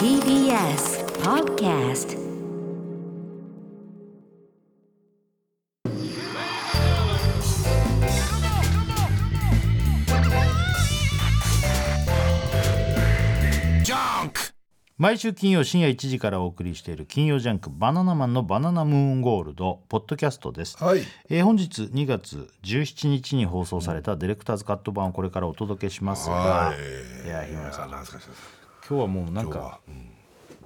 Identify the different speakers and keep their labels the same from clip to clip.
Speaker 1: TBS Podcast
Speaker 2: 毎週金曜深夜1時からお送りしている金曜ジャンクバナナマンのバナナムーンゴールドポッドキャストです、
Speaker 3: はい
Speaker 2: えー本日2月17日に放送されたディレクターズカット版をこれからお届けしますが、い、や日村さん
Speaker 3: 懐かしい
Speaker 2: 今日はもうなん
Speaker 3: 今日
Speaker 2: か
Speaker 3: は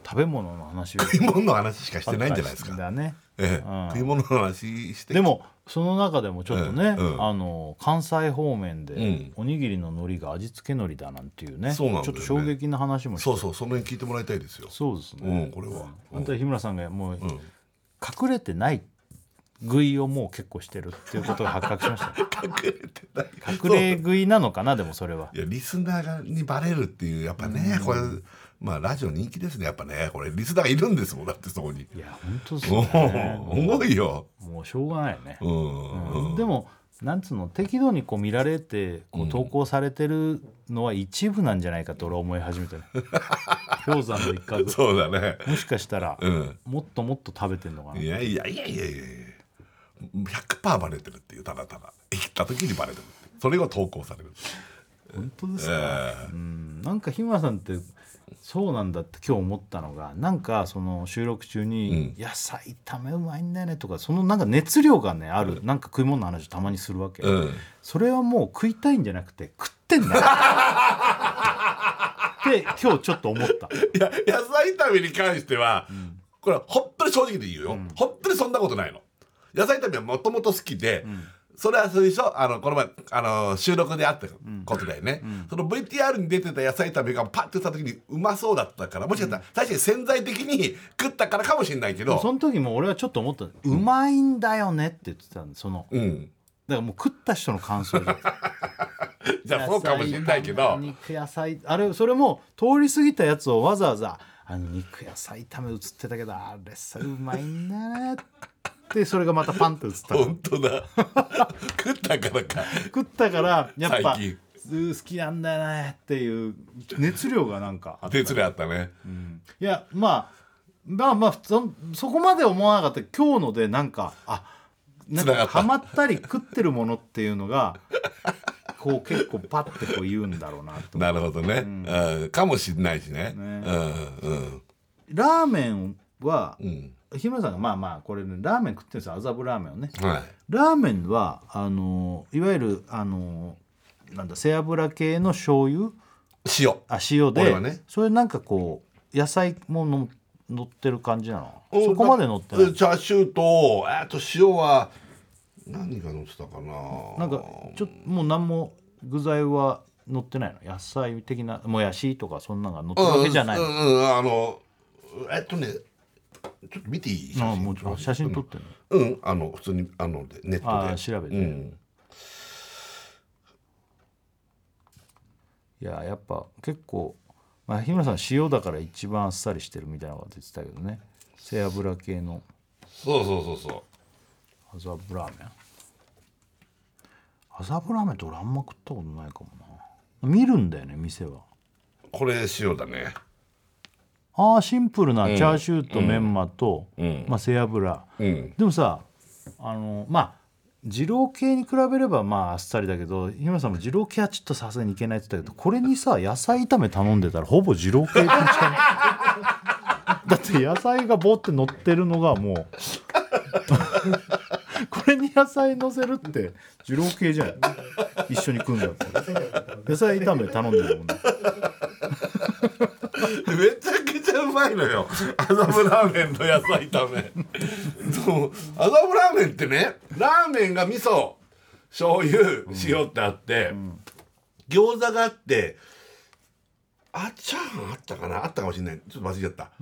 Speaker 2: 食べ物の話を
Speaker 3: 食い物の話 しかしてないんじゃないですか。
Speaker 2: だね
Speaker 3: ええ
Speaker 2: うん
Speaker 3: 食い物の話して
Speaker 2: でもその中でもちょっとね、
Speaker 3: うんうん
Speaker 2: あの関西方
Speaker 3: う
Speaker 2: 面で
Speaker 3: ん
Speaker 2: おにぎりの海苔が味付け海苔だなんていうね,、
Speaker 3: そうなんだよね
Speaker 2: ちょっと衝撃な話もして
Speaker 3: そうそうその辺聞いてもらいたいですよ。
Speaker 2: そうです
Speaker 3: う
Speaker 2: ね、
Speaker 3: んこれは。
Speaker 2: 本当に日村さんがもう、
Speaker 3: うん
Speaker 2: 隠れてない食いをもう結構してるっていうことが発覚しました
Speaker 3: 隠れてない。
Speaker 2: 隠れ食いなのかなでもそれはい
Speaker 3: やリスナーにバレるっていうやっぱねこれまあラジオ人気ですねやっぱねこれリスナーがいるんですもんだってそこに。
Speaker 2: いや本当です
Speaker 3: おお
Speaker 2: ね
Speaker 3: 重いよ。
Speaker 2: もうしょうがないよね
Speaker 3: う、ん
Speaker 2: うんでもなんつうの適度にこう見られてこう投稿されてるのは一部なんじゃないかと俺は思い始めた、ね、氷山の一角
Speaker 3: そうだね。
Speaker 2: もしかしたら、
Speaker 3: うん
Speaker 2: もっともっと食べてんのかない
Speaker 3: やいやいやいやいやいや100%バレてるっていうただただ生きた時にバレてるっていうそれが投稿される。
Speaker 2: 本当です
Speaker 3: え
Speaker 2: うんなんか日村さんってそうなんだって今日思ったのがなんかその収録中に「野菜炒めうまいんだよね」とかそのなんか熱量がねあるなんか食い物の話をたまにするわけ、
Speaker 3: えうん。
Speaker 2: それはもう食いたいんじゃなくて食っ てんだよって今日ちょっと思った
Speaker 3: いや野菜炒めに関しては、これは本当に正直で言うよ、本当にそんなことないの野菜炒めはもともと好きで、それはそれでしょあのこの前あの収録であったことだよね、その VTR に出てた野菜炒めがパッてした時にうまそうだったからもしかしたら確かに潜在的に食ったからかもしれないけど
Speaker 2: その時も俺はちょっと思った「うまいんだよね」って言ってたんでその
Speaker 3: うん
Speaker 2: だからもう食った人の感想じゃん
Speaker 3: じゃあそうかもしれないけど
Speaker 2: 肉野菜あれそれも通り過ぎたやつをわざわざあの肉野菜炒め映ってたけどあれさうまいんだなってそれがまたパンと 映った
Speaker 3: 本当だ食ったからか
Speaker 2: 食ったからやっぱ
Speaker 3: 最近
Speaker 2: うん好きなんだよねっていう熱量がなんかあったい
Speaker 3: 熱量あったね、
Speaker 2: やまあまあまあそそこまで思わなかった今日のでなんかあなん
Speaker 3: 繋が
Speaker 2: か
Speaker 3: った
Speaker 2: ハマったり食ってるものっていうのがこう結構パッてこう言うんだろうなと
Speaker 3: なるほどね、うんかもしれないしね
Speaker 2: ね
Speaker 3: うんうん
Speaker 2: ラーメンは
Speaker 3: うん
Speaker 2: 日村さんがまあまあこれねラーメン食ってるんですよ麻布ラーメンをね
Speaker 3: はい
Speaker 2: ラーメンはあのいわゆるあのなんだ背脂系の醤油
Speaker 3: 塩
Speaker 2: あ塩
Speaker 3: 俺
Speaker 2: で、
Speaker 3: はね
Speaker 2: それなんかこう野菜もの乗ってる感じなの
Speaker 3: うん
Speaker 2: そこまで乗ってない
Speaker 3: だチャーシューとえーっと塩は何が乗ってたかな
Speaker 2: なんかちょっともう何も具材は乗ってないの野菜的なもやしとかそんなのが乗ってるわけじゃない
Speaker 3: うん
Speaker 2: の、
Speaker 3: うんうんあのえーっとねちょっと見ていい写
Speaker 2: あ
Speaker 3: 真
Speaker 2: もうあ写真撮ってるの、
Speaker 3: うんあの普通にあのでネット
Speaker 2: あ
Speaker 3: で
Speaker 2: ー調べて
Speaker 3: うん
Speaker 2: いややっぱ結構、まあ、日村さん塩だから一番あっさりしてるみたいなこと言ってたけどね背脂系の
Speaker 3: そうそうそうそ
Speaker 2: 麻布ラーメン麻布ラーメンって俺あんま食ったことないかもな見るんだよね店は
Speaker 3: うこれ塩だね
Speaker 2: ああシンプルなチャーシューとメンマと、まあ、背脂、
Speaker 3: うん
Speaker 2: でもさあのまあ二郎系に比べればまああっさりだけど日村さんも二郎系はちょっとさすがにいけないって言ったけどこれにさ野菜炒め頼んでたらほぼ二郎系に近いだって野菜がボーって乗ってるのがもう これに野菜乗せるって二郎系じゃん一緒に食うんだって野菜炒め頼んでるもんね
Speaker 3: めちゃくちゃうまいのよ麻布ラーメンの野菜炒めそう麻布ラーメンってねラーメンが味噌醤油塩ってあって、餃子があってあチャーハンあったかなあったかもしれないちょっと忘れちゃった、だか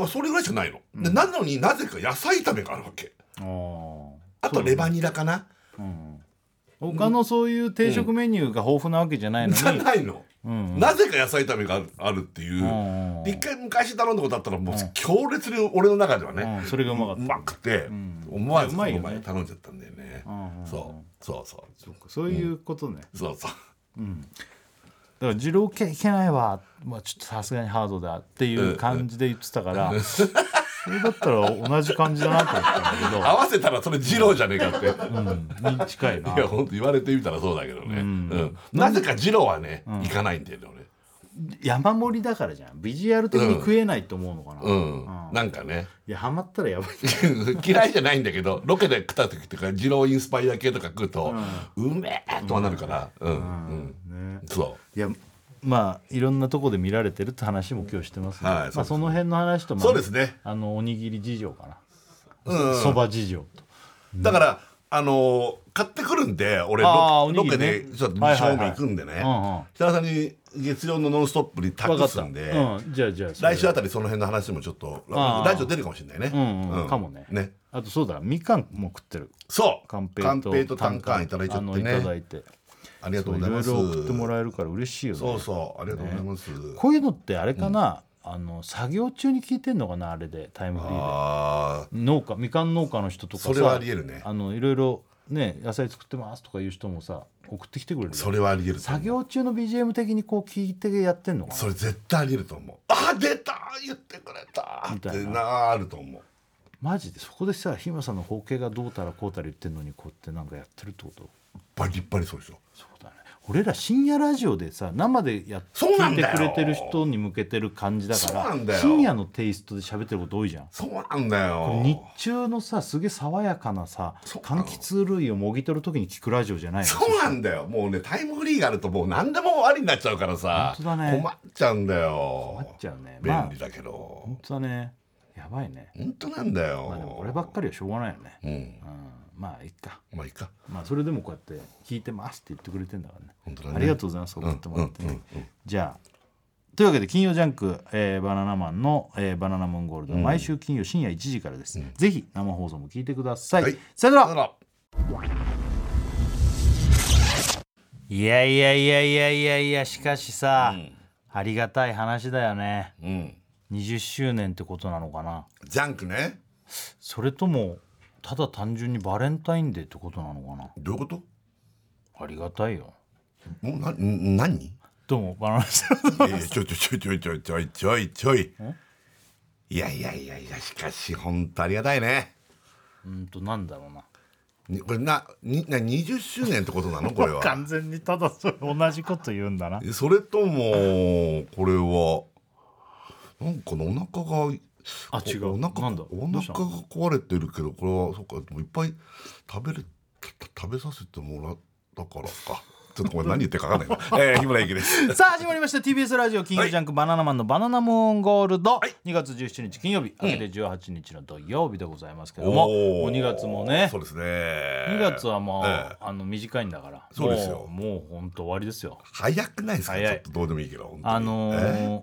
Speaker 3: らそれぐらいしかないの、でなのになぜか野菜炒めがあるわけ
Speaker 2: あー
Speaker 3: あとレバニラかな、
Speaker 2: 他のそういう定食メニューが豊富なわけじゃないのに、
Speaker 3: じゃないの、なぜか野菜炒めがあるあるっていう、
Speaker 2: ん
Speaker 3: で一回昔頼んだことあったらもう強烈に俺の中ではね、
Speaker 2: うん、それがうまかった
Speaker 3: うまくて、思わず
Speaker 2: う
Speaker 3: う
Speaker 2: ま
Speaker 3: ま
Speaker 2: い
Speaker 3: い
Speaker 2: よね
Speaker 3: 頼んじゃったんだよね、そうそうそう
Speaker 2: そういうことね、
Speaker 3: そうそう
Speaker 2: うん、から二郎系いけないわ、まあ、ちょっとさすがにハードだっていう感じで言ってたから、それだったら同じ感じだなと思ったん
Speaker 3: 合
Speaker 2: だ
Speaker 3: わせたらそれ二郎じゃねえかって、
Speaker 2: けど、うん、に近いない
Speaker 3: や本当言われてみたらそうだけどね、うんなぜか二郎はね、行かないんだよね俺
Speaker 2: 山盛りだからじゃんビジュアル的に食えないと思うのかな、
Speaker 3: う
Speaker 2: い
Speaker 3: ん、なんかね
Speaker 2: やハマったらやばい
Speaker 3: 嫌いじゃないんだけどロケで食った時とか二郎インスパイア系とか食うと、うめえとはなるからうん、うん
Speaker 2: ね
Speaker 3: そ
Speaker 2: いやまあいろんなとこで見られてるって話も今日してますね、
Speaker 3: はいそうです
Speaker 2: まあ、その辺の話とも
Speaker 3: そうですね
Speaker 2: あのおにぎり事情か
Speaker 3: う、うん
Speaker 2: なそば、事情と
Speaker 3: だからあのー買ってくるんで俺
Speaker 2: あー
Speaker 3: ロ
Speaker 2: お
Speaker 3: ロ
Speaker 2: にぎ
Speaker 3: ケ
Speaker 2: りね
Speaker 3: でちょっと
Speaker 2: はい
Speaker 3: 正
Speaker 2: はいはい
Speaker 3: 面行くんでね
Speaker 2: うんうん
Speaker 3: 北田さんに月曜の「ノンストップ!」に
Speaker 2: わ
Speaker 3: 託
Speaker 2: かっ
Speaker 3: す
Speaker 2: た、
Speaker 3: んで、
Speaker 2: うん、じゃあじゃあそれ
Speaker 3: 来週あたりその辺の話もちょっと
Speaker 2: あー
Speaker 3: ラジオ出るかもしれないね、
Speaker 2: うんうんかもね
Speaker 3: ね
Speaker 2: あとそうだみかんも食ってる
Speaker 3: そう
Speaker 2: 寛
Speaker 3: 寛
Speaker 2: 平と
Speaker 3: 平とタンカンいただいちゃって
Speaker 2: あのいただ
Speaker 3: ね
Speaker 2: いて
Speaker 3: ありがとう
Speaker 2: い
Speaker 3: ござい
Speaker 2: ろ
Speaker 3: ま
Speaker 2: い
Speaker 3: す
Speaker 2: ろ送ってもらえるから嬉しいよね
Speaker 3: そうそうありがとうございます、
Speaker 2: こういうのってあれかな、あの作業中に聞いてんのかなあれでタイムフリーで
Speaker 3: ああ
Speaker 2: 農家みかん農家の人とかさ
Speaker 3: それはありえるね
Speaker 2: あのいろいろね野菜作ってますとかいう人もさ送ってきてくれるよ
Speaker 3: それはありえると思
Speaker 2: 作
Speaker 3: う
Speaker 2: 業中の BGM 的にこう聞いてやってんのかな
Speaker 3: それ絶対ありえると思うあー出た言ってくれた
Speaker 2: み
Speaker 3: った
Speaker 2: い
Speaker 3: て
Speaker 2: な
Speaker 3: なると思う
Speaker 2: マジでそこでさ日村さんの包茎がどうたらこうたら言ってんのにこうやってなんかやってるってこと
Speaker 3: バリッバリそうでしょ
Speaker 2: そうだね俺ら深夜ラジオでさ生でやっ
Speaker 3: そうな
Speaker 2: 聞
Speaker 3: ん
Speaker 2: いて
Speaker 3: だよ
Speaker 2: くれてる人に向けてる感じだ
Speaker 3: そう
Speaker 2: か
Speaker 3: なんだ
Speaker 2: ら
Speaker 3: よ
Speaker 2: 深夜のテイストで喋ってること多いじゃん
Speaker 3: そうなんだよ
Speaker 2: 日中のさすげえ爽やかなさ
Speaker 3: そうなの
Speaker 2: 柑橘類をもぎ取る時に聞くラジオじゃないの
Speaker 3: そうなんだよもうねタイムフリーがあるともう何でもありになっちゃうからさ
Speaker 2: 本当だね
Speaker 3: 困っちゃうんだよ
Speaker 2: 困っちゃうねまあ
Speaker 3: 便利だけど
Speaker 2: 本当だねやばいね
Speaker 3: 本当なんだよ、
Speaker 2: まあでも俺ばっかりはしょうがないよね
Speaker 3: うん
Speaker 2: うんまあいっか
Speaker 3: まあいいか
Speaker 2: まあそれでもこうやって聞いてますって言ってくれてんだからね
Speaker 3: 本当だね
Speaker 2: ありがとうございます送ってもらって、じゃあというわけで金曜ジャンク、えーバナナマンの、えーバナナムーンゴールド、毎週金曜深夜1時からです、ぜひ生放送も聞いてください、
Speaker 3: はい
Speaker 2: さよな
Speaker 3: だ
Speaker 2: ら
Speaker 3: から
Speaker 2: いやいやいやいやいやいやしかしさ、ありがたい話だよね
Speaker 3: うん
Speaker 2: 20周年ってことなのかな
Speaker 3: ジャンクね
Speaker 2: それともただ単純にバレンタインデーってことなのかな
Speaker 3: どういうこと
Speaker 2: ありがたいよ
Speaker 3: もうなな 何
Speaker 2: どうもバナナさん
Speaker 3: いやいやちょいちょいちょいちょいちょいちょいちょいいやいやいやいやしかし本当ありがたいね
Speaker 2: うんとなんだろうな
Speaker 3: にこれなにな20周年ってことなのこれは
Speaker 2: 完全にただそれ同じこと言うんだな
Speaker 3: えそれともこれはなんかねお腹が
Speaker 2: あ違う
Speaker 3: お腹
Speaker 2: なんだ
Speaker 3: お
Speaker 2: ど
Speaker 3: 腹
Speaker 2: うした
Speaker 3: が壊れてるけどこれはそっかでもいっぱい食べるた食べさせてもらったからか ちょっとこれ何言ってるかわかんない なえー、日村ゆきです
Speaker 2: さあ始まりました TBS ラジオ金曜ジャンク、バナナマンのバナナムーンゴールド、2月17日金曜日明けて18日の土曜日でございますけども、もう2月もね
Speaker 3: そうですね
Speaker 2: 2月はもう、
Speaker 3: ええ
Speaker 2: あの短いんだから
Speaker 3: そうですよ
Speaker 2: もうもう本当終わりですよ
Speaker 3: 早くないですかち
Speaker 2: 早
Speaker 3: ょ
Speaker 2: い
Speaker 3: っとどうでもいいけど本当に
Speaker 2: あのー
Speaker 3: え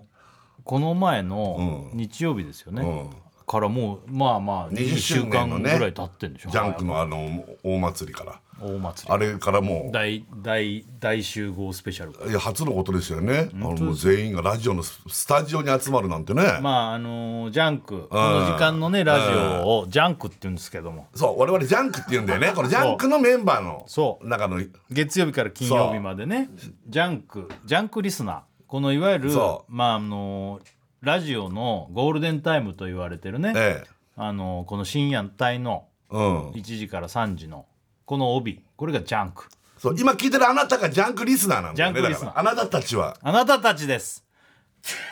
Speaker 2: この前の
Speaker 3: うん
Speaker 2: 日曜日ですよね、
Speaker 3: うん
Speaker 2: からもうまあまあ
Speaker 3: 20
Speaker 2: 20週間ぐらい経ってんでしょ、
Speaker 3: ジャンクのあの大祭りから
Speaker 2: 大祭
Speaker 3: あ
Speaker 2: り
Speaker 3: れからもう
Speaker 2: 大大大集合スペシャル
Speaker 3: いや初のことですよねあのもう全員がラジオのススタジオに集まるなんてね、
Speaker 2: まああのージャンクこの時間のねラジオをジャンクって言うんですけども
Speaker 3: そう我々ジャンクって言うんだよ ねこのジャンクのメンバーの
Speaker 2: そう
Speaker 3: 中の
Speaker 2: 月曜日から金曜日までねジャンクジャンクリスナーこのいわゆる
Speaker 3: そ
Speaker 2: まああのーラジオのゴールデンタイムと言われてるね、
Speaker 3: ええ
Speaker 2: あのーこの深夜帯の
Speaker 3: うん
Speaker 2: 1時から3時のこの帯これがジャンク
Speaker 3: そう今聞いてるあなたがジャンクリスナーなんだよね
Speaker 2: ジャンク
Speaker 3: だ
Speaker 2: リス
Speaker 3: か
Speaker 2: ナー
Speaker 3: らあなたたちは
Speaker 2: あなたたちです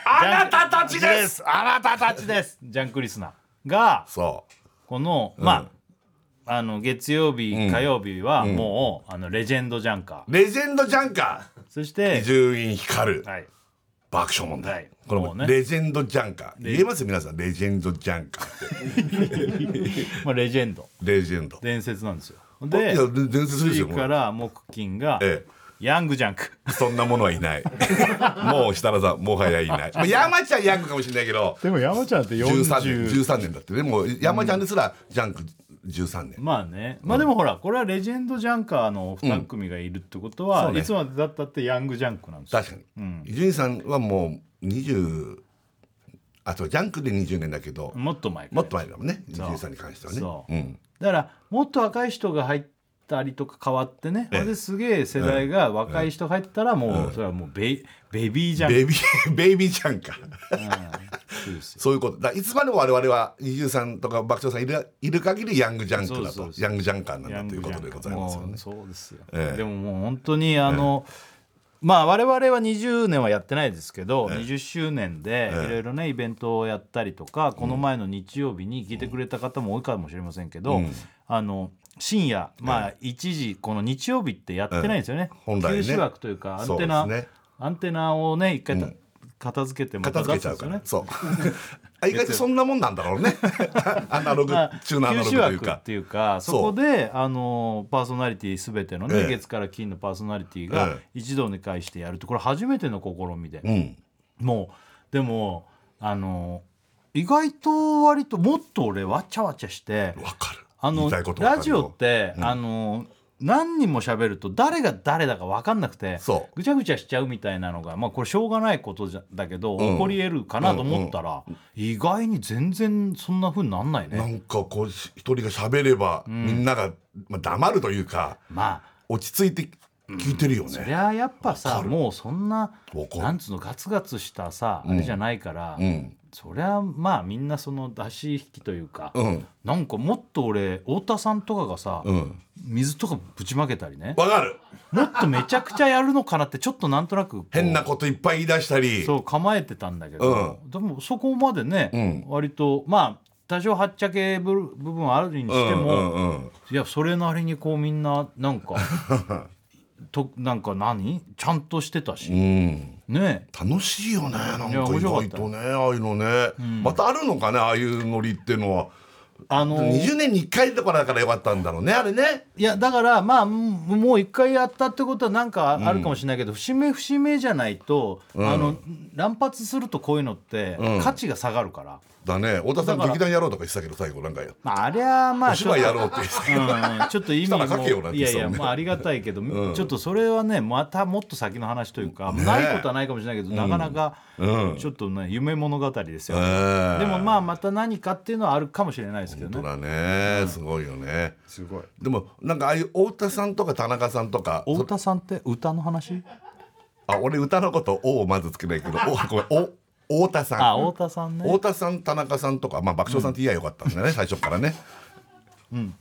Speaker 3: あなたたちです
Speaker 2: すあなたたちですジャンクリスナーが
Speaker 3: そ
Speaker 2: この、まああの月曜日、火曜日はもう、あのレジェンドジャンカ
Speaker 3: うレジェンドジャンカ
Speaker 2: ーそして
Speaker 3: 伊集院光る
Speaker 2: はい
Speaker 3: 爆笑問題、
Speaker 2: はい
Speaker 3: これ
Speaker 2: も
Speaker 3: も
Speaker 2: うね
Speaker 3: レジェンドジャンカ言えますよ皆さんレジェンドジャンカって
Speaker 2: まあ、レジェンド
Speaker 3: レジェンド
Speaker 2: 伝説なんですよ
Speaker 3: いや
Speaker 2: で
Speaker 3: 伝説です
Speaker 2: 次
Speaker 3: よもう
Speaker 2: から木金が、
Speaker 3: え
Speaker 2: ヤングジャンク
Speaker 3: えそんなものはいない もう設楽さんもはやいない、まあ、山ちゃんヤングかもしれないけど
Speaker 2: でも山ちゃんって
Speaker 3: 13年13年だってねもう山ちゃんですらジャンク13年、
Speaker 2: まあねまあでもほらこれはレジェンドジャンカーの2組がいるってことは、
Speaker 3: そうね
Speaker 2: いつまでだったってヤングジャンクなんですよ
Speaker 3: 確かに伊集院さんはもう20あとジャンクで20年だけど、
Speaker 2: もっと前から
Speaker 3: もっと前だもんね伊集院さんに関してはね
Speaker 2: そう
Speaker 3: うん、
Speaker 2: だからもっと若い人が入ったりとか変わってね、
Speaker 3: ええ
Speaker 2: あれですげえ世代が若い人入ったらもうそれはもうベイベビーじゃん
Speaker 3: ベビー ベイビーちゃんか
Speaker 2: そうですよ
Speaker 3: そういうことだからいつまでも我々は二十さんとか爆笑さんいるいる限りヤングジャンクだ
Speaker 2: そうそ
Speaker 3: と
Speaker 2: うそう
Speaker 3: ヤングジャンカーなんだということ
Speaker 2: ヤング
Speaker 3: で
Speaker 2: ジ
Speaker 3: ご
Speaker 2: ャン
Speaker 3: ざいますよね
Speaker 2: もうそうですよ、
Speaker 3: ええ
Speaker 2: でももう本当にあの、まあ我々は20年はやってないですけど、20周年でいろいろねイベントをやったりとか、この前の日曜日に聞いてくれた方も多いかもしれませんけど、あの深夜まあ1時この日曜日ってやってないんですよね、
Speaker 3: 本来ね
Speaker 2: 休止枠というかアンテ
Speaker 3: そ
Speaker 2: ナ、
Speaker 3: うですね
Speaker 2: アンテナをね一回た片付けてま
Speaker 3: 片
Speaker 2: た
Speaker 3: 付
Speaker 2: 出
Speaker 3: けち
Speaker 2: すん
Speaker 3: ゃ
Speaker 2: で
Speaker 3: う
Speaker 2: す
Speaker 3: か
Speaker 2: よ
Speaker 3: らそう
Speaker 2: ね。
Speaker 3: あ意外とそんなもんなんだろう ねアナログ
Speaker 2: まあ
Speaker 3: 中のアナログという
Speaker 2: 休止枠
Speaker 3: か
Speaker 2: っていうかそこであのパーソナリティすべてのね、
Speaker 3: ええ
Speaker 2: 月から金のパーソナリティが
Speaker 3: ええ
Speaker 2: 一堂に会してやるってこれ初めての試みで、
Speaker 3: うん
Speaker 2: もうでもあの意外と割ともっと俺わちゃわちゃして
Speaker 3: わかる
Speaker 2: あ
Speaker 3: 言
Speaker 2: の
Speaker 3: いたいことわか
Speaker 2: ラ
Speaker 3: る
Speaker 2: ジオって、あの何人も喋ると誰が誰だか分かんなくて
Speaker 3: そう
Speaker 2: ぐちゃぐちゃしちゃうみたいなのがまあこれしょうがないことじゃだけど、
Speaker 3: ん
Speaker 2: 起こり得るかなと思ったら、意外に全然そんなふうになんないね。
Speaker 3: なんかこうし一人が喋れば、みんなが、まあ、黙るというか
Speaker 2: まあ
Speaker 3: 落ち着いて聞いてるよ
Speaker 2: そり
Speaker 3: ね、
Speaker 2: ゃやっぱさもうそんな
Speaker 3: わかる
Speaker 2: なんつうのガツガツしたさ、あれじゃないから、
Speaker 3: ん
Speaker 2: そりゃまあみんなその出し引きというか、
Speaker 3: うん
Speaker 2: なんかもっと俺太田さんとかがさ、
Speaker 3: ん
Speaker 2: 水とかぶちまけたりね
Speaker 3: わかる
Speaker 2: もっとめちゃくちゃやるのかなってちょっとなんとなくこう
Speaker 3: 変なこといっぱい言い出したり
Speaker 2: そう構えてたんだけど、でもそこまでね、
Speaker 3: う
Speaker 2: 割とまあ多少はっちゃけぶる部分はあるにしても、
Speaker 3: うんうん
Speaker 2: いやそれなりにこうみんなな んかとなんか何ちゃんとしてたし、
Speaker 3: うんうん
Speaker 2: ね
Speaker 3: 楽しいよねなんか
Speaker 2: い
Speaker 3: 意
Speaker 2: や面白かっ
Speaker 3: 外
Speaker 2: た
Speaker 3: とねああいうのね、またあるのかねああいうノリっていうのは
Speaker 2: あの
Speaker 3: 20年に1回とかだからよかったんだろうねあれね
Speaker 2: いやだからまあうんもう一回やったってことはなんかあるかもしれないけど、節目節目じゃないと、あの乱発するとこういうのって価値が下がるから、
Speaker 3: だね太田さん
Speaker 2: だから
Speaker 3: 劇団やろうとか言ってたけど最後なんかよ
Speaker 2: まあ、あれはま
Speaker 3: お
Speaker 2: あちょっ
Speaker 3: 芝居
Speaker 2: と
Speaker 3: やろうって言ってたけど
Speaker 2: うんちょっと意 味
Speaker 3: したら書けよなん
Speaker 2: も
Speaker 3: て
Speaker 2: いやいや、
Speaker 3: そうね
Speaker 2: まあ、ありがたいけど、ちょっとそれはねまたもっと先の話というか、ないことはないかもしれないけど、なかなか、ちょっとね夢物語ですよ、ね
Speaker 3: ええ
Speaker 2: でもまあまた何かっていうのはあるかもしれないですけど
Speaker 3: 本当
Speaker 2: ね
Speaker 3: だね、すごいよね
Speaker 2: すごい
Speaker 3: でもなんかああいう太田さんとか田中さんとか
Speaker 2: 太田さんって歌の話
Speaker 3: あ俺歌のこと「お」をまずつけないけど「お」ごめん「お」太田さん
Speaker 2: あ太田さんね
Speaker 3: 太田さん田中さんとか、まあ、爆笑さんって言いやよかったん だね、最初からね、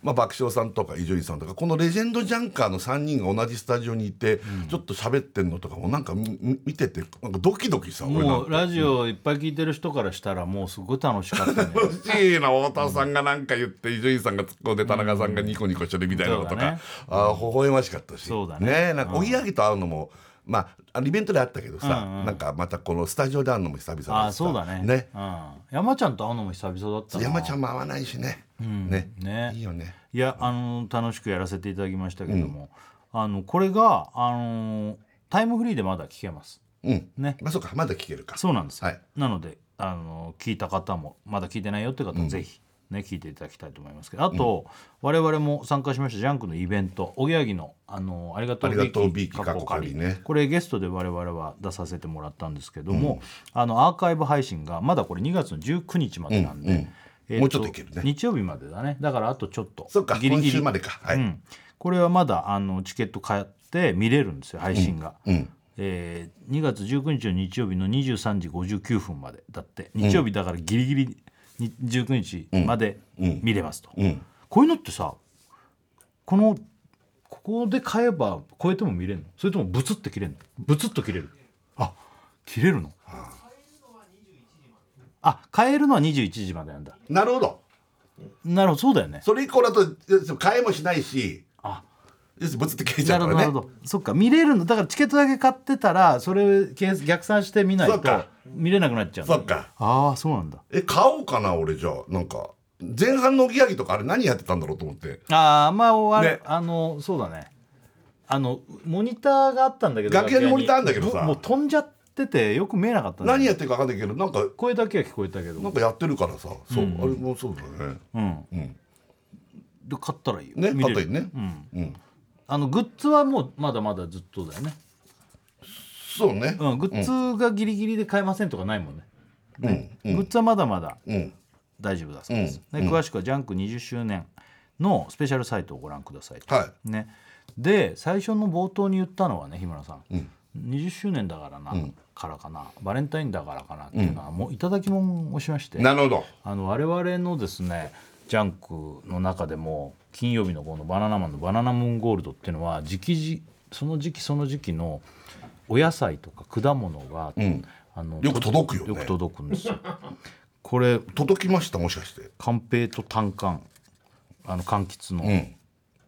Speaker 3: まあ、爆笑さんとか伊集院さんとかこのレジェンドジャンカーの3人が同じスタジオにいて、ちょっと喋ってんのとかもなんかみみ見ててなんかドキドキさ俺な
Speaker 2: も
Speaker 3: ん
Speaker 2: う
Speaker 3: か
Speaker 2: ラジオいっぱい聞いてる人からしたらもうすごい楽しかったね
Speaker 3: 楽しいな太田さんがなんか言って伊集院さんが突っ込んで田中さんがニコニコしてるみたいなのと
Speaker 2: そうだ
Speaker 3: か
Speaker 2: ね、
Speaker 3: ああ微笑ましかったし
Speaker 2: そうだね
Speaker 3: なんかおぎやはぎと会うのも、まあ、あのイベントであったけどさ、なんかまたこのスタジオで会うのも久々だしさ
Speaker 2: あそうだね
Speaker 3: ね
Speaker 2: うん、山ちゃんと会うのも久々だったな
Speaker 3: 山ちゃんも会わないしね,、ね
Speaker 2: ね
Speaker 3: いいよね
Speaker 2: いやあの楽しくやらせていただきましたけども、あのこれがあのタイムフリーでまだ聞けます
Speaker 3: うん
Speaker 2: ね
Speaker 3: まあそうかまだ聞けるか
Speaker 2: そうなんですよ、
Speaker 3: はい
Speaker 2: なのであの聞いた方もまだ聞いてないよって方もぜひ、ね聞いていただきたいと思いますけどあと、我々も参加しましたジャンクのイベントおぎやはぎのあの「ありがとう
Speaker 3: ありがとうビーキ
Speaker 2: 過去
Speaker 3: 過去仮ね
Speaker 2: これゲストで我々は出させてもらったんですけども、あのアーカイブ配信がまだこれ2月の19日までなんで、
Speaker 3: うんうん
Speaker 2: えー
Speaker 3: もうちょっといけるね
Speaker 2: 日曜日までだねだからあとちょっと
Speaker 3: そっか今週までかはい、
Speaker 2: うん、これはまだあのチケット買って見れるんですよ配信が、えー2月19日の日曜日の23時59分までだって日曜日だからギリギリに19日まで見れますと、こういうのってさこのここで買えば超えても見れるのそれともブツッと切れるのブツッと切れるあ切れるのあ買えるのは21時までなんだ
Speaker 3: なるほど
Speaker 2: なるほどそうだよね
Speaker 3: それ以降だと要するに替えもしないし
Speaker 2: あ
Speaker 3: 要するにブツって消えちゃ
Speaker 2: な
Speaker 3: う
Speaker 2: る
Speaker 3: か
Speaker 2: ほ
Speaker 3: ら
Speaker 2: ど
Speaker 3: ね
Speaker 2: なるほどそっか見れるのだからチケットだけ買ってたらそれ計逆算して見ない
Speaker 3: そ
Speaker 2: と
Speaker 3: っか
Speaker 2: 見れなくなっちゃう
Speaker 3: そっか
Speaker 2: ああそうなんだ
Speaker 3: え買おうかな俺じゃあなんか前半のおぎやはぎとかあれ何やってたんだろうと思って
Speaker 2: ああまあ終わ
Speaker 3: ね
Speaker 2: るあのそうだねあのモニターがあったんだけど
Speaker 3: 楽屋にモニターあんだけど
Speaker 2: ぶ
Speaker 3: さ
Speaker 2: もう飛んじゃっててよく見えなかったんだ
Speaker 3: 何やってるか分かんないけどなんか
Speaker 2: 声だけは聞こえたけど
Speaker 3: なんかやってるからさそう、あれもそうだね
Speaker 2: うん
Speaker 3: うん
Speaker 2: で買ったらいいよ
Speaker 3: ね
Speaker 2: 見れ
Speaker 3: 買
Speaker 2: る
Speaker 3: ったりね
Speaker 2: うん
Speaker 3: うん
Speaker 2: あのグッズはもうまだまだずっとだよね
Speaker 3: そうね
Speaker 2: うんグッズがギリギリで買えませんとかないもんね
Speaker 3: うんうん
Speaker 2: グッズはまだまだ
Speaker 3: うん
Speaker 2: 大丈夫だそうです、
Speaker 3: うん
Speaker 2: で詳しくはジャンク20周年のスペシャルサイトをご覧くださいと、
Speaker 3: は
Speaker 2: ね、で最初の冒頭に言ったのはね日村さん、20周年だからな、からかなバレンタインだからかなっていうのは、もういただきもんをしまして
Speaker 3: なるほど
Speaker 2: あの我々のですねジャンクの中でも金曜日のこの「バナナマン」の「バナナムーンゴールド」っていうのは時期じその時期その時期のお野菜とか果物が、あの
Speaker 3: よく届くよね
Speaker 2: よく届くんですよ。これ
Speaker 3: 届きましたもしかして
Speaker 2: 寛平と単管あの柑橘の、
Speaker 3: ん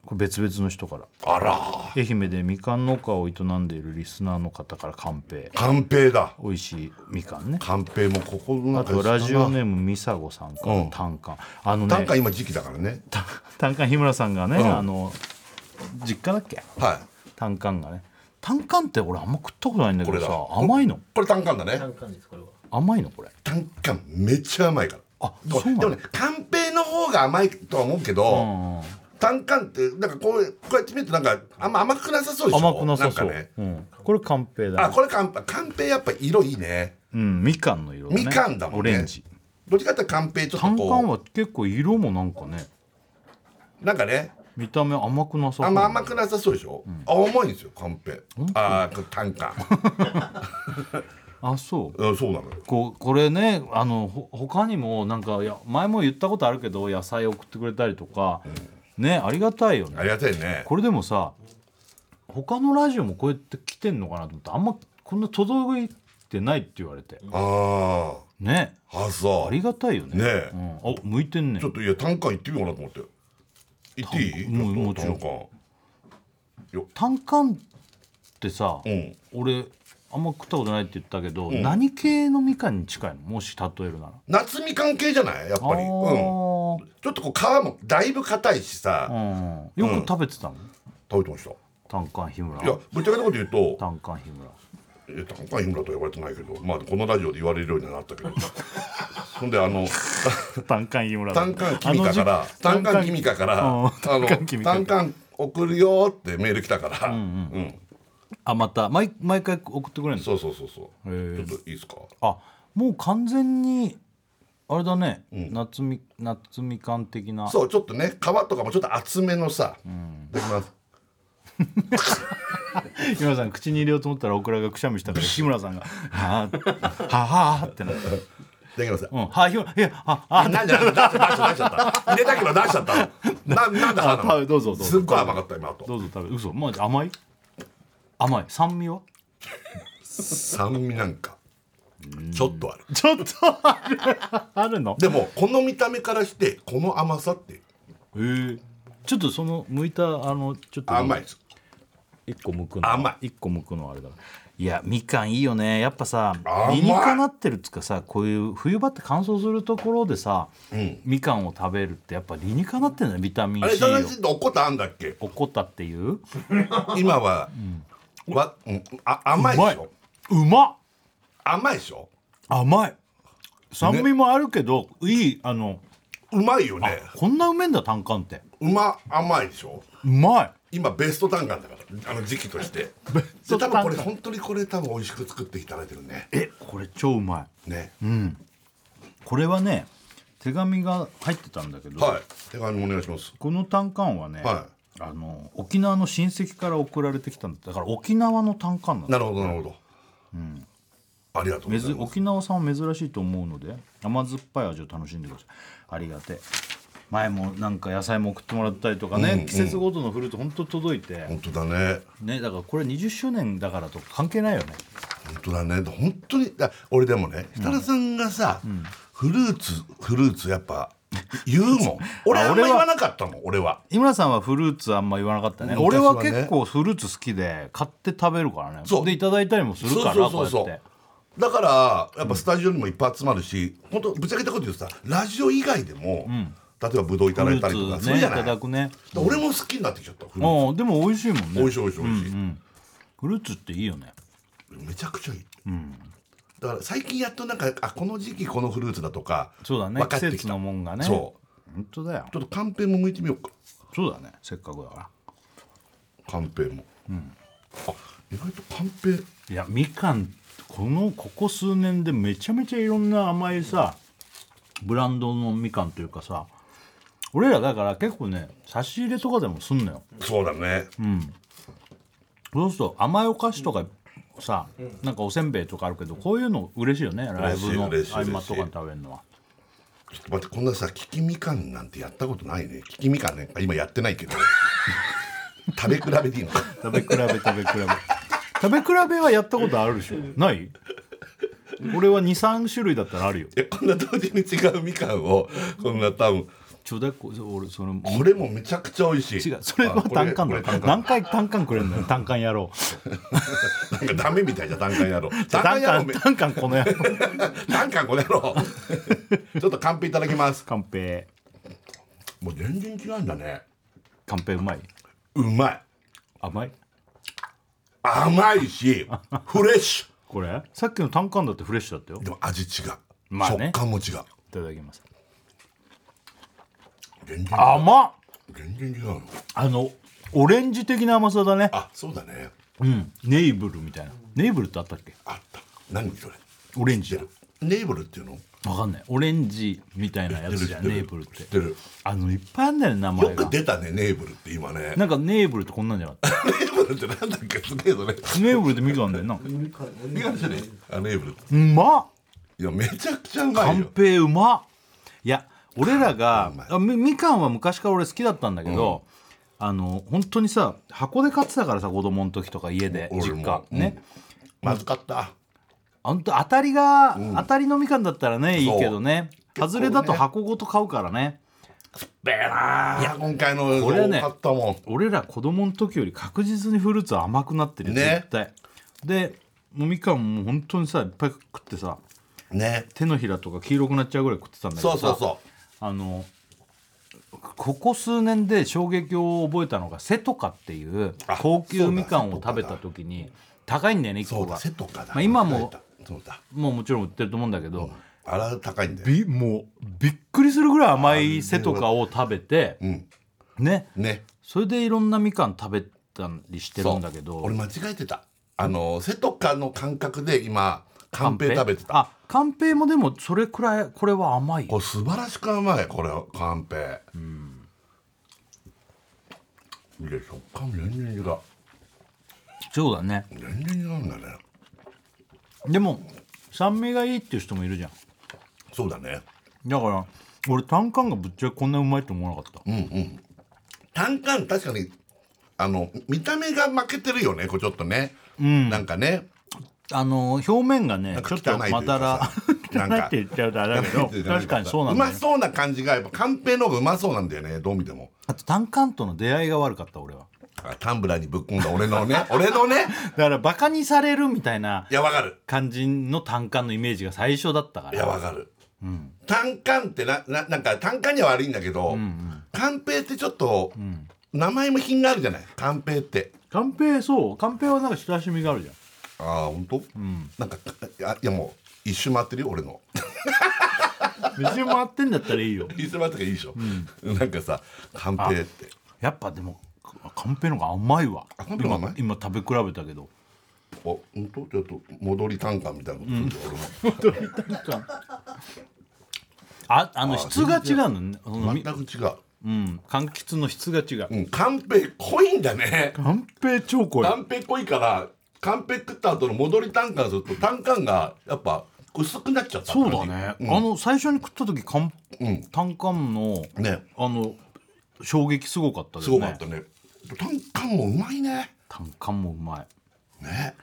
Speaker 2: これ別々の人から
Speaker 3: あら
Speaker 2: 愛媛でみかん農家を営んでいるリスナーの方から寛平
Speaker 3: 寛平だ
Speaker 2: 美味しいみかんね
Speaker 3: 寛平もここの
Speaker 2: あ
Speaker 3: 中
Speaker 2: とラジオ
Speaker 3: ね
Speaker 2: ネームみさごさんか
Speaker 3: う
Speaker 2: ら
Speaker 3: ん
Speaker 2: 単管、あのね
Speaker 3: 短歌今時期だからね
Speaker 2: 単管日村さんがね、
Speaker 3: ん
Speaker 2: あの実家だっけ
Speaker 3: は
Speaker 2: 単管がね単管って俺あんま食ったことないんだ
Speaker 3: いこ
Speaker 2: け
Speaker 3: れ
Speaker 2: ど
Speaker 3: だ
Speaker 2: さ甘いの
Speaker 3: ここれ短歌だね
Speaker 2: 甘いのこれ
Speaker 3: 単価めっちゃ甘いから
Speaker 2: あ
Speaker 3: でも
Speaker 2: そうなの
Speaker 3: でもね寛平の方が甘いとは思うけど単価ってなんかこうこうやって見るとなんかあんま甘くなさそうでしょ
Speaker 2: 甘くなさそうん
Speaker 3: かね
Speaker 2: うん、これカンペだ
Speaker 3: あ
Speaker 2: ね
Speaker 3: これ寛平寛平やっぱ色いいね
Speaker 2: うんみかんの色だね
Speaker 3: みかんだもんね
Speaker 2: オレンジ
Speaker 3: どっちかっていうと寛平ちょっ
Speaker 2: 単
Speaker 3: と
Speaker 2: 管
Speaker 3: こ
Speaker 2: は結構色もなんかね
Speaker 3: うなんかね
Speaker 2: 見た目甘くなさそう
Speaker 3: あんま甘くなさそうでしょ、あ甘いんですよカンペああ単価
Speaker 2: あそう
Speaker 3: うんそうなのよ
Speaker 2: こうこれねあのほ他にもなんかいや前も言ったことあるけど野菜送ってくれたりとか、ねありがたいよね
Speaker 3: ありがたいね
Speaker 2: これでもさ他のラジオもこうやって来てんのかなと思ってあんまこんな届いてないって言われて
Speaker 3: あ
Speaker 2: ね
Speaker 3: ああそ
Speaker 2: あ
Speaker 3: う
Speaker 2: りがたいよね
Speaker 3: ねえ
Speaker 2: うん、あ向いてんね
Speaker 3: ちょっといや単価行ってみようかなと思って行っていい
Speaker 2: うんも
Speaker 3: ち
Speaker 2: ち
Speaker 3: ょっ
Speaker 2: ろん
Speaker 3: と
Speaker 2: 単管ってさ、
Speaker 3: 単価うん
Speaker 2: 俺あんま食ったことないって言ったけど、何系のみかんに近いのもし例えるなら
Speaker 3: 夏みかん系じゃないやっ
Speaker 2: あ
Speaker 3: ぱりうん
Speaker 2: ー
Speaker 3: ちょっとこう皮もだいぶ硬いし
Speaker 2: う
Speaker 3: さ
Speaker 2: んよく食べてたの、
Speaker 3: 食べてましたい
Speaker 2: 単管日村
Speaker 3: やぶっちゃけたこと言うと
Speaker 2: 単管日村
Speaker 3: え単価日村とは呼ばれてないけどまあこのラジオで言われるようにはなったけど そんであ の
Speaker 2: 単管日村
Speaker 3: 単管君かから単管君かから
Speaker 2: うん
Speaker 3: あの
Speaker 2: 単管君か
Speaker 3: 単管送るよってメール来たからうん
Speaker 2: あまた毎毎回送ってくれるの
Speaker 3: そうそうそうそう
Speaker 2: へえ
Speaker 3: ちょっといいですか
Speaker 2: あもう完全にあれだね、夏み夏みかん的な
Speaker 3: そうちょっとね皮とかもちょっと厚めのさいただきます
Speaker 2: 日村さん口に入れようと思ったらオクラがくしゃみしたから日村さんが「 はあはあはあ」ってなって「
Speaker 3: いただきます
Speaker 2: うん、はあ日村いやああ
Speaker 3: あなんじゃなんだ出しちゃった入れたけど出しちゃ ったななんだ花
Speaker 2: あ食
Speaker 3: は
Speaker 2: べどうぞどうぞ
Speaker 3: すっごい甘かった今あと
Speaker 2: どうぞ食べ嘘まあ甘い甘い酸味は
Speaker 3: 酸味なんかちょっとある
Speaker 2: ちょっとある あるの
Speaker 3: でもこの見た目からしてこの甘さって
Speaker 2: へえちょっとその剥いたあのちょっと
Speaker 3: 甘いです
Speaker 2: 一個剥くの
Speaker 3: 甘
Speaker 2: 一個剥くのはあれだいやみかんいいよねやっぱさ
Speaker 3: 甘い
Speaker 2: 理にかなってるっつうかさこういう冬場って乾燥するところでさ、みかんを食べるってやっぱ理にかなってるねビタミ
Speaker 3: あ
Speaker 2: ン
Speaker 3: れ
Speaker 2: C を
Speaker 3: 正しいとおこたあんだっけ
Speaker 2: おこたっていう
Speaker 3: 今はわうんあ甘いうで
Speaker 2: ま
Speaker 3: し
Speaker 2: い
Speaker 3: ょ
Speaker 2: うまっ
Speaker 3: 甘いでしょ
Speaker 2: 甘い酸味もあるけど、いいあの
Speaker 3: うまいよね
Speaker 2: こんなうめえんだ単管って
Speaker 3: うま甘いでしょ
Speaker 2: うまい
Speaker 3: 今ベスト単価だからあの時期として
Speaker 2: ト
Speaker 3: で多
Speaker 2: 単価
Speaker 3: 分これ本当にこれ多分美味しく作っていただいてるね
Speaker 2: えこれ超うまい
Speaker 3: ね
Speaker 2: これはね手紙が入ってたんだけど、
Speaker 3: はい手紙お願いします
Speaker 2: この単管はね、
Speaker 3: は
Speaker 2: あの沖縄の親戚から送られてきたんだだから沖縄の単管なん
Speaker 3: な
Speaker 2: だ
Speaker 3: るほどなるほどありがとうご
Speaker 2: め
Speaker 3: ざい
Speaker 2: ず
Speaker 3: ます
Speaker 2: 沖縄産は珍しいと思うので甘酸っぱい味を楽しんでくださいありがてえ前もなんか野菜も送ってもらったりとかね、季節ごとのフルーツ本当届いて、
Speaker 3: 本当だね
Speaker 2: ねだからこれ20周年だからとか関係ないよね
Speaker 3: 本当だね本当にあ俺でもね設楽さんがさ、フルーツフルーツやっぱ言うも ん俺あんま
Speaker 2: 俺は
Speaker 3: 言わなかったもん俺は
Speaker 2: 井村さんはフルーツあんま言わなかったね
Speaker 3: 昔はね
Speaker 2: 俺は結構フルーツ好きで買って食べるからね
Speaker 3: そう
Speaker 2: でいただいたりもする
Speaker 3: そう
Speaker 2: から
Speaker 3: そうそう
Speaker 2: こうや
Speaker 3: そ
Speaker 2: って
Speaker 3: うだからやっぱスタジオにもいっぱい集まるし、本当ぶっちゃけたこと言うとさラジオ以外でも、例えばブドウいた
Speaker 2: フ
Speaker 3: だ
Speaker 2: ル
Speaker 3: いたりと
Speaker 2: ー
Speaker 3: か
Speaker 2: ツ
Speaker 3: する
Speaker 2: ねい
Speaker 3: じゃない
Speaker 2: ただくね
Speaker 3: だから俺も好きになってきちゃったフルー
Speaker 2: ああでも美味しいもん
Speaker 3: ツ美味
Speaker 2: ね
Speaker 3: しい美味しい美味しい、
Speaker 2: フルーツっていいよね
Speaker 3: めちゃくちゃいい、だから最近やっとなんかあこの時期このフルーツだとか
Speaker 2: そうだね
Speaker 3: 分かって
Speaker 2: 季
Speaker 3: きた
Speaker 2: 節のもんがね
Speaker 3: そう
Speaker 2: 本当だよ
Speaker 3: ちょっとカンペも向いてみようか
Speaker 2: そうだねせっかくだから
Speaker 3: カンペも、あ意外とカンペ
Speaker 2: いやみかんこのここ数年でめちゃめちゃいろんな甘いさブランドのみかんというかさ俺らだから結構ね差し入れとかでもすんのよ
Speaker 3: そうだね、
Speaker 2: そうすると甘いお菓子とかさ、なんかおせんべいとかあるけどこういうの嬉しいよねライブの合
Speaker 3: 嬉しい嬉しい
Speaker 2: 間とかに食べるのは
Speaker 3: ちょっと待ってこんなさ利きみかんなんてやったことないね利きみかんね今やってないけど食べ比べでいいのか
Speaker 2: 食べ比べ食べ比べ食べ比べはやったことあるでしょない俺は23種類だったらあるよ
Speaker 3: えこんな同時に違うみかんをこんな多分
Speaker 2: ちょうだいこ俺その
Speaker 3: これもめちゃくちゃ美味しい
Speaker 2: 違うそれは
Speaker 3: 単
Speaker 2: 単管だよ何回単管くれんのよ単管やろう
Speaker 3: なんかダメみたいじゃん単管野郎単
Speaker 2: 単
Speaker 3: 管野郎
Speaker 2: 管
Speaker 3: め
Speaker 2: 単管この野郎
Speaker 3: 単管この野郎 ちょっとカンペいただきます
Speaker 2: カンペ
Speaker 3: もう全然違うんだね
Speaker 2: カンペうまいう
Speaker 3: まい
Speaker 2: 甘い
Speaker 3: 甘いしフレッシ
Speaker 2: これさっきの単管だってフレッシュだったよ
Speaker 3: ュでも味違う、
Speaker 2: まあね
Speaker 3: 食感も違う
Speaker 2: いただきます
Speaker 3: 全然
Speaker 2: 甘っ
Speaker 3: 全然違うの
Speaker 2: あのオレンジ的な甘さだね
Speaker 3: あそうだね
Speaker 2: うんネイブルみたいなネイブルってあったっけ
Speaker 3: あった何それ
Speaker 2: オレンジだ
Speaker 3: ネイブルっていうの
Speaker 2: わかんないオレンジみたいなやつじゃん
Speaker 3: 知ってる
Speaker 2: ネイブルっ
Speaker 3: 知
Speaker 2: て
Speaker 3: ってる
Speaker 2: あのいっぱいあんだよね名
Speaker 3: よ
Speaker 2: 前
Speaker 3: く
Speaker 2: が
Speaker 3: 出たねネイブルって今ね
Speaker 2: なんかネイブルってこんなんじゃなかっ
Speaker 3: ネイブルってなんだっけすげえそれ
Speaker 2: たネイブルってみかんだよなう
Speaker 3: いかんじゃねあネイブル
Speaker 2: まっ
Speaker 3: いやめちゃくちゃうま
Speaker 2: カ
Speaker 3: い
Speaker 2: ン
Speaker 3: よ
Speaker 2: ペうまっいや俺らが
Speaker 3: うまい
Speaker 2: あみみかんは昔から俺好きだったんだけど、あの本当にさ箱で買ってたからさ子供の時とか家で
Speaker 3: うん俺
Speaker 2: 実
Speaker 3: も
Speaker 2: 家
Speaker 3: うん
Speaker 2: ね、
Speaker 3: まずかった
Speaker 2: 本当当たりが、当たりのみかんだったらねいいけどね
Speaker 3: そう
Speaker 2: 外れだと箱ごと買うからね
Speaker 3: べえなあ今回の
Speaker 2: これはね
Speaker 3: 多かったもん
Speaker 2: 俺ら子供の時より確実にフルーツは甘くなってるよ、
Speaker 3: ね
Speaker 2: 絶対でみかんも本当にさいっぱい食ってさ
Speaker 3: ね
Speaker 2: 手のひらとか黄色くなっちゃうぐらい食ってたんだけど
Speaker 3: そ
Speaker 2: さ
Speaker 3: うそうそ
Speaker 2: あのここ数年で衝撃を覚えたのがセトカっていう
Speaker 3: あ
Speaker 2: 高級みかんを食べた時に高いんだよね
Speaker 3: う
Speaker 2: 1
Speaker 3: そ
Speaker 2: 個
Speaker 3: うだ
Speaker 2: が
Speaker 3: セトカだ、
Speaker 2: まあ今も
Speaker 3: そうだ
Speaker 2: もうもちろん売ってると思うんだけど、
Speaker 3: あら高いんだよ
Speaker 2: びもうびっくりするぐらい甘いセトカを食べて、
Speaker 3: うん
Speaker 2: ね
Speaker 3: ね
Speaker 2: それでいろんなみかん食べたりしてるんだけ
Speaker 3: そ
Speaker 2: ど
Speaker 3: う俺間違えてたあのセトカの感覚で今カンペ
Speaker 2: カンペ
Speaker 3: 食べてた
Speaker 2: あカンペもでもそれくらいこれは甘い
Speaker 3: これ素晴らしく甘いこれカンペうんいや食感全然違う
Speaker 2: そうだね
Speaker 3: 全然違うんだね
Speaker 2: でも酸味がいいっていう人もいるじゃん
Speaker 3: そうだね
Speaker 2: だから俺タンカンがぶっちゃけこんなうまいと思わなかった、
Speaker 3: 単管確かにあの見た目が負けてるよねこれちょっとね、なんかね
Speaker 2: あの表面がね
Speaker 3: ん
Speaker 2: ち
Speaker 3: か
Speaker 2: ょっと
Speaker 3: 汚いというか
Speaker 2: まだら
Speaker 3: なん
Speaker 2: 汚い
Speaker 3: か
Speaker 2: って言っちゃうとあれだけど確かにそうなんだ
Speaker 3: うま
Speaker 2: よ、ね、
Speaker 3: そうな感じがやっぱカンペの方がうまそうなんだよねどう見ても
Speaker 2: あとタンカンとの出会いが悪かった俺は
Speaker 3: あタンブラーにぶっ込んだ俺のね俺のね
Speaker 2: だからバカにされるみたいない
Speaker 3: やわかる
Speaker 2: 感じの単管のイメージが最初だったか
Speaker 3: いや
Speaker 2: ら
Speaker 3: わかる、単管ってなななんか単管には悪いんだけど、カンペってちょっと、名前も品があるじゃないカンペって
Speaker 2: カンペそうカンペはなんか親しみがあるじゃん
Speaker 3: ああ本当、なんかいやいやもう一周回ってるよ俺の
Speaker 2: 道も回ってんだったらいいよ
Speaker 3: 一周回ってるからいいでしょ、 なんかさカンペって
Speaker 2: やっぱでもカンペの方が甘いわ
Speaker 3: あカンペの方が甘い
Speaker 2: 今今食べ比べたけど
Speaker 3: あ、本当ちょっと戻り単価みたいなことするぞ俺も
Speaker 2: ああの質が違うのねそのみ
Speaker 3: 全く違う。
Speaker 2: うん柑橘の質が違う
Speaker 3: うん、カンペ 濃いんだね。
Speaker 2: カンペ超濃い
Speaker 3: カンペ濃いから、カンペ食った後の戻り単価すると単価がやっぱ薄くなっちゃった。
Speaker 2: そうだね、あの最初に食った時かん、
Speaker 3: ん
Speaker 2: 単管の、
Speaker 3: ね
Speaker 2: あの衝撃すごかったですす
Speaker 3: ご
Speaker 2: ね
Speaker 3: かったね。単価もうまいね。
Speaker 2: 単管もうま
Speaker 3: ね。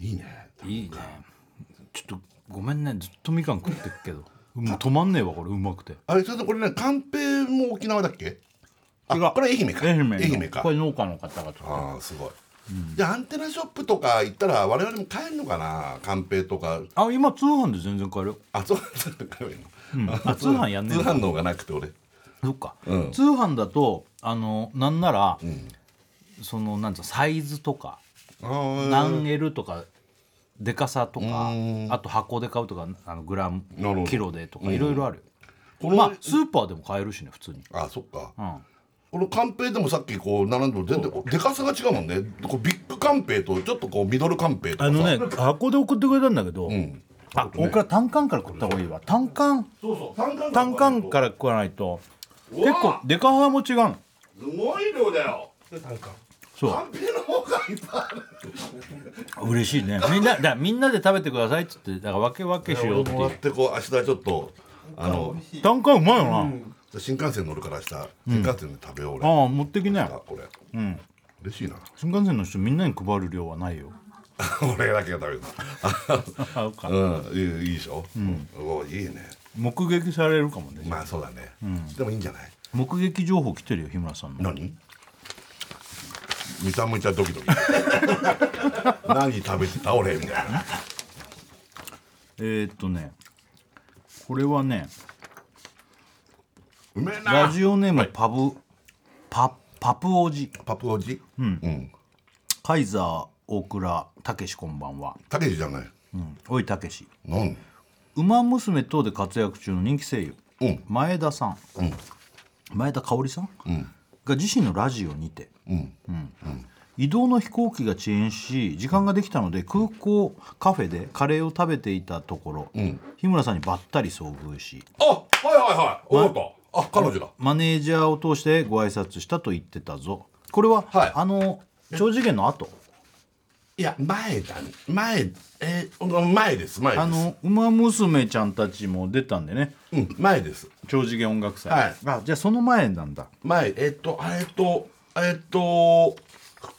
Speaker 3: いいね。
Speaker 2: いいいねちょっとごめんねずっとみかん食ってっけどもう止まんねえわこれうまくて
Speaker 3: あれ、ちょっとこれね、カンペも沖縄だっけあ、
Speaker 2: 違う
Speaker 3: これ愛媛か。
Speaker 2: 愛媛の
Speaker 3: か
Speaker 2: こ。れ農家の方が作っ
Speaker 3: ああ、すごい。じゃあアンテナショップとか行ったら我々も買えるのかなカンペとか
Speaker 2: たあ今通販で全然買えるよ
Speaker 3: あ、そう通販買えばいいの。
Speaker 2: あ通販やんねえ
Speaker 3: 通
Speaker 2: んだ
Speaker 3: 販の方がなくて俺。
Speaker 2: そっか、
Speaker 3: うん
Speaker 2: 通販だとあのなんなら、そのなんつうのサイズとか
Speaker 3: あ
Speaker 2: 何 L とかでかさとかあと箱で買うとかあのグラム
Speaker 3: なるほど
Speaker 2: キロでとかいろいろあるよ、
Speaker 3: この、
Speaker 2: まあスーパーでも買えるしね普通に、
Speaker 3: あ、そっか。
Speaker 2: うん、
Speaker 3: このカンペでもさっきこう並んでも全然こうでかさが違うもんね。こうビッグカンペとちょっとこうミドルカンペとか
Speaker 2: あ
Speaker 3: さ。
Speaker 2: のね箱で送ってくれたんだけど、あ僕ら単管から食った方がいいわ単管
Speaker 3: そうそう単管
Speaker 2: 単管からら食わないと
Speaker 3: 結
Speaker 2: 結構デカハも違うの
Speaker 3: すごい量だよ
Speaker 4: 単価
Speaker 2: そ
Speaker 3: カンペの方がいっぱいある
Speaker 2: う嬉しいねみんなだからみんなで食べてくださいっつってだから分け分けしようって
Speaker 3: もらっ
Speaker 2: い
Speaker 3: てこう明日ちょっとあの
Speaker 2: う単管うまいよな、
Speaker 3: 新幹線乗るから明日新幹線で食べよう俺、
Speaker 2: ああ持ってきな
Speaker 3: あ
Speaker 2: よ
Speaker 3: これ嬉しいな
Speaker 2: 新幹線の人みんなに配る量はないよ
Speaker 3: 俺だけが 食べ
Speaker 2: 買う
Speaker 3: た
Speaker 2: か、
Speaker 3: うんいいいいでしょ、うん、おいいね
Speaker 2: 目撃されるかもね、
Speaker 3: まあそうだね、でもいいんじゃない
Speaker 2: 目撃情報来てるよ日村さんの
Speaker 3: 何めちゃめちゃドキ ドキ何食べてた俺みたいな
Speaker 2: えー、っとねこれはね
Speaker 3: うめえな
Speaker 2: ラジオネームパブ、パパプオジ
Speaker 3: パプオジうんうん
Speaker 2: カイザー大倉たけしこんばんは、
Speaker 3: たけしじゃない
Speaker 2: うん、おいたけし
Speaker 3: なん
Speaker 2: 「ウマ娘」等で活躍中の人気声優、
Speaker 3: うん
Speaker 2: 前田さん、
Speaker 3: ん
Speaker 2: 前田香織さん、が自身のラジオにて、
Speaker 3: うん
Speaker 2: 移動の飛行機が遅延し時間ができたので空港カフェでカレーを食べていたところ、日村さんにばったり遭遇し
Speaker 3: あはいはいはいおったあ彼女だ
Speaker 2: マネージャーを通してご挨拶したと言ってたぞこれは、
Speaker 3: はい
Speaker 2: あの超次元の後
Speaker 3: いや前だね前えー前です前です
Speaker 2: あの「ウマ娘ちゃんたち」も出たんでね
Speaker 3: うん前です
Speaker 2: 超次元音楽祭、
Speaker 3: はい
Speaker 2: あじゃあその前なんだ
Speaker 3: 前えっとあれとえっと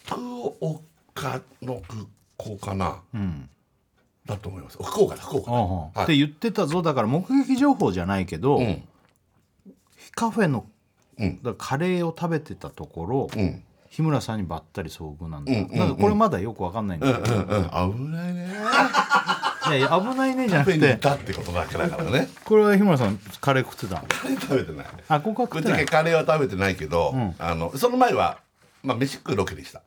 Speaker 3: 福岡の空港かな、だと思います福岡だ福岡だ、
Speaker 2: っ
Speaker 3: は
Speaker 2: て
Speaker 3: い
Speaker 2: 言ってたぞだから目撃情報じゃないけど、
Speaker 3: ん
Speaker 2: カフェの
Speaker 3: うん
Speaker 2: だからカレーを食べてたところ、
Speaker 3: うん
Speaker 2: 日村さんにばったり遭遇なんだ、
Speaker 3: んうんうん
Speaker 2: なんかこれまだよくわかんないんだけど、
Speaker 3: うん危ないね
Speaker 2: いやいや危ないねじゃな
Speaker 3: 食べに
Speaker 2: く
Speaker 3: 行
Speaker 2: て
Speaker 3: ったってことだけだからね
Speaker 2: これは日村さんカレー食ってたの
Speaker 3: カレー食べてない
Speaker 2: あここは
Speaker 3: ぶっ
Speaker 2: 食って
Speaker 3: ちゃ
Speaker 2: な
Speaker 3: け
Speaker 2: い
Speaker 3: カレーは食べてないけど、あのその前はまあ飯食うロケでした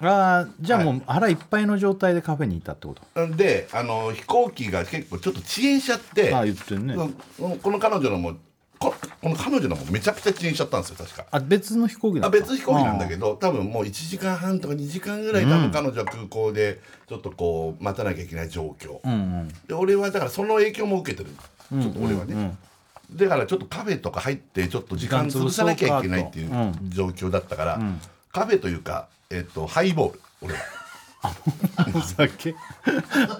Speaker 2: あーじゃあもう腹いっぱいの状態でカフェにいたってこと、
Speaker 3: であの飛行機が結構ちょっと遅延しちゃって
Speaker 2: ああ言ってんね、
Speaker 3: うんこの彼女のもここの彼女のもめちゃくちゃ遅延しちゃったんですよ確か
Speaker 2: あ別の飛行機だ
Speaker 3: あ
Speaker 2: った
Speaker 3: 別飛行機なんだけど多分もう1時間半とか2時間ぐらい多分彼女は空港でちょっとこう待たなきゃいけない状況、 で俺はだからその影響も受けてるちょっと俺はね、だからちょっとカフェとか入ってちょっと時間潰さなきゃいけないっていう状況だったから、カフェというか、えっとハイボール 俺は
Speaker 2: お酒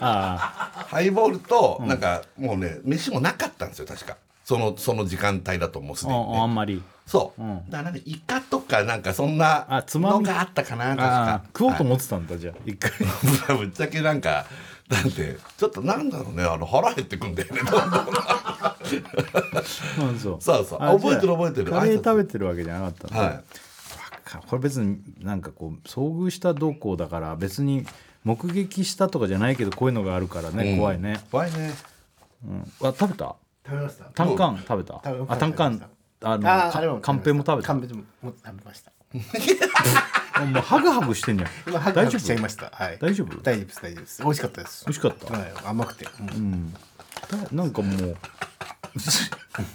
Speaker 2: あ
Speaker 3: ハイボールとなんかもうね飯もなかったんですよ確かそのその時間帯だともうす
Speaker 2: ー
Speaker 3: でにね
Speaker 2: ああんまり
Speaker 3: そう、だからなんかイカとかなんかそんな
Speaker 2: あつま
Speaker 3: の
Speaker 2: み
Speaker 3: があったかな確
Speaker 2: あ
Speaker 3: か
Speaker 2: ー食おうと思ってたんだじゃあ一回
Speaker 3: はい ぶっちゃけなんかだってちょっとなんだろうねあの腹減ってくんだ よねどんどん
Speaker 2: そうそう
Speaker 3: そうそう
Speaker 2: あ
Speaker 3: 覚えて
Speaker 2: じ
Speaker 3: る
Speaker 2: ゃあ
Speaker 3: 覚えてる
Speaker 2: カレー
Speaker 3: 挨拶
Speaker 2: 食べてるわけじゃなかったんだ
Speaker 3: はい
Speaker 2: かこれ別になんかこう遭遇したどうこうだから別に目撃したとかじゃないけどこういうのがあるからね、
Speaker 3: うん
Speaker 2: 怖いね
Speaker 3: 怖いね
Speaker 2: あ食べた
Speaker 4: 食べました
Speaker 2: タンカン食べた
Speaker 4: タンカン食べまし
Speaker 2: あタンカンあの
Speaker 4: あー
Speaker 2: か
Speaker 4: あれも
Speaker 2: カンペも食べた
Speaker 4: カン
Speaker 2: も
Speaker 4: ペもも食べました
Speaker 2: うハグハグしてん じゃん
Speaker 4: 今ハグハグしちゃいましたはい
Speaker 2: 大丈夫
Speaker 4: 大丈夫です大丈夫です美味しかったです
Speaker 2: 美味しかった
Speaker 4: はい甘くてうん
Speaker 2: だなんかもう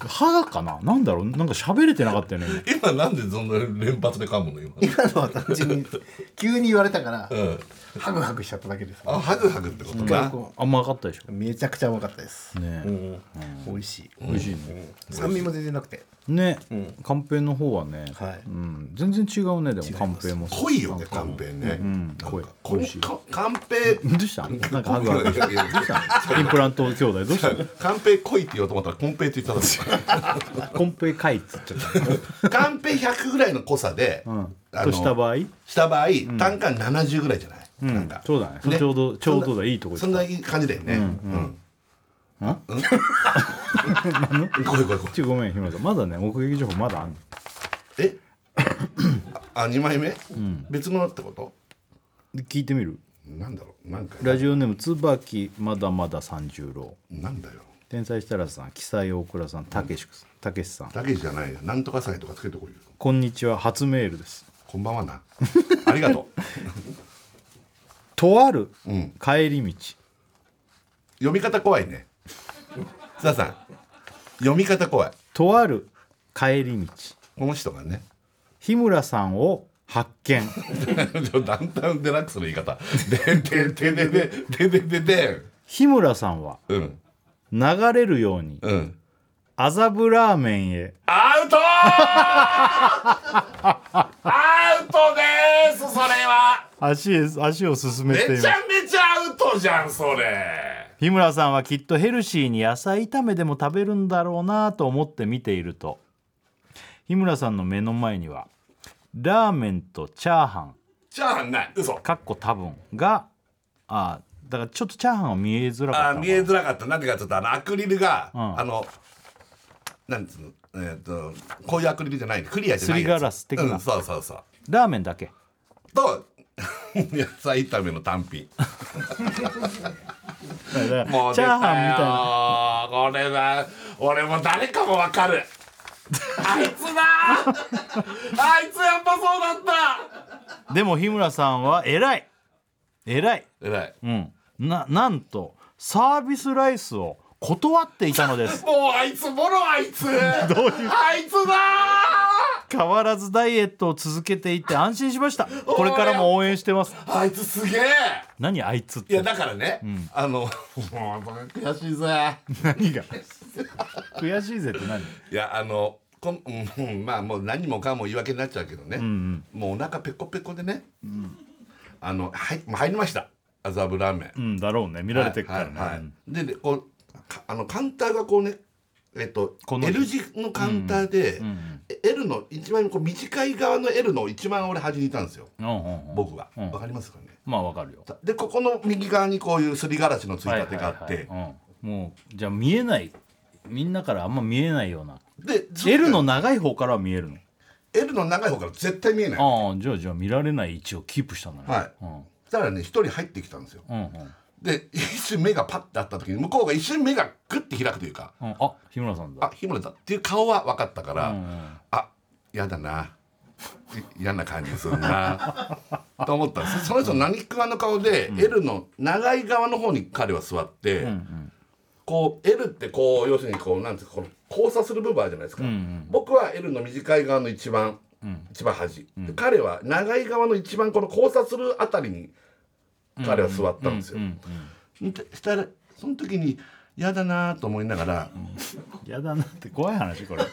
Speaker 2: 歯かななんだろうなんか喋れてなかったよね
Speaker 3: 今なんでそんな連発で噛むの今
Speaker 4: 今のは単純に 急に言われたから
Speaker 3: うん
Speaker 4: ハグハグしちゃっただけです
Speaker 3: あハグハグってことか、
Speaker 2: 甘かったでしょ
Speaker 4: めちゃくちゃ甘かったです
Speaker 2: ね
Speaker 4: うん美味しい
Speaker 2: 美味しいね、
Speaker 4: 酸味も全然なくて
Speaker 2: ね、カンペの方はね、
Speaker 4: はい
Speaker 2: うん、全然違うねでもカンペも
Speaker 3: 濃いよねカンペね、うん、
Speaker 2: 濃い
Speaker 3: こ
Speaker 2: 美味しい
Speaker 3: かカンペ
Speaker 2: どうしたなんかハグハグ
Speaker 3: いやいやいや
Speaker 2: インプラント兄弟どうした
Speaker 3: カンペ濃いって言おうと思ったらコンペって言ったんですよ
Speaker 2: コンペかいっつっちゃった
Speaker 3: カンペ100ぐらいの濃さで、あの
Speaker 2: とした場合
Speaker 3: した場合、単価70ぐらいじゃない、なんか
Speaker 2: そうだねちょうどちょうどだいいとこ
Speaker 3: そんなそんな感じだよねうん、うんうん、これこれこれ
Speaker 2: ちょごめん日村さんまだね目撃情報まだあんの
Speaker 3: えあ二枚目、別のってこと
Speaker 2: で聞いてみる
Speaker 3: なんだろうなんか
Speaker 2: ラジオネーム椿まだまだ三十郎
Speaker 3: なんだよ
Speaker 2: 天才設楽さん記載大倉さんたけしたけしさん
Speaker 3: だけじゃないよなんとか祭とかつけてこいよ
Speaker 2: こんにちは初メールです
Speaker 3: こんばんはなありがと う
Speaker 2: とある
Speaker 3: ん
Speaker 2: 帰り道
Speaker 3: 読み方怖いね須田さん読み方怖い
Speaker 2: とある帰り道
Speaker 3: この人がね
Speaker 2: 日村さんを発見
Speaker 3: ちょダウンタウンデラックスの言い方ででででででででで
Speaker 2: 日村さんは
Speaker 3: うん
Speaker 2: 流れるように
Speaker 3: うん
Speaker 2: 麻布ラーメンへ
Speaker 3: アウトーアウトですそれは
Speaker 2: 足へ足を進め
Speaker 3: め
Speaker 2: ています
Speaker 3: ちゃめちゃアウトじゃんそれ
Speaker 2: 日村さんはきっとヘルシーに野菜炒めでも食べるんだろうなと思って見ていると日村さんの目の前にはラーメンとチャーハン
Speaker 3: チャーハンない嘘
Speaker 2: かっこ多分があだからちょっとチャーハンは見えづらか
Speaker 3: あ
Speaker 2: ったの
Speaker 3: 見
Speaker 2: か
Speaker 3: え
Speaker 2: な
Speaker 3: づらかったなんでかちょっとあのアクリルが、
Speaker 2: ん
Speaker 3: あのなんつうのえーっ、とこういうアクリルじゃないクリアじゃないやつ
Speaker 2: すりガラス的な
Speaker 3: うん、そうそうそう
Speaker 2: ラーメンだけ
Speaker 3: と 野菜炒めの単品
Speaker 2: だからチャーハン
Speaker 3: も
Speaker 2: み
Speaker 3: う
Speaker 2: た
Speaker 3: 出た
Speaker 2: い
Speaker 3: よこれ
Speaker 2: な
Speaker 3: は俺も誰かもわかるあいつ だあいつやっぱそうだっ
Speaker 2: でも日村さんは偉い偉い
Speaker 3: たえらい
Speaker 2: うんななんとサービスライスを断っていたの です
Speaker 3: もうあいつもろあいつあいつだ
Speaker 2: 変わらずダイエットを続けていて安心しましたこれからも応援してます
Speaker 3: あいつすげえ
Speaker 2: 何あいつっ
Speaker 3: いや
Speaker 2: て
Speaker 3: だからね、あのもう悔しいぜ
Speaker 2: 何が悔しいぜって何
Speaker 3: いやあのこん、うんうん、まあもう何もかも言い訳になっちゃうけどね、もうお腹ペコペコでね、あのはいもう入りました麻布ラーメン
Speaker 2: うんだろうね見られてるからね、
Speaker 3: はいはいはいででこうかあのカウンターがこうねえっと
Speaker 2: この
Speaker 3: L 字のカウンターで、え L の一番こう短い側の L の一番俺端にいたんですよ
Speaker 2: うんうんうん
Speaker 3: 僕が、
Speaker 2: うん
Speaker 3: わかりますかね
Speaker 2: まあわかるよ
Speaker 3: でここの右側にこういうすりガラシのついた手があって、
Speaker 2: はいはいはいうんもうじゃあ見えないみんなからあんま見えないような
Speaker 3: で
Speaker 2: L の長い方からは見えるの
Speaker 3: L の長い方から絶対見えない
Speaker 2: ああじゃあじゃあ見られない位置をキープしたんだね
Speaker 3: はい
Speaker 2: うん
Speaker 3: そしたらね一人入ってきたんですよ
Speaker 2: うんうん
Speaker 3: で一瞬目がパッてあった時に向こうが一瞬目がグッて開くというか
Speaker 2: うん、あ日村さん
Speaker 3: 「
Speaker 2: だ
Speaker 3: あ日村だ」っていう顔は分かったから「
Speaker 2: ん
Speaker 3: あやだな」い嫌な感じするな と思ったんですその人何食わぬ顔で、L の長い側の方に彼は座って、こう L ってこう要するにこうなんていうかこの交差する部分あるじゃないですか、僕は L の短い側の一番、一番端、で彼は長い側の一番この交差するあたりに彼は座ったんですよ、でしたらその時に嫌だなと思いながら
Speaker 2: やだなって怖い話 これ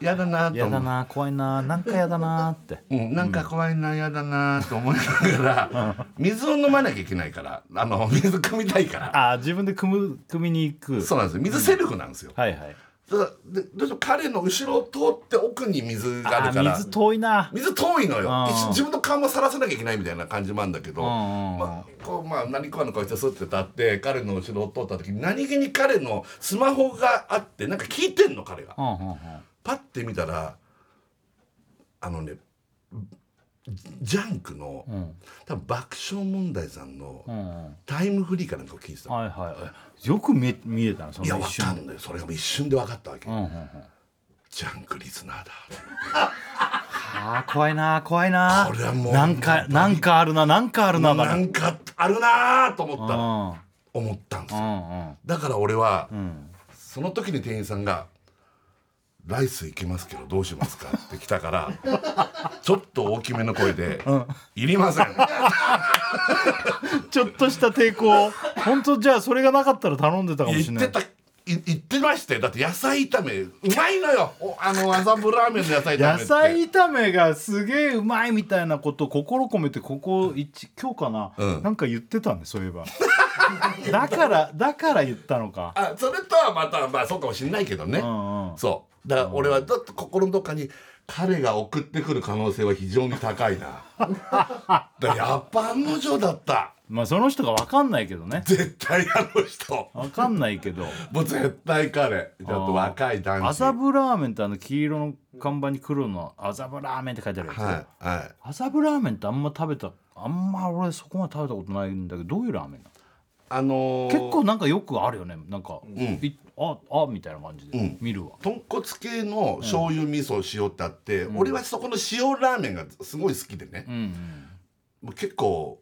Speaker 3: 嫌だなと
Speaker 2: やだ
Speaker 3: 思
Speaker 2: な怖いななんかやだなって
Speaker 3: う、うん、なんか怖いな嫌だなと思いながら水を飲まなきゃいけないからあの水汲みたいから
Speaker 2: ああ自分で組む組みに行く
Speaker 3: そうなんですよ水セルフなんですよ、
Speaker 2: はいはい
Speaker 3: ただでどうしても彼の後ろを通って奥に水があ
Speaker 2: あ
Speaker 3: るから
Speaker 2: ー水遠いな
Speaker 3: 水遠いのよ
Speaker 2: うん
Speaker 3: 一瞬自分の顔もさらさなきゃいけないみたいな感じもあるんだけど、
Speaker 2: んうん
Speaker 3: まあ、こうまあ何食わぬ顔してスッて立って彼の後ろを通った時に何気に彼のスマホがあってなんか聞いてんの彼が
Speaker 2: う。んうんうん
Speaker 3: パッて見たらあのねジャンクの、
Speaker 2: ん
Speaker 3: 多分爆笑問題さんの
Speaker 2: うんうん
Speaker 3: タイムフリーかなんかを聞いてたの、
Speaker 2: はいはいよく見見えたのそ
Speaker 3: いや
Speaker 2: の一
Speaker 3: 分か
Speaker 2: 瞬
Speaker 3: んないそれが一瞬で分かったわけ、
Speaker 2: うんうんうん
Speaker 3: ジャンクリスナーだ
Speaker 2: あー怖いな怖いな
Speaker 3: これはもう
Speaker 2: なんかなんかあるななんかあるなだ
Speaker 3: な
Speaker 2: ね
Speaker 3: んかあるなーと思ったの
Speaker 2: う
Speaker 3: 思ったんですよ
Speaker 2: んうんうん
Speaker 3: だから俺は、
Speaker 2: ん
Speaker 3: その時に店員さんが「ライスいけますけどどうしますか?」って来た からちょっと大きめの声で「いりません」
Speaker 2: ちょっとした抵抗本当じゃあそれがなかったら頼んでたかもしれ
Speaker 3: 言ってた
Speaker 2: ない
Speaker 3: い言ってましたよだって野菜炒めうまいのよおあの麻布ラーメンの野菜炒め
Speaker 2: 野
Speaker 3: って
Speaker 2: 菜炒めがすげえうまいみたいなことを心込めてここ一今日かな、
Speaker 3: うん
Speaker 2: なんか言ってたねそういえば だからだから言ったのか
Speaker 3: あそれとはまたまあそうかもしれないけどね、
Speaker 2: うんうん
Speaker 3: そうだから俺はちょっと心のどっかに彼が送ってくる可能性は非常に高い なだからやっぱ案の定だった
Speaker 2: まあその人が分かんないけどね
Speaker 3: 絶対あの人
Speaker 2: 分かんない けど
Speaker 3: もう絶対彼ちょっと若い男子
Speaker 2: 麻布ラーメンってあの黄色の看板に黒の麻布ラーメンって書いてあるやつ、
Speaker 3: はいはい
Speaker 2: 麻布ラーメンってあんま食べたあんま俺そこまで食べたことないんだけどどういうラーメンなの
Speaker 3: あのー、
Speaker 2: 結構なんかよくあるよねなんか、いああみたいな感じ
Speaker 3: う
Speaker 2: で
Speaker 3: ん
Speaker 2: 見るわ、
Speaker 3: 豚骨系の醤油味噌塩ってあって、俺はそこの塩ラーメンがすごい好きでね、
Speaker 2: うんうん、
Speaker 3: もう結構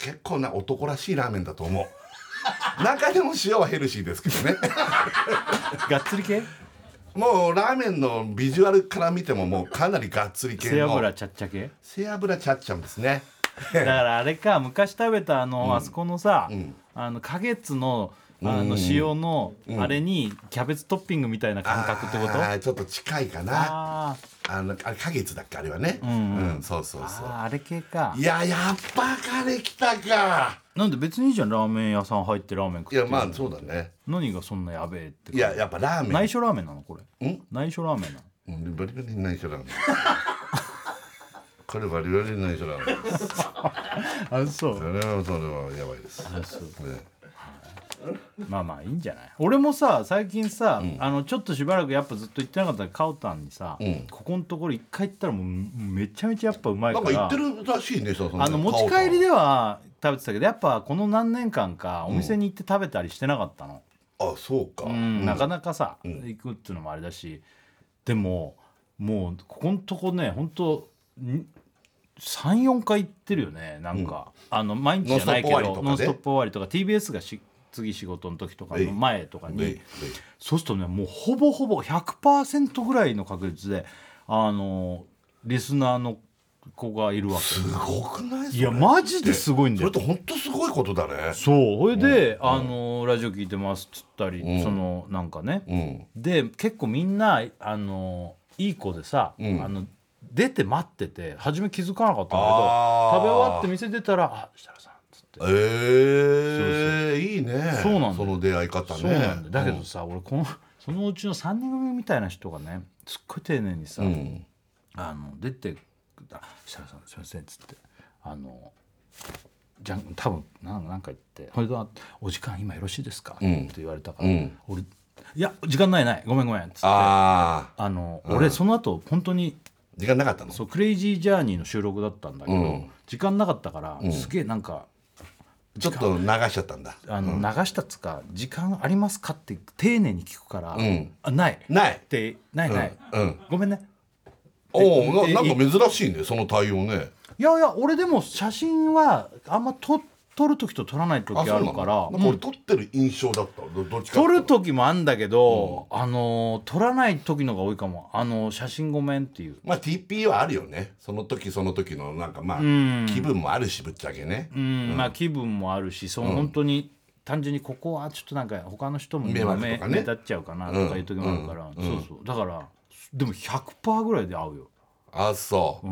Speaker 3: 結構な男らしいラーメンだと思う 中でも塩はヘルシーですけどね
Speaker 2: がっつり系
Speaker 3: もうラーメンのビジュアルから見てももうかなりがっつり系の
Speaker 2: 背脂ちゃっちゃ系
Speaker 3: 背脂ちゃっちゃんですね
Speaker 2: だからあれか昔食べたあの、あそこのさ、あの花月のあの塩のあれにキャベツトッピングみたいな感覚ってこと、
Speaker 3: あーちょっと近いかなあ
Speaker 2: あ
Speaker 3: のあれ花月だっけあれはねうん、そうそう
Speaker 2: ー
Speaker 3: そ
Speaker 2: あーあれ系か
Speaker 3: ういややっぱ彼来たか
Speaker 2: なんで別にいいじゃんラーメン屋さん入ってラーメン食っ
Speaker 3: い
Speaker 2: て
Speaker 3: やまあそうだね
Speaker 2: 何がそんなやべえって
Speaker 3: いややっぱラーメン
Speaker 2: 内緒ラーメンなのこれ内緒ラーメンなの
Speaker 3: うん バリバリ内緒ラーメンこれバリバリ内緒ラーメン
Speaker 2: あそう
Speaker 3: それはそれはやばいですね
Speaker 2: まあまあいいんじゃない俺もさ最近さ、あのちょっとしばらくやっぱずっと行ってなかったカオタンにさ、ここのところ一回行ったらもうめちゃめちゃやっぱうまい
Speaker 3: な
Speaker 2: か
Speaker 3: ん
Speaker 2: ら
Speaker 3: か言ってるらしいねそうそ
Speaker 2: あの持ち帰りでは食べてたけどやっぱこの何年間かお店に行って食べたりしてなかったの、
Speaker 3: あそうか、
Speaker 2: うんなかなかさ、行くっていうのもあれだしでももうここのとこねほんと34回行ってるよねなんか、あの毎日じゃないけど「
Speaker 3: ノ
Speaker 2: ノ
Speaker 3: ン
Speaker 2: ン
Speaker 3: ス
Speaker 2: ス
Speaker 3: トッ
Speaker 2: トッ
Speaker 3: プ
Speaker 2: プ終わり」とか TBS がし次仕事の時とかの前とかに、
Speaker 3: でで
Speaker 2: そうするとねもうほぼほぼ100%ぐらいの確率であのリスナーの子がいるわ
Speaker 3: すごくないそ
Speaker 2: け
Speaker 3: れ
Speaker 2: いやマジですごいん
Speaker 3: そ
Speaker 2: だ
Speaker 3: れ
Speaker 2: よ
Speaker 3: って本当すごいことだね
Speaker 2: そうそれで、あのラジオ聞いてますっつったり、そのなんかね、
Speaker 3: うん
Speaker 2: で結構みんなあのいい子でさ、あの出て待ってて初め気づかなかったんだけ
Speaker 3: あー
Speaker 2: ど食べ終わって店出たら「あ設楽さん」っつって、
Speaker 3: ええいいね
Speaker 2: そうなんだよ
Speaker 3: その出会い方ね
Speaker 2: そうなんだよだけどさ、俺このそのうちの3人組みたいな人がねすっごい丁寧にさ、
Speaker 3: うん
Speaker 2: あの出て「あ設楽さんすいません」っつってあのじゃん多分なんなんか言って「それではお時間今よろしいですか?」って言われたから、
Speaker 3: うん
Speaker 2: 俺「いや時間ないないごめんごめん」っつってあ
Speaker 3: ああ
Speaker 2: の、俺その後本当に
Speaker 3: 時間なかったの
Speaker 2: そうクレイジージャーニーの収録だったんだけど、
Speaker 3: うん
Speaker 2: 時間なかったから、すげえなんか
Speaker 3: ちょっと流しちゃったんだ
Speaker 2: あの、流したっつうか「時間ありますか?」って丁寧に聞くから「
Speaker 3: ん
Speaker 2: あない」
Speaker 3: ない
Speaker 2: って「ないない、
Speaker 3: うんうん
Speaker 2: ごめんね」
Speaker 3: おお
Speaker 2: え
Speaker 3: ななんか珍しいねその対応ね
Speaker 2: いやいや俺でも写真はあんま撮撮る時と撮らない時
Speaker 3: あそうな
Speaker 2: ある
Speaker 3: の
Speaker 2: か
Speaker 3: な
Speaker 2: ら
Speaker 3: んか俺撮ってる印象だったどどっちか
Speaker 2: 撮る時もあんだけど、あのー撮らない時のが多いかもあのー写真ごめんっていう
Speaker 3: まあ TP はあるよねその時その時のなんかまあ気分もあるしぶっちゃけね
Speaker 2: うん、まあ気分もあるしその本当に単純にここはちょっとなんか他の人も
Speaker 3: 迷
Speaker 2: 目
Speaker 3: 惑とかね
Speaker 2: 目立っちゃうかなとかいう時もあるから、そうそうだからでも100%ぐらいで合うよ
Speaker 3: あそう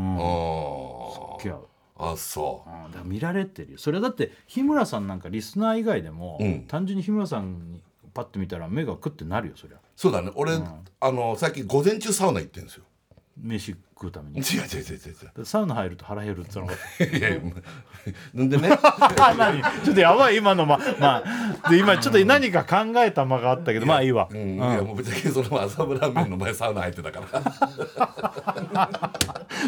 Speaker 2: 付き
Speaker 3: う
Speaker 2: 合うん
Speaker 3: あそ
Speaker 2: うんだから見られてるよそれだって日村さんなんかリスナー以外でも、
Speaker 3: ん
Speaker 2: 単純に日村さんにパッと見たら目がクッてなるよそりゃ
Speaker 3: うそうだね俺あの最近午前中サウナ行ってるんですよ
Speaker 2: 飯食うた めに
Speaker 3: 違う違う違う違う違う
Speaker 2: サウナ入ると腹減るって言っ てなかっ
Speaker 3: いやいやんでね
Speaker 2: た あ何ちょっとやばい今のままあで今ちょっと何か考えた間があったけどまあいいわ
Speaker 3: うんいやもうぶっちゃけその朝ラーメンの前サウナ入 ってたから
Speaker 2: だか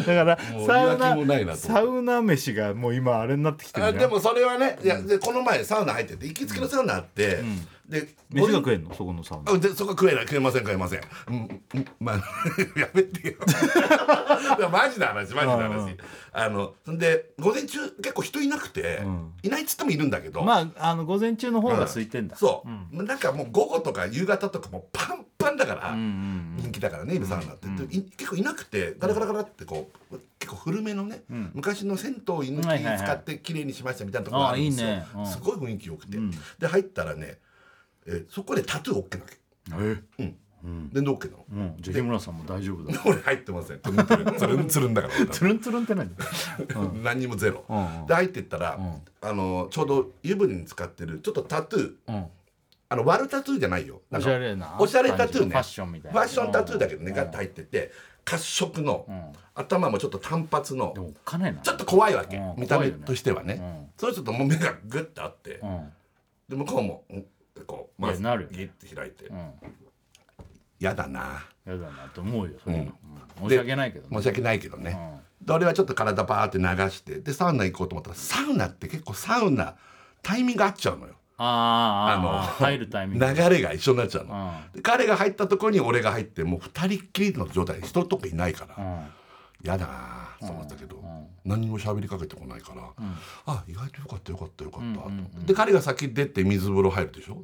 Speaker 2: ら
Speaker 3: もう
Speaker 2: サ
Speaker 3: 言
Speaker 2: ウ
Speaker 3: い訳もないな
Speaker 2: ナ
Speaker 3: と
Speaker 2: サウナ飯がもう今あれになってきて
Speaker 3: あ
Speaker 2: るじ
Speaker 3: で
Speaker 2: ゃん
Speaker 3: もそれはねいやでこの前サウナ入ってて行きつけのサウナあってで
Speaker 2: 飯が食えんのそこのサウナ
Speaker 3: あでそこは食えない食えません食えません、うんうん、まあ やめてよいやマジな話マジな
Speaker 2: うんう
Speaker 3: 話
Speaker 2: ん
Speaker 3: あのそんで午前中結構人いなくて、いないっつってもいるんだけど、
Speaker 2: まああの午前中の方が空いてんだ
Speaker 3: そう、なんかもう午後とか夕方とかもうパンパンだから、人気だからね今サウナって、でい結構いなくてガラガラガラってこう結構古めのね、昔の銭湯を犬
Speaker 2: はいはいはい
Speaker 3: 使って綺麗にしましたみたいなところがあるんですよ、
Speaker 2: ああいいねうん
Speaker 3: すごい雰囲気良くて、で入ったらねえそこでタトゥー OK なわけ。
Speaker 2: え
Speaker 3: 電動 OK なの、
Speaker 2: うんじゃあ日村さんも大丈夫 だ
Speaker 3: 俺入ってませんつるんつ るんつるんつるんだから俺
Speaker 2: つるんつるんって何
Speaker 3: 何にもゼロ、
Speaker 2: うんうん
Speaker 3: で入ってったら、あのちょうど湯船に使ってるちょっとタトゥー
Speaker 2: うん
Speaker 3: あの割るタトゥーじゃないよんか
Speaker 2: おしゃれな
Speaker 3: おしゃれタトゥーね
Speaker 2: ファッションみたいな
Speaker 3: ファッションタトゥーだけどねガッて入ってて褐色の、頭もちょっと単発の
Speaker 2: でもおっかないな
Speaker 3: ちょっと怖いわけ、
Speaker 2: うん
Speaker 3: 見た
Speaker 2: 怖
Speaker 3: 目
Speaker 2: いよね
Speaker 3: としてはねそれちょっともう目がグッとあって、
Speaker 2: うん
Speaker 3: で向こうもうんこう
Speaker 2: いやなるよ
Speaker 3: ギッて開いて、
Speaker 2: ん
Speaker 3: やだな
Speaker 2: やだなと思うよそれは、うん
Speaker 3: で
Speaker 2: 申し訳ないけどね
Speaker 3: 申し訳ないけどね、で俺はちょっと体バーって流してでサウナ行こうと思ったらサウナって結構サウナタイミング合っちゃうのよ
Speaker 2: あーあ
Speaker 3: あ
Speaker 2: ー
Speaker 3: の
Speaker 2: あー入るタイミング
Speaker 3: 流れが一緒になっちゃうの、
Speaker 2: う
Speaker 3: で彼が入ったところに俺が入ってもう二人っきりの状態人とかいないから、
Speaker 2: うん
Speaker 3: やだなと思ったけど、何にも喋りかけてこないから、あ意外とよかったよかったよかったと思って、で彼が先出て水風呂入るでしょ、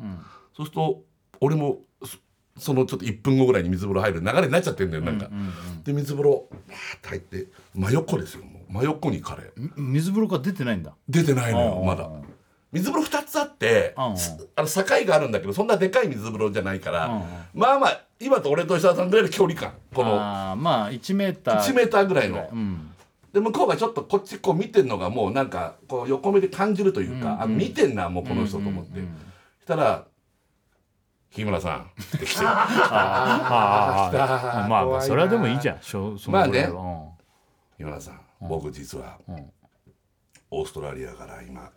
Speaker 3: そうすると俺もすそのちょっと1分後ぐらいに水風呂入る流れになっちゃってるんだよなんか、で水風呂バーって入って真横ですよもう真横にカレー
Speaker 2: 水風呂から出てないんだ
Speaker 3: 出てないのよ
Speaker 2: ああ
Speaker 3: まだ水風呂2つあって
Speaker 2: ああ
Speaker 3: すあの境があるんだけどそんなでかい水風呂じゃないから
Speaker 2: あ
Speaker 3: まあまあ今と俺と石田さんぐらいの距離感この
Speaker 2: あーまあ1メーター
Speaker 3: 1メーターぐらいの
Speaker 2: うん
Speaker 3: で向こうがちょっとこっちこう見てんのがもうなんかこう横目で感じるというか、あ見てんなもうこの人と思って、したら「日村さん」って来て
Speaker 2: あーあーあーまあまあ
Speaker 4: 怖いな
Speaker 2: それはでもいいじゃんしょそのぐらいは
Speaker 3: 日村さん僕実は、
Speaker 2: ん
Speaker 3: オーストラリアから今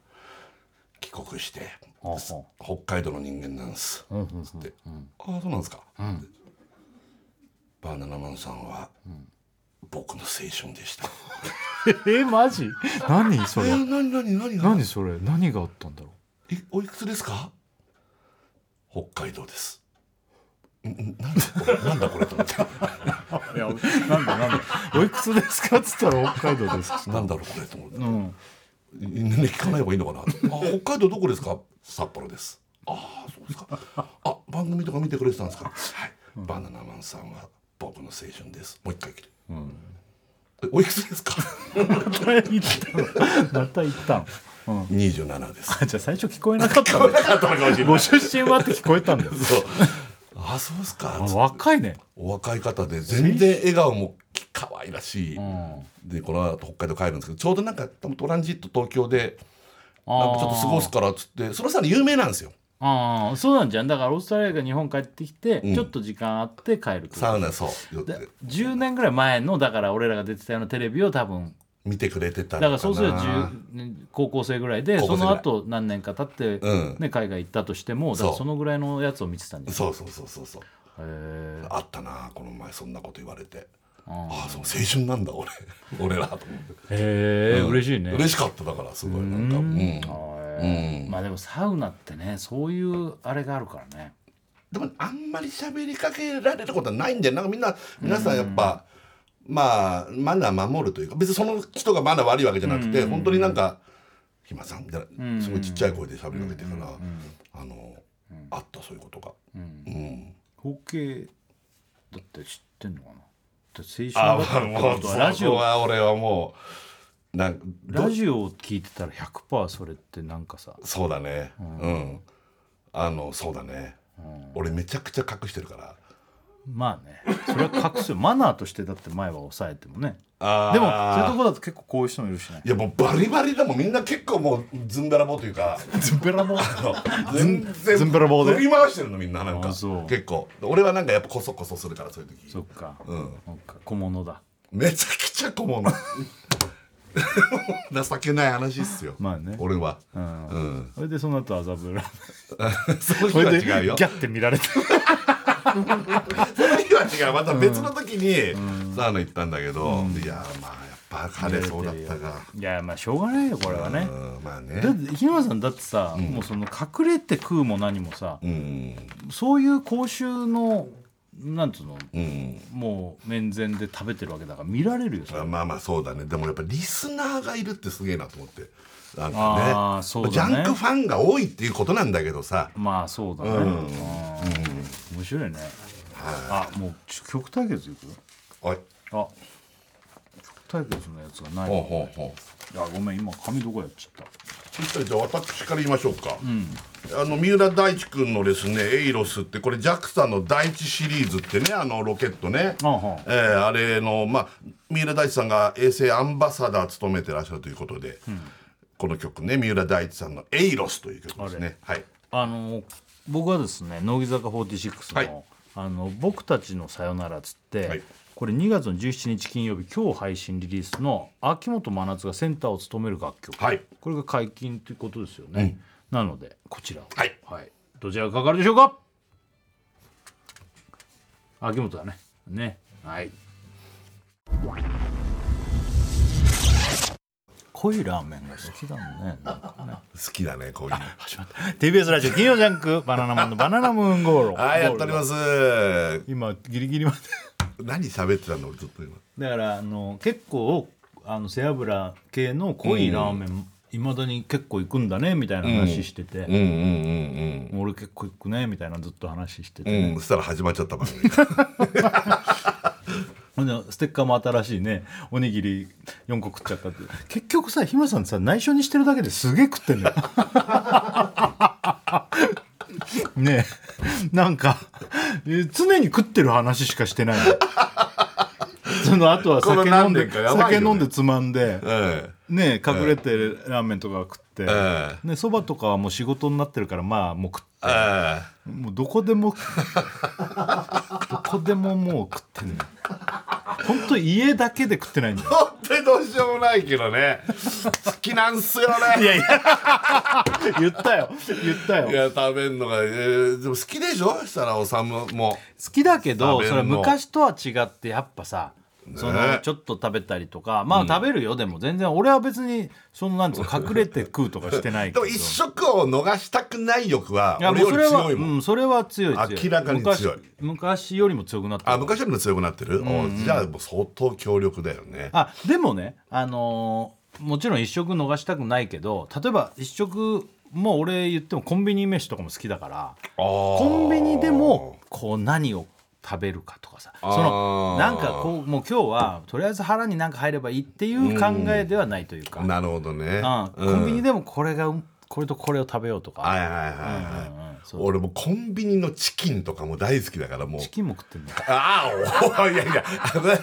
Speaker 3: 帰国して
Speaker 2: うんああ
Speaker 3: 北海道の人間なんです」
Speaker 2: うんうん
Speaker 3: つって「ああそうなんですか」ってバナナマンさんは、僕の青春でした」
Speaker 2: えマジ何そ
Speaker 3: え
Speaker 2: れ
Speaker 3: ー何何何何
Speaker 2: 何それ何があったんだろ
Speaker 3: いおいくつですか北海道ですんんなんだこれなんだこれと思 って
Speaker 2: ういやなんだなんだおいくつですかっつったら北海道です
Speaker 3: なんだろうこれと思って、
Speaker 2: うん
Speaker 3: ね、聞かない方がいいのかなあ北海道どこですか札幌ですああそうですかあ番組とか見てくれてたんですかはい、バナナマンさんは僕の青春ですもう一回来て、えおいくつですか
Speaker 2: また行ったのまた行ったのうん
Speaker 3: 27です
Speaker 2: あじゃあ最初聞こえなかったんだご出身はって聞こえたんだ よ
Speaker 3: そうあそうですか
Speaker 2: あ若いね
Speaker 3: お若い方で全然笑顔も可愛らしい、でこの後北海道帰るんですけどちょうどなんか多分トランジット東京でなんかちょっと過ごすからっつってその際に有名なんですよ
Speaker 2: ああそうなんじゃんだからオーストラリアが日本帰ってきて、
Speaker 3: ん
Speaker 2: ちょっと時間あって帰ると
Speaker 3: サウナそう寄って
Speaker 2: で10年ぐらい前のだから俺らが出てたようなテレビを多分
Speaker 3: 見てくれてた
Speaker 2: だ
Speaker 3: の
Speaker 2: か
Speaker 3: な
Speaker 2: らそうすると10ね高校生ぐらいで
Speaker 3: 高校
Speaker 2: そ
Speaker 3: 生ぐ
Speaker 2: の
Speaker 3: らい
Speaker 2: 後何年か経って、
Speaker 3: うん
Speaker 2: ね、海外行ったとしてもだから
Speaker 3: そう
Speaker 2: そのぐらいのやつを見てたんじゃん
Speaker 3: そうそうそうそうそう
Speaker 2: へえ
Speaker 3: あったなこの前そんなこと言われて
Speaker 2: あ
Speaker 3: ああそう青春なんだ俺 俺らと思って
Speaker 2: へえ、嬉しいね
Speaker 3: 嬉しかっただからすごいなんかうん
Speaker 2: はいまあでもサウナってねそういうあれがあるからね
Speaker 3: でもあんまり喋りかけられることはないんだよなんかみんな皆さんやっぱ、まあマナー守るというか別にその人がマナー悪いわけじゃなくて、本当になんか「ひまさん」みたいな、すごいちっちゃい声で喋りかけてから、あの、あったそういうことが。うん
Speaker 2: 統計だって知ってんのかなだって
Speaker 3: あ
Speaker 2: 青春だったってことはラジ
Speaker 3: そこ
Speaker 2: オ
Speaker 3: は俺はもうなんど
Speaker 2: ラジオを聞いてたら100%それってなんかさ
Speaker 3: そうだねうん、あのそうだね、俺めちゃくちゃ隠してるから
Speaker 2: まあねそれは隠すよマナーとしてだって前は抑えてもね
Speaker 3: あー
Speaker 2: でもそういうとこだと結構こういう人もいるしね
Speaker 3: いやもうバリバリだもんみんな結構もうずんだらぼうというか
Speaker 2: ズンペラも
Speaker 3: 全然
Speaker 2: ずんべらぼうで
Speaker 3: 振り回してるのみんななんか
Speaker 2: あそう
Speaker 3: 結構俺はなんかやっぱこそこそするからそういう時
Speaker 2: そっか、
Speaker 3: うん
Speaker 2: そっか小物だ
Speaker 3: めちゃくちゃ小物 情けない話っすよ
Speaker 2: まあね
Speaker 3: 俺は
Speaker 2: う、
Speaker 3: うんん
Speaker 2: それでその後麻布 ラ
Speaker 3: その日
Speaker 2: そ
Speaker 3: は
Speaker 2: れで
Speaker 3: 違うよ
Speaker 2: ギャッて 見られて
Speaker 3: その日は違うまた別の時にサウナ行ったんだけどいやまあやっぱ彼そうだったか
Speaker 2: いやまあしょうがないよこれはね
Speaker 3: うんまあ
Speaker 2: だっ
Speaker 3: ね
Speaker 2: て日村さんだってさ、もうその隠れて食うも何もさ、
Speaker 3: うん
Speaker 2: そういう公衆のなんつうの
Speaker 3: うん
Speaker 2: もう面前で食べてるわけだから見られるよそれ
Speaker 3: あまあまあそうだねでもやっぱリスナーがいるってすげえなと思ってなん
Speaker 2: あ
Speaker 3: か
Speaker 2: ー
Speaker 3: ね
Speaker 2: そうだね
Speaker 3: ジャンクファンが多いっていうことなんだけどさ
Speaker 2: まあそうだね、
Speaker 3: うん
Speaker 2: うん面白いねあもうち曲対決いく
Speaker 3: おい
Speaker 2: あ曲対決のやつがない
Speaker 3: ほう
Speaker 2: あ
Speaker 3: ほうほう
Speaker 2: ごめん今紙どこやっちゃっ
Speaker 3: そしたらじゃあ私から言いましょうか、あの三浦大知君のですね「エイロス」ってこれ JAXA の第一シリーズってねあのロケットね
Speaker 2: あは
Speaker 3: えーあれの、まあ、三浦大知さんが衛星アンバサダー務めてらっしゃるということで、この曲ね三浦大知さんの「エイロス」という曲ですねはい
Speaker 2: たあの僕はですね乃木坂46の,、
Speaker 3: はい
Speaker 2: あの「僕たちのさよなら」っつって、
Speaker 3: はい
Speaker 2: これ2月の17日金曜日今日配信リリースの秋元真夏がセンターを務める楽曲、
Speaker 3: はい
Speaker 2: これが解禁ということですよね、なのでこちらを
Speaker 3: はい
Speaker 2: はい、どちらがかかるでしょうか秋元だねねはい濃いラーメンが好きだもんね
Speaker 3: 好きだねこういうの
Speaker 2: TBS ラジオ金曜ジャンク「バナナマンのバナナムーン ゴールド」
Speaker 3: はいやっております
Speaker 2: 今ギリギリまで
Speaker 3: 何喋ってたの俺ずっと今
Speaker 2: だからあの結構あの背脂系の濃いラーメンいまだに結構行くんだねみたいな話してて、
Speaker 3: うんうん
Speaker 2: 俺結構行くねみたいなずっと話して
Speaker 3: う
Speaker 2: て、
Speaker 3: んうんそしたら始まっちゃった番組
Speaker 2: ほんでステッカーも新しいねおにぎり4個食っちゃったって結局さ日村さんさ内緒にしてるだけですげえ食って んだよねえなんかえ常に食ってる話しかしてないのそのあとは
Speaker 3: こ
Speaker 2: 酒
Speaker 3: の
Speaker 2: 飲
Speaker 3: 何
Speaker 2: んで、
Speaker 3: 年かやばいよね
Speaker 2: 酒飲んでつまんで
Speaker 3: え
Speaker 2: ねえ隠れてラーメンとか食って
Speaker 3: え
Speaker 2: ねそばとかはもう仕事になってるからまあもう食っ
Speaker 3: ええ
Speaker 2: もうどこでも どこでももう食ってんのよほんと家だけで食ってないんだよ
Speaker 3: 本当にどうしようもないけどね好きなんすよねいやいや
Speaker 2: 言ったよ言ったよ
Speaker 3: 食べんのが、えーでも好きでしょしたらおさむも
Speaker 2: 好きだけ
Speaker 3: 食
Speaker 2: ど
Speaker 3: べん
Speaker 2: そ
Speaker 3: の
Speaker 2: れは昔とは違ってやっぱさその
Speaker 3: ね
Speaker 2: ちょっと食べたりとかまあ食べるよ、でも全然俺は別にそのな んつうの隠れて食うとかしてない
Speaker 3: で
Speaker 2: けど
Speaker 3: も一食を逃したくない欲はい
Speaker 2: や
Speaker 3: 俺
Speaker 2: もう
Speaker 3: より
Speaker 2: それは
Speaker 3: 強いもん
Speaker 2: うん、それは強い強い
Speaker 3: 明らかに強い
Speaker 2: 昔昔よりも強くなった
Speaker 3: あ昔よりも強くなってる、おじゃあもう相当強力だよね
Speaker 2: あでもね、あのーもちろん一食逃したくないけど例えば一食もう俺言ってもコンビニ飯とかも好きだから
Speaker 3: コ
Speaker 2: コンビニでもこう何を食べるかとかさそ
Speaker 3: あー
Speaker 2: のなんかこうもう今日はとりあえず腹に何か入ればいいっていう考えではないというか、
Speaker 3: なるほどね、
Speaker 2: うんコンビニでもこれがうんこれとこれを食べようと
Speaker 3: はい
Speaker 2: か、
Speaker 3: はいはいはい、
Speaker 2: うんそう
Speaker 3: 俺もうコンビニのチキンとかも大好きだからもう
Speaker 2: チキンも食ってんの
Speaker 3: ああ、おいやいや、あの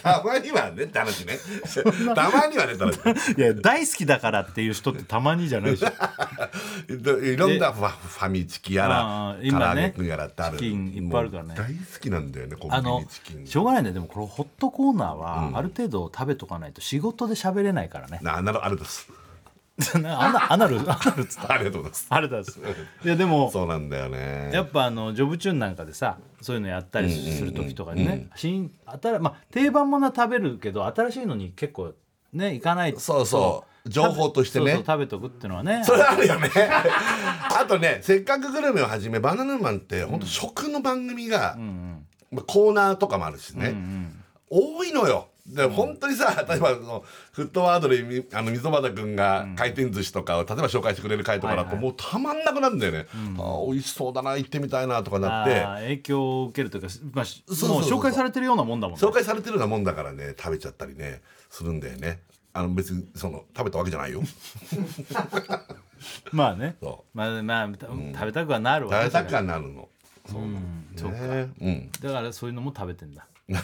Speaker 3: たまにはね、って話ね。たまにはね、って話
Speaker 2: いや大好きだからっていう人ってたまにじゃないでしょ
Speaker 3: いろんなファファミチキや
Speaker 2: あ
Speaker 3: ら、
Speaker 2: ー今ね
Speaker 3: 唐揚げやらってある
Speaker 2: チキンいっぱいあるからね
Speaker 3: もう大好きなんだよね、コ
Speaker 2: あ
Speaker 3: ンビ
Speaker 2: の
Speaker 3: ニチキン。
Speaker 2: しょうがないねでもこのホットコーナーはある程度食べとかないと仕事で喋れないから ね
Speaker 3: な、なる、あるです。
Speaker 2: なあんなアナルアナルっつった
Speaker 3: ありがとうございます。
Speaker 2: あれだですいやでも
Speaker 3: そうなんだよね。
Speaker 2: やっぱあのジョブチューンなんかでさそういうのやったりする時とかにね新新まあ定番ものは食べるけど新しいのに結構ね行かないと
Speaker 3: そうそう情報としてね
Speaker 2: そうそう食べとくっていうのはね
Speaker 3: それあるよねあとね「せっかくグルメ」をはじめ「バナナマン」って本当食の番組が、まあコーナーとかもあるしね、多いのよで本当にさ例えばそのフットワードでみあの溝端君が回転寿司とかを例えば紹介してくれる回とかだともうたまんなくなるんだよね、あー美味しそうだな行ってみたいなとかなって
Speaker 2: あー影響を受けるというか、まあ、し
Speaker 3: そうそう
Speaker 2: もう
Speaker 3: そう
Speaker 2: 紹介されてるようなもんだもんね
Speaker 3: 紹介されてるようなもんだからね食べちゃったりねするんだよねあの別にその食べたわけじゃ ないよ
Speaker 2: まあね
Speaker 3: そ
Speaker 2: まあまあた食べたくはなるわ
Speaker 3: 食べた
Speaker 2: ね
Speaker 3: くはなるのそう
Speaker 2: そうか
Speaker 3: ねうん
Speaker 2: だからそういうのも食べてんだ
Speaker 3: ね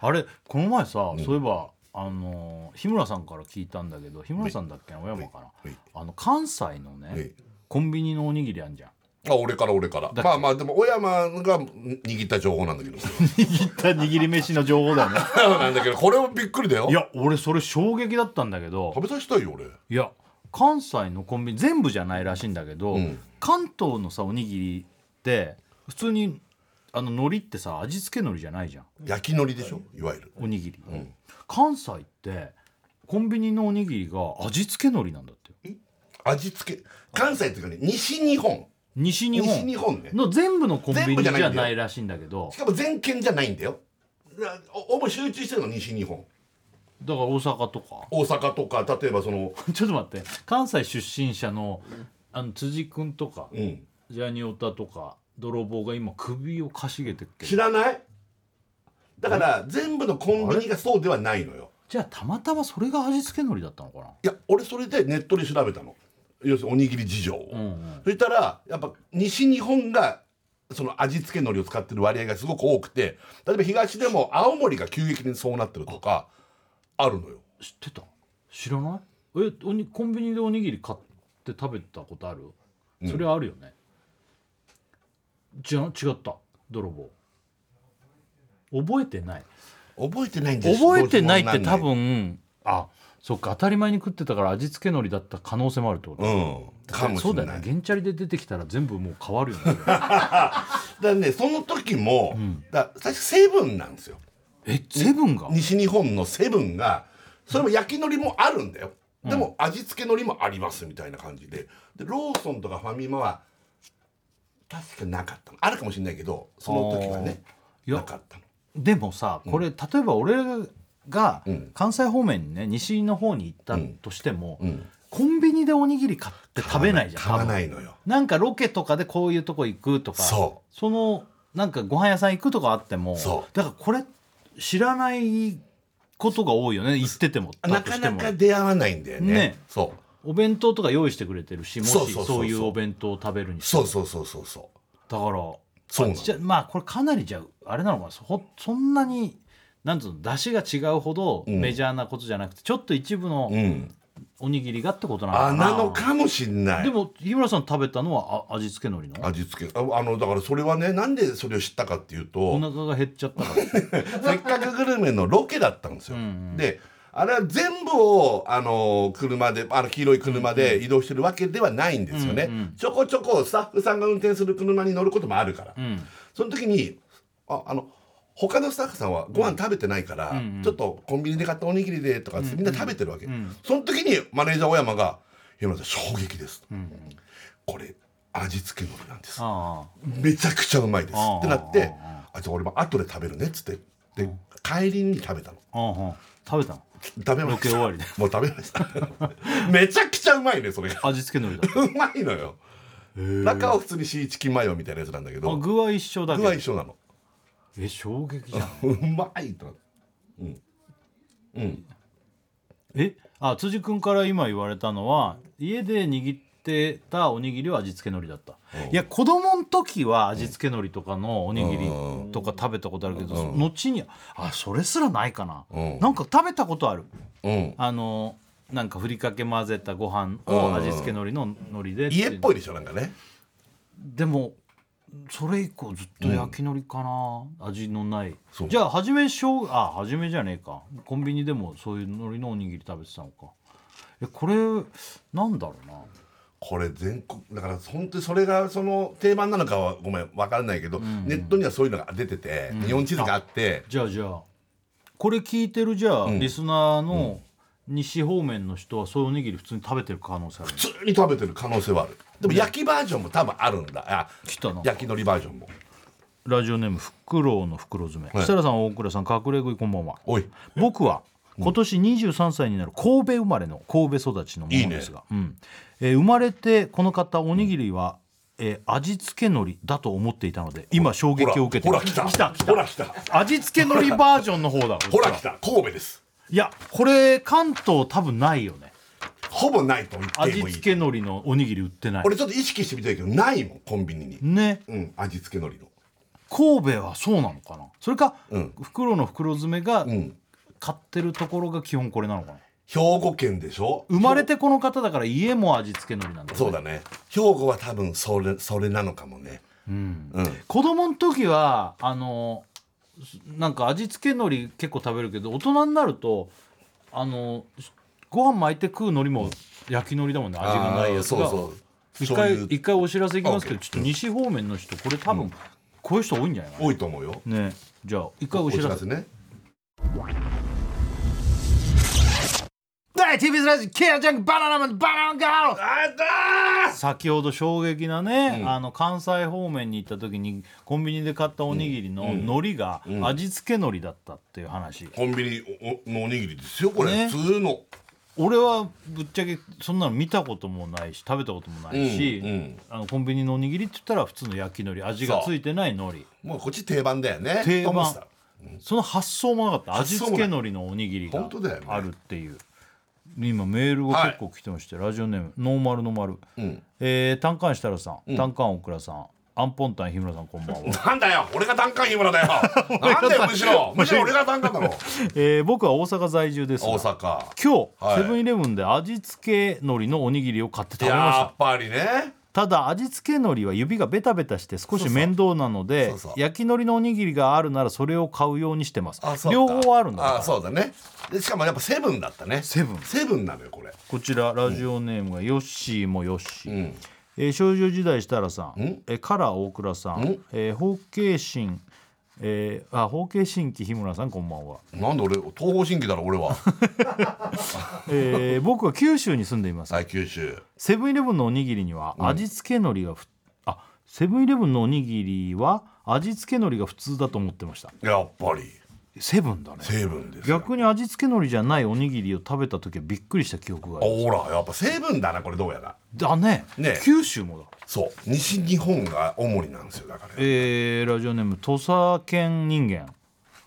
Speaker 2: あれこの前さ、そういえばあのー日村さんから聞いたんだけど日村さんだっけな小山か
Speaker 3: は
Speaker 2: ないあの関西のね、
Speaker 3: はい
Speaker 2: コンビニのおにぎりあんじゃん
Speaker 3: あ俺から俺からまあまあでも小山が握った情報なんだけど
Speaker 2: 握った握り飯の情報だ よね
Speaker 3: なんだけどこれもびっくりだよ
Speaker 2: いや俺それ衝撃だったんだけど
Speaker 3: 食べさせたいよ俺
Speaker 2: いや関西のコンビニ全部じゃないらしいんだけど、
Speaker 3: ん
Speaker 2: 関東のさおにぎりって普通にあの海苔ってさ味付け海苔じゃないじゃん
Speaker 3: 焼き海苔でしょいわゆる
Speaker 2: おにぎり、関西ってコンビニのおにぎりが味付け海苔なんだってよ
Speaker 3: 味付け関西っていうかね西日本
Speaker 2: 西日本
Speaker 3: 西日本ね
Speaker 2: の全部のコンビ
Speaker 3: 全
Speaker 2: ニ
Speaker 3: 部じ
Speaker 2: じ
Speaker 3: ゃないんだ
Speaker 2: ゃ
Speaker 3: よ
Speaker 2: ないらしいんだけど
Speaker 3: しかも全県じゃないんだよだお主集中してるのは西日本
Speaker 2: だから大阪とか
Speaker 3: 大阪とか例えばその
Speaker 2: ちょっと待って関西出身者のあの辻君とか
Speaker 3: うん
Speaker 2: ジャニオタとか泥棒が今首をかしげてっけど
Speaker 3: 知らないだから全部のコンビニがそうではないのよ
Speaker 2: じゃあたまたまそれが味付け海苔だったのかない
Speaker 3: や俺それでネットで調べたの要するにおにぎり事情を、
Speaker 2: うんうん
Speaker 3: そしたらやっぱ西日本がその味付け海苔を使ってる割合がすごく多くて例えば東でも青森が急激にそうなってるとかあるのよ
Speaker 2: 知ってた知らないえおにコンビニでおにぎり買って食べたことある、それはあるよねじゃ違った泥棒覚えてない
Speaker 3: 覚えてないんです
Speaker 2: 覚えてないって
Speaker 3: どうし
Speaker 2: 多
Speaker 3: ようも
Speaker 2: 分あそっか当たり前に食ってたから味付け海苔だった可能性もあるってこと、
Speaker 3: なんないうんかも
Speaker 2: そ
Speaker 3: し
Speaker 2: うだ
Speaker 3: れ
Speaker 2: よ
Speaker 3: な
Speaker 2: ね
Speaker 3: いだか
Speaker 2: ゲンチャリで出てきたら全部もう変わる よね
Speaker 3: らねその時も、だ最初セブンなんですよ
Speaker 2: えセブンが
Speaker 3: 西日本のセブンがそれも焼き海苔もあるんだよ、でも味付け海苔もありますみたいな感じででローソンとかファミマは確かなかったのあるかもしれないけどその時はね
Speaker 2: あーいや
Speaker 3: なかったの
Speaker 2: でもさこれ、例えば俺が関西方面にね西の方に行ったとしても、
Speaker 3: うん
Speaker 2: コンビニでおにぎり買って食べないじゃん
Speaker 3: 買わ
Speaker 2: 多分
Speaker 3: ないのよ
Speaker 2: なんかロケとかでこういうとこ行くとか
Speaker 3: そ
Speaker 2: のなんかご飯屋さん行くとかあっても
Speaker 3: そう
Speaker 2: だからこれ知らないことが多いよね行ってても
Speaker 3: な
Speaker 2: だと
Speaker 3: か
Speaker 2: して
Speaker 3: な
Speaker 2: も
Speaker 3: か出会わないんだよね
Speaker 2: ね
Speaker 3: そう
Speaker 2: お弁当とか用意してくれてるしもし
Speaker 3: そ
Speaker 2: そうう
Speaker 3: そうそうそう
Speaker 2: いうお弁当を食べるにして
Speaker 3: そうそうそうそうそ
Speaker 2: だから
Speaker 3: そうなの
Speaker 2: まあちっちゃいまあこれかなりじゃああれなのかなそそんなになんつうの出汁が違うほど
Speaker 3: うん
Speaker 2: メジャーなことじゃなくて、ちょっと一部の
Speaker 3: ううん
Speaker 2: おにぎりがってことなの
Speaker 3: あ
Speaker 2: かな
Speaker 3: なのかもしんない
Speaker 2: でも日村さん食べたのはあ味付け海苔の
Speaker 3: 味付けああのだからそれはねなんでそれを知ったかっていう
Speaker 2: お
Speaker 3: と
Speaker 2: 腹が減っちゃったから
Speaker 3: せっかくグルメのロケだったんですよ、
Speaker 2: うんうん
Speaker 3: であれは全部をあの車であの黄色い車で移動してるわけではないんですよね、
Speaker 2: うんうん
Speaker 3: ちょこちょこスタッフさんが運転する車に乗ることもあるから、
Speaker 2: うん
Speaker 3: その時にああの他のスタッフさんはご飯食べてないから、
Speaker 2: うんうん
Speaker 3: ちょっとコンビニで買ったおにぎりでとかってみんな食べてるわけ、
Speaker 2: うん
Speaker 3: その時にマネージャー小山が「日村さん衝撃です」
Speaker 2: うん
Speaker 3: これ味付けのりなんです
Speaker 2: あ
Speaker 3: めちゃくちゃうまいです」ってなって
Speaker 2: あ
Speaker 3: 「あじゃあ俺も後で食べるね」っつってで帰りに食べたの
Speaker 2: あああ食べたの
Speaker 3: 食べま
Speaker 2: ロ
Speaker 3: し
Speaker 2: ケ
Speaker 3: た
Speaker 2: 終わりで
Speaker 3: もう食べました めちゃくちゃうまいねそれが
Speaker 2: 味付け海苔だ
Speaker 3: うまいのよ中は普通にシーチキンマヨみたいなやつなんだけ
Speaker 2: あ
Speaker 3: ど
Speaker 2: 具は一緒だけ
Speaker 3: 具
Speaker 2: ど
Speaker 3: は一緒なの
Speaker 2: え衝撃じゃん
Speaker 3: うまいと
Speaker 2: えあ辻君から今言われたのは家で握ってたおにぎりは味付け海苔だった、いや子供の時は味付け海苔とかのおにぎりとか食べたことあるけど、後にあそれすらないかな、
Speaker 3: うん
Speaker 2: なんか食べたことある
Speaker 3: うん
Speaker 2: あのなんかふりかけ混ぜたご飯を味付け海苔の海苔で
Speaker 3: 家っぽ
Speaker 2: い
Speaker 3: いでしょなんかね
Speaker 2: でもそれ以降ずっと焼き海苔かな、味のない
Speaker 3: そう
Speaker 2: じゃあ初めしょうあ初めじゃねえかコンビニでもそういう海苔のおにぎり食べてたのかえこれなんだろうな
Speaker 3: これ全国だから本当にそれがその定番なのかはごめん分からないけど、ネットにはそういうのが出てて、日本地図があって
Speaker 2: じゃあじゃあこれ聞いてるじゃあ、リスナーの西方面の人はそういうおにぎり普通に食べてる可能性ある
Speaker 3: 普通に食べてる可能性はあるでも焼きバージョンも多分あるんだあ
Speaker 2: 来たな
Speaker 3: 焼き海苔バージョンも
Speaker 2: ラジオネームフクロウの袋詰め、
Speaker 3: い
Speaker 2: 設楽さん大倉さん隠れ食いこんばんは
Speaker 3: おい
Speaker 2: 僕は今年23歳になる神戸生まれの神戸育ちのものですがうんえー生まれてこの方おにぎりは、えー味付け海苔だと思っていたので今衝
Speaker 3: ほら
Speaker 2: 撃を受けて
Speaker 3: ほら来た
Speaker 2: 来た来た
Speaker 3: ほら来た
Speaker 2: 味付け海苔バージョンの方だ
Speaker 3: ほら
Speaker 2: こっ
Speaker 3: 来
Speaker 2: ちは
Speaker 3: た神戸です
Speaker 2: いやこれ関東多分ないよね
Speaker 3: ほぼないと言って
Speaker 2: 味
Speaker 3: もい
Speaker 2: 付
Speaker 3: い
Speaker 2: け海苔のおにぎり売ってない
Speaker 3: 俺ちょっと意識してみたいけどないもんコンビニに
Speaker 2: ね
Speaker 3: うん味付け海苔の
Speaker 2: 神戸はそうなのかなそれか、
Speaker 3: うん
Speaker 2: 袋の袋詰めが
Speaker 3: うん
Speaker 2: 買ってるところが基本これなのかな
Speaker 3: 兵庫県でしょ
Speaker 2: 生まれてこの方だから家も味付け海苔なんだよね
Speaker 3: そうだね兵庫は多分それそれなのかもね
Speaker 2: うん
Speaker 3: うん
Speaker 2: 子供の時はあのすなんか味付け海苔結構食べるけど大人になるとあのしご飯巻いて食う海苔も焼き海苔だもんね味がないやつ
Speaker 3: あー
Speaker 2: が
Speaker 3: そうそう
Speaker 2: 一
Speaker 3: そう
Speaker 2: 回
Speaker 3: いう
Speaker 2: 一回お知らせいきますけ
Speaker 3: あ
Speaker 2: ど
Speaker 3: OK
Speaker 2: ちょっと西方面の人これ多分こういう人多いんじゃないか
Speaker 3: 多いと思うよ
Speaker 2: なねじゃあ一回お知らせ
Speaker 3: ね
Speaker 2: 大 TBS ラジオケアジャンクバナナマンバナナガール
Speaker 3: あったー
Speaker 2: 先ほど衝撃なね、
Speaker 3: うん
Speaker 2: あの関西方面に行った時にコンビニで買ったおにぎりの海苔が味付け海苔だったっていう話、
Speaker 3: コンビニおおのおにぎりですよこれ、
Speaker 2: ね
Speaker 3: 普通の
Speaker 2: 俺はぶっちゃけそんなの見たこともないし食べたこともないし、
Speaker 3: うんうん
Speaker 2: あのコンビニのおにぎりって言ったら普通の焼き海苔味がついてない海苔
Speaker 3: もうこっち定番だよね
Speaker 2: 定
Speaker 3: と
Speaker 2: 番
Speaker 3: 思ってた
Speaker 2: その発想もなかった
Speaker 3: 発
Speaker 2: 味
Speaker 3: 想も
Speaker 2: 付
Speaker 3: ない
Speaker 2: け海苔のおにぎりが
Speaker 3: 本当だよね
Speaker 2: あるっていう今メールが結構来てまして、ラジオネームノーマルノーマル、
Speaker 3: ん
Speaker 2: えー、単管設楽さん、単管大倉さんアンポンタン日村さんこんばんは
Speaker 3: なんだよ俺が単価日村だ よなんだよむしろむしろ俺が単価だろ
Speaker 2: えー僕は大阪在住ですが
Speaker 3: 大阪
Speaker 2: 今日、
Speaker 3: はい
Speaker 2: セブンイレブンで味付け海苔のおにぎりを買って食べまし
Speaker 3: や
Speaker 2: た
Speaker 3: っぱりね
Speaker 2: ただ味付け海苔は指がベタベタして少し面倒なので
Speaker 3: そうそう
Speaker 2: 焼き海苔のおにぎりがあるならそれを買うようにしてます
Speaker 3: あそうか
Speaker 2: 両方あるんだから
Speaker 3: あそうだねでしかもやっぱセブンだったね
Speaker 2: セブン
Speaker 3: セブンなのよこれ
Speaker 2: こちらラジオネームがヨッシーもヨッシー、
Speaker 3: うん
Speaker 2: えー少女時代設楽さんえーカラー大倉さんえー包茎神えーあ包茎神器日村さんこんばんは、
Speaker 3: なんで俺東方神起だろ俺 は
Speaker 2: えー僕は九州に住んでいます
Speaker 3: 最九州
Speaker 2: セブンイレブンのおにぎりには味付け海苔がふ、あセブンイレブンのおにぎりは味付け海苔が普通だと思ってました
Speaker 3: やっぱり
Speaker 2: セブンだね
Speaker 3: 成分ですよ
Speaker 2: 逆に味付け海苔じゃないおにぎりを食べた時はびっくりした記憶がある
Speaker 3: ほらやっぱ成分だなこれどうやら
Speaker 2: だね
Speaker 3: ね
Speaker 2: 九州もだ
Speaker 3: そう西日本が主になんですよだから
Speaker 2: えーラジオネーム土佐県人間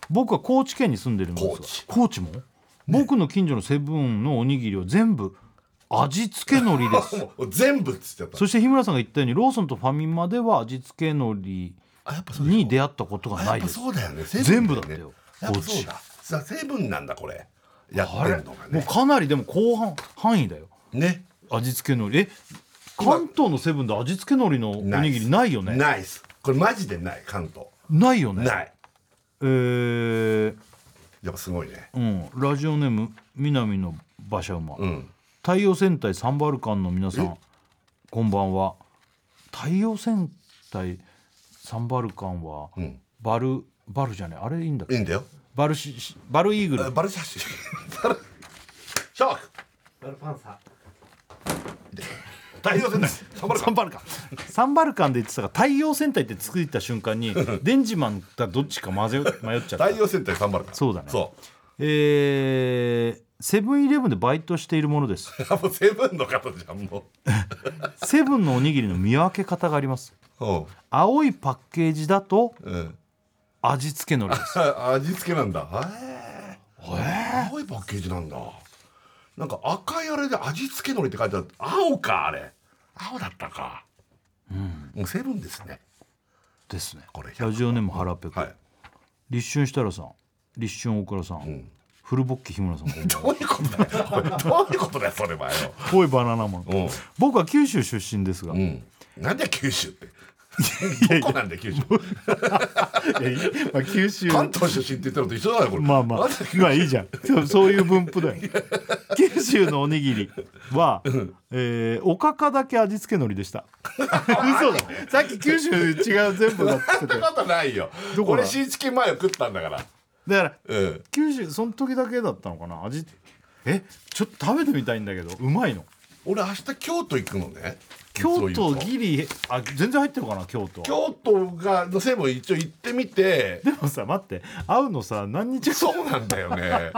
Speaker 2: 僕は高知県に住んでるんですが
Speaker 3: 高知
Speaker 2: 高知も、僕の近所のセブンのおにぎりを全部味付け海苔です
Speaker 3: もう全部っつっちゃった
Speaker 2: そして日村さんが言ったようにローソンとファミマでは味付け海
Speaker 3: あやっぱそ
Speaker 2: 苔
Speaker 3: うでしょ
Speaker 2: に出会ったことが
Speaker 3: や
Speaker 2: な
Speaker 3: っ
Speaker 2: いで
Speaker 3: ぱ
Speaker 2: す
Speaker 3: そうだよね
Speaker 2: 全部だった
Speaker 3: 成分
Speaker 2: よ
Speaker 3: だよねやっぱそうださ成分なんだこれやって
Speaker 2: あれ
Speaker 3: るのが
Speaker 2: もう
Speaker 3: ね
Speaker 2: かなりでも広範範囲だよ
Speaker 3: ね
Speaker 2: 味付け海苔え関東のセブンで味付け海苔のおにぎりないよねない
Speaker 3: ナイスこれマジでない関東
Speaker 2: よね
Speaker 3: ない
Speaker 2: えー
Speaker 3: やっぱすごいね
Speaker 2: うん、ラジオネーム南の馬車馬、
Speaker 3: うん
Speaker 2: 太陽戦隊サンバルカンの皆さんこんばんは太陽戦隊サンバルカンは、
Speaker 3: うん
Speaker 2: バルバルじゃねえあれいいんだっ
Speaker 3: いい
Speaker 2: け
Speaker 3: んだよ
Speaker 2: バルシシバルイーグル
Speaker 3: あバルシャ シバルシャーク
Speaker 4: バルパンサ
Speaker 3: 太陽戦隊サンバルカン
Speaker 2: バルカンサンバルカンで言ってたが太陽戦隊ってついた瞬間にデンジマンかどっちか迷 う迷っちゃった
Speaker 3: 太陽戦隊サンバルカン
Speaker 2: そうだね
Speaker 3: そ
Speaker 2: えーセブンイレブンでバイトしているものです
Speaker 3: う もうセブンの方じゃんも
Speaker 2: セブンのおにぎりの見分け方があります
Speaker 3: ううん
Speaker 2: 青いパッケージだと
Speaker 3: うん
Speaker 2: 味付け海苔です
Speaker 3: あ味付けなんだへえ青いパッケージなんだなんか赤いあれで味付け海苔って書いてある青かあれ青だったかうんもうセブンですね
Speaker 2: ですね
Speaker 3: これ100
Speaker 2: ラジオネーム腹ペコ、
Speaker 3: はい
Speaker 2: 立春設楽さん立春大倉さん、古ぼっき日村さんこんばんは
Speaker 3: どういうことだよ おいどういうことだよそれはよ
Speaker 2: おいバナナマン
Speaker 3: うん
Speaker 2: 僕は九州出身ですが、
Speaker 3: うんなんで九州ってどこなんだよ九州
Speaker 4: ー。まあ九州
Speaker 3: 関東出身って言ったのと一緒だよこれ
Speaker 2: まあまあ
Speaker 3: なんで
Speaker 2: まあいいじゃんそうそういう分布だよ九州のおにぎりは、えーおかかだけ味付け海苔でした 嘘ださっき九州違う全部だっつって
Speaker 3: そ
Speaker 2: て
Speaker 3: んなことないよ
Speaker 2: どこだ
Speaker 3: 俺シーチキンマヨ食ったんだから
Speaker 2: だから
Speaker 3: うん
Speaker 2: 九州その時だけだったのかな味えちょっと食べてみたいんだけどうまいの
Speaker 3: 俺明日京都行くのね
Speaker 2: 京
Speaker 3: 実を言う
Speaker 2: 都
Speaker 3: と
Speaker 2: ギリあ全然入ってるかな京都
Speaker 3: 京都がのセブン一応行ってみて
Speaker 2: でもさ待って会うのさ何日後
Speaker 3: そうなんだよね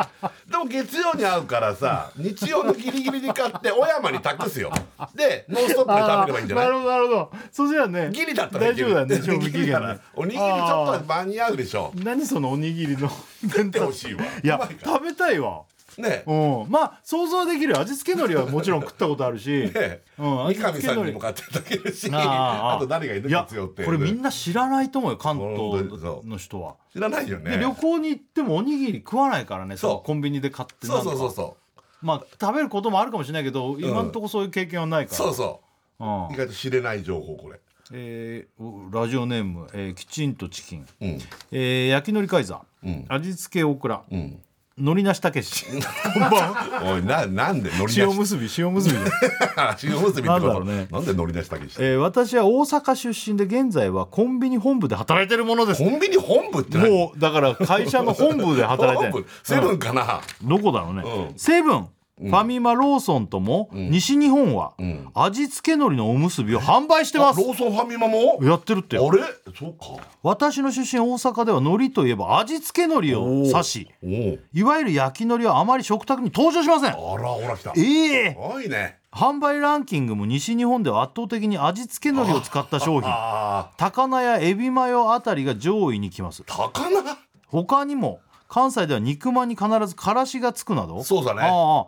Speaker 3: でも月曜に会うからさ日曜のギリギリに買って小山に託すよで「ノンストップ!」で食べればいいんじゃ
Speaker 2: あー
Speaker 3: な
Speaker 2: るほどなるほどそしたらね
Speaker 3: いギリだったらい
Speaker 2: 大
Speaker 3: け
Speaker 2: 丈
Speaker 3: る
Speaker 2: 夫だね賞味
Speaker 3: ギ
Speaker 2: 期
Speaker 3: リ
Speaker 2: 限
Speaker 3: な
Speaker 2: ね
Speaker 3: らおにぎりちょっと間に合うでしょ
Speaker 2: あー何そのおにぎりの
Speaker 3: 食ってほしいわ
Speaker 2: いう
Speaker 3: ま
Speaker 2: や
Speaker 3: いから
Speaker 2: 食べたいわ
Speaker 3: ね
Speaker 2: うんまあ想像できるよ味付け海苔はもちろん食ったことあるし、
Speaker 3: ね
Speaker 2: う
Speaker 3: 三
Speaker 2: ん味付
Speaker 3: 上
Speaker 2: け
Speaker 3: さ
Speaker 2: 海
Speaker 3: ん
Speaker 2: 苔
Speaker 3: にも買っていただけるし
Speaker 2: あー
Speaker 3: あ
Speaker 2: ー
Speaker 3: と誰がいる
Speaker 2: いや
Speaker 3: 月曜って
Speaker 2: これみんな知らないと思うよ関東
Speaker 3: そう
Speaker 2: の人は、
Speaker 3: 知らないよ
Speaker 2: で
Speaker 3: ね
Speaker 2: 旅行に行ってもおにぎり食わないからね
Speaker 3: そう
Speaker 2: そのコンビニで買って
Speaker 3: そう
Speaker 2: なんか
Speaker 3: そうそうそう
Speaker 2: まあ食べることもあるかもしれないけど今んとこそういう経験はないから、
Speaker 3: そうそ
Speaker 2: う
Speaker 3: う
Speaker 2: ん
Speaker 3: 意外と知れない情報これ
Speaker 2: えーおラジオネーム、えーきちんとチキン、
Speaker 3: うん
Speaker 2: えー焼きのりカイザー、
Speaker 3: ん
Speaker 2: 味付けオクラ、
Speaker 3: うん
Speaker 2: のりなしたけしこんばんは
Speaker 3: おいななんで乗り出し
Speaker 2: 塩結び塩結びだ、
Speaker 3: 塩結びってこ
Speaker 2: なんだろ
Speaker 3: と
Speaker 2: うね
Speaker 3: なんで乗り出したけにして
Speaker 2: えー私は大阪出身で現在はコンビニ本部で働いてるものです
Speaker 3: コンビニ本部って何
Speaker 2: もうだから会社の本部で働いて
Speaker 3: 本
Speaker 2: る
Speaker 3: 部セブンかな、
Speaker 2: どこだろうね、
Speaker 3: うん
Speaker 2: セブンファミマローソンとも、西日本は、
Speaker 3: ん
Speaker 2: 味付け海苔のおむすびを販売してま
Speaker 3: あ
Speaker 2: す
Speaker 3: ローソンファミマも
Speaker 2: やってるって
Speaker 3: あれ
Speaker 2: よ
Speaker 3: そうか
Speaker 2: 私の出身大阪では海苔といえば味付け海苔を指し
Speaker 3: お
Speaker 2: いわゆる焼き海苔はあまり食卓に登場しません
Speaker 3: おあらほら来たす
Speaker 2: ええ
Speaker 3: ごいね
Speaker 2: 販売ランキングも西日本では圧倒的に味付け海苔を使った商品
Speaker 3: ああ
Speaker 2: 高菜やエビマヨあたりが上位にきます
Speaker 3: 高菜
Speaker 2: 他にも関西では肉まんに必ずからしがつくなど
Speaker 3: そうだね
Speaker 2: ああ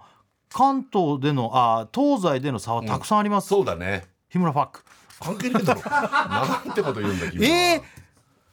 Speaker 2: 関東でのああ東西での差はたくさんあります、
Speaker 3: そうだね
Speaker 2: 日村ファック
Speaker 3: 関係ねえだろ なんてこと言うんだ君は
Speaker 2: ええ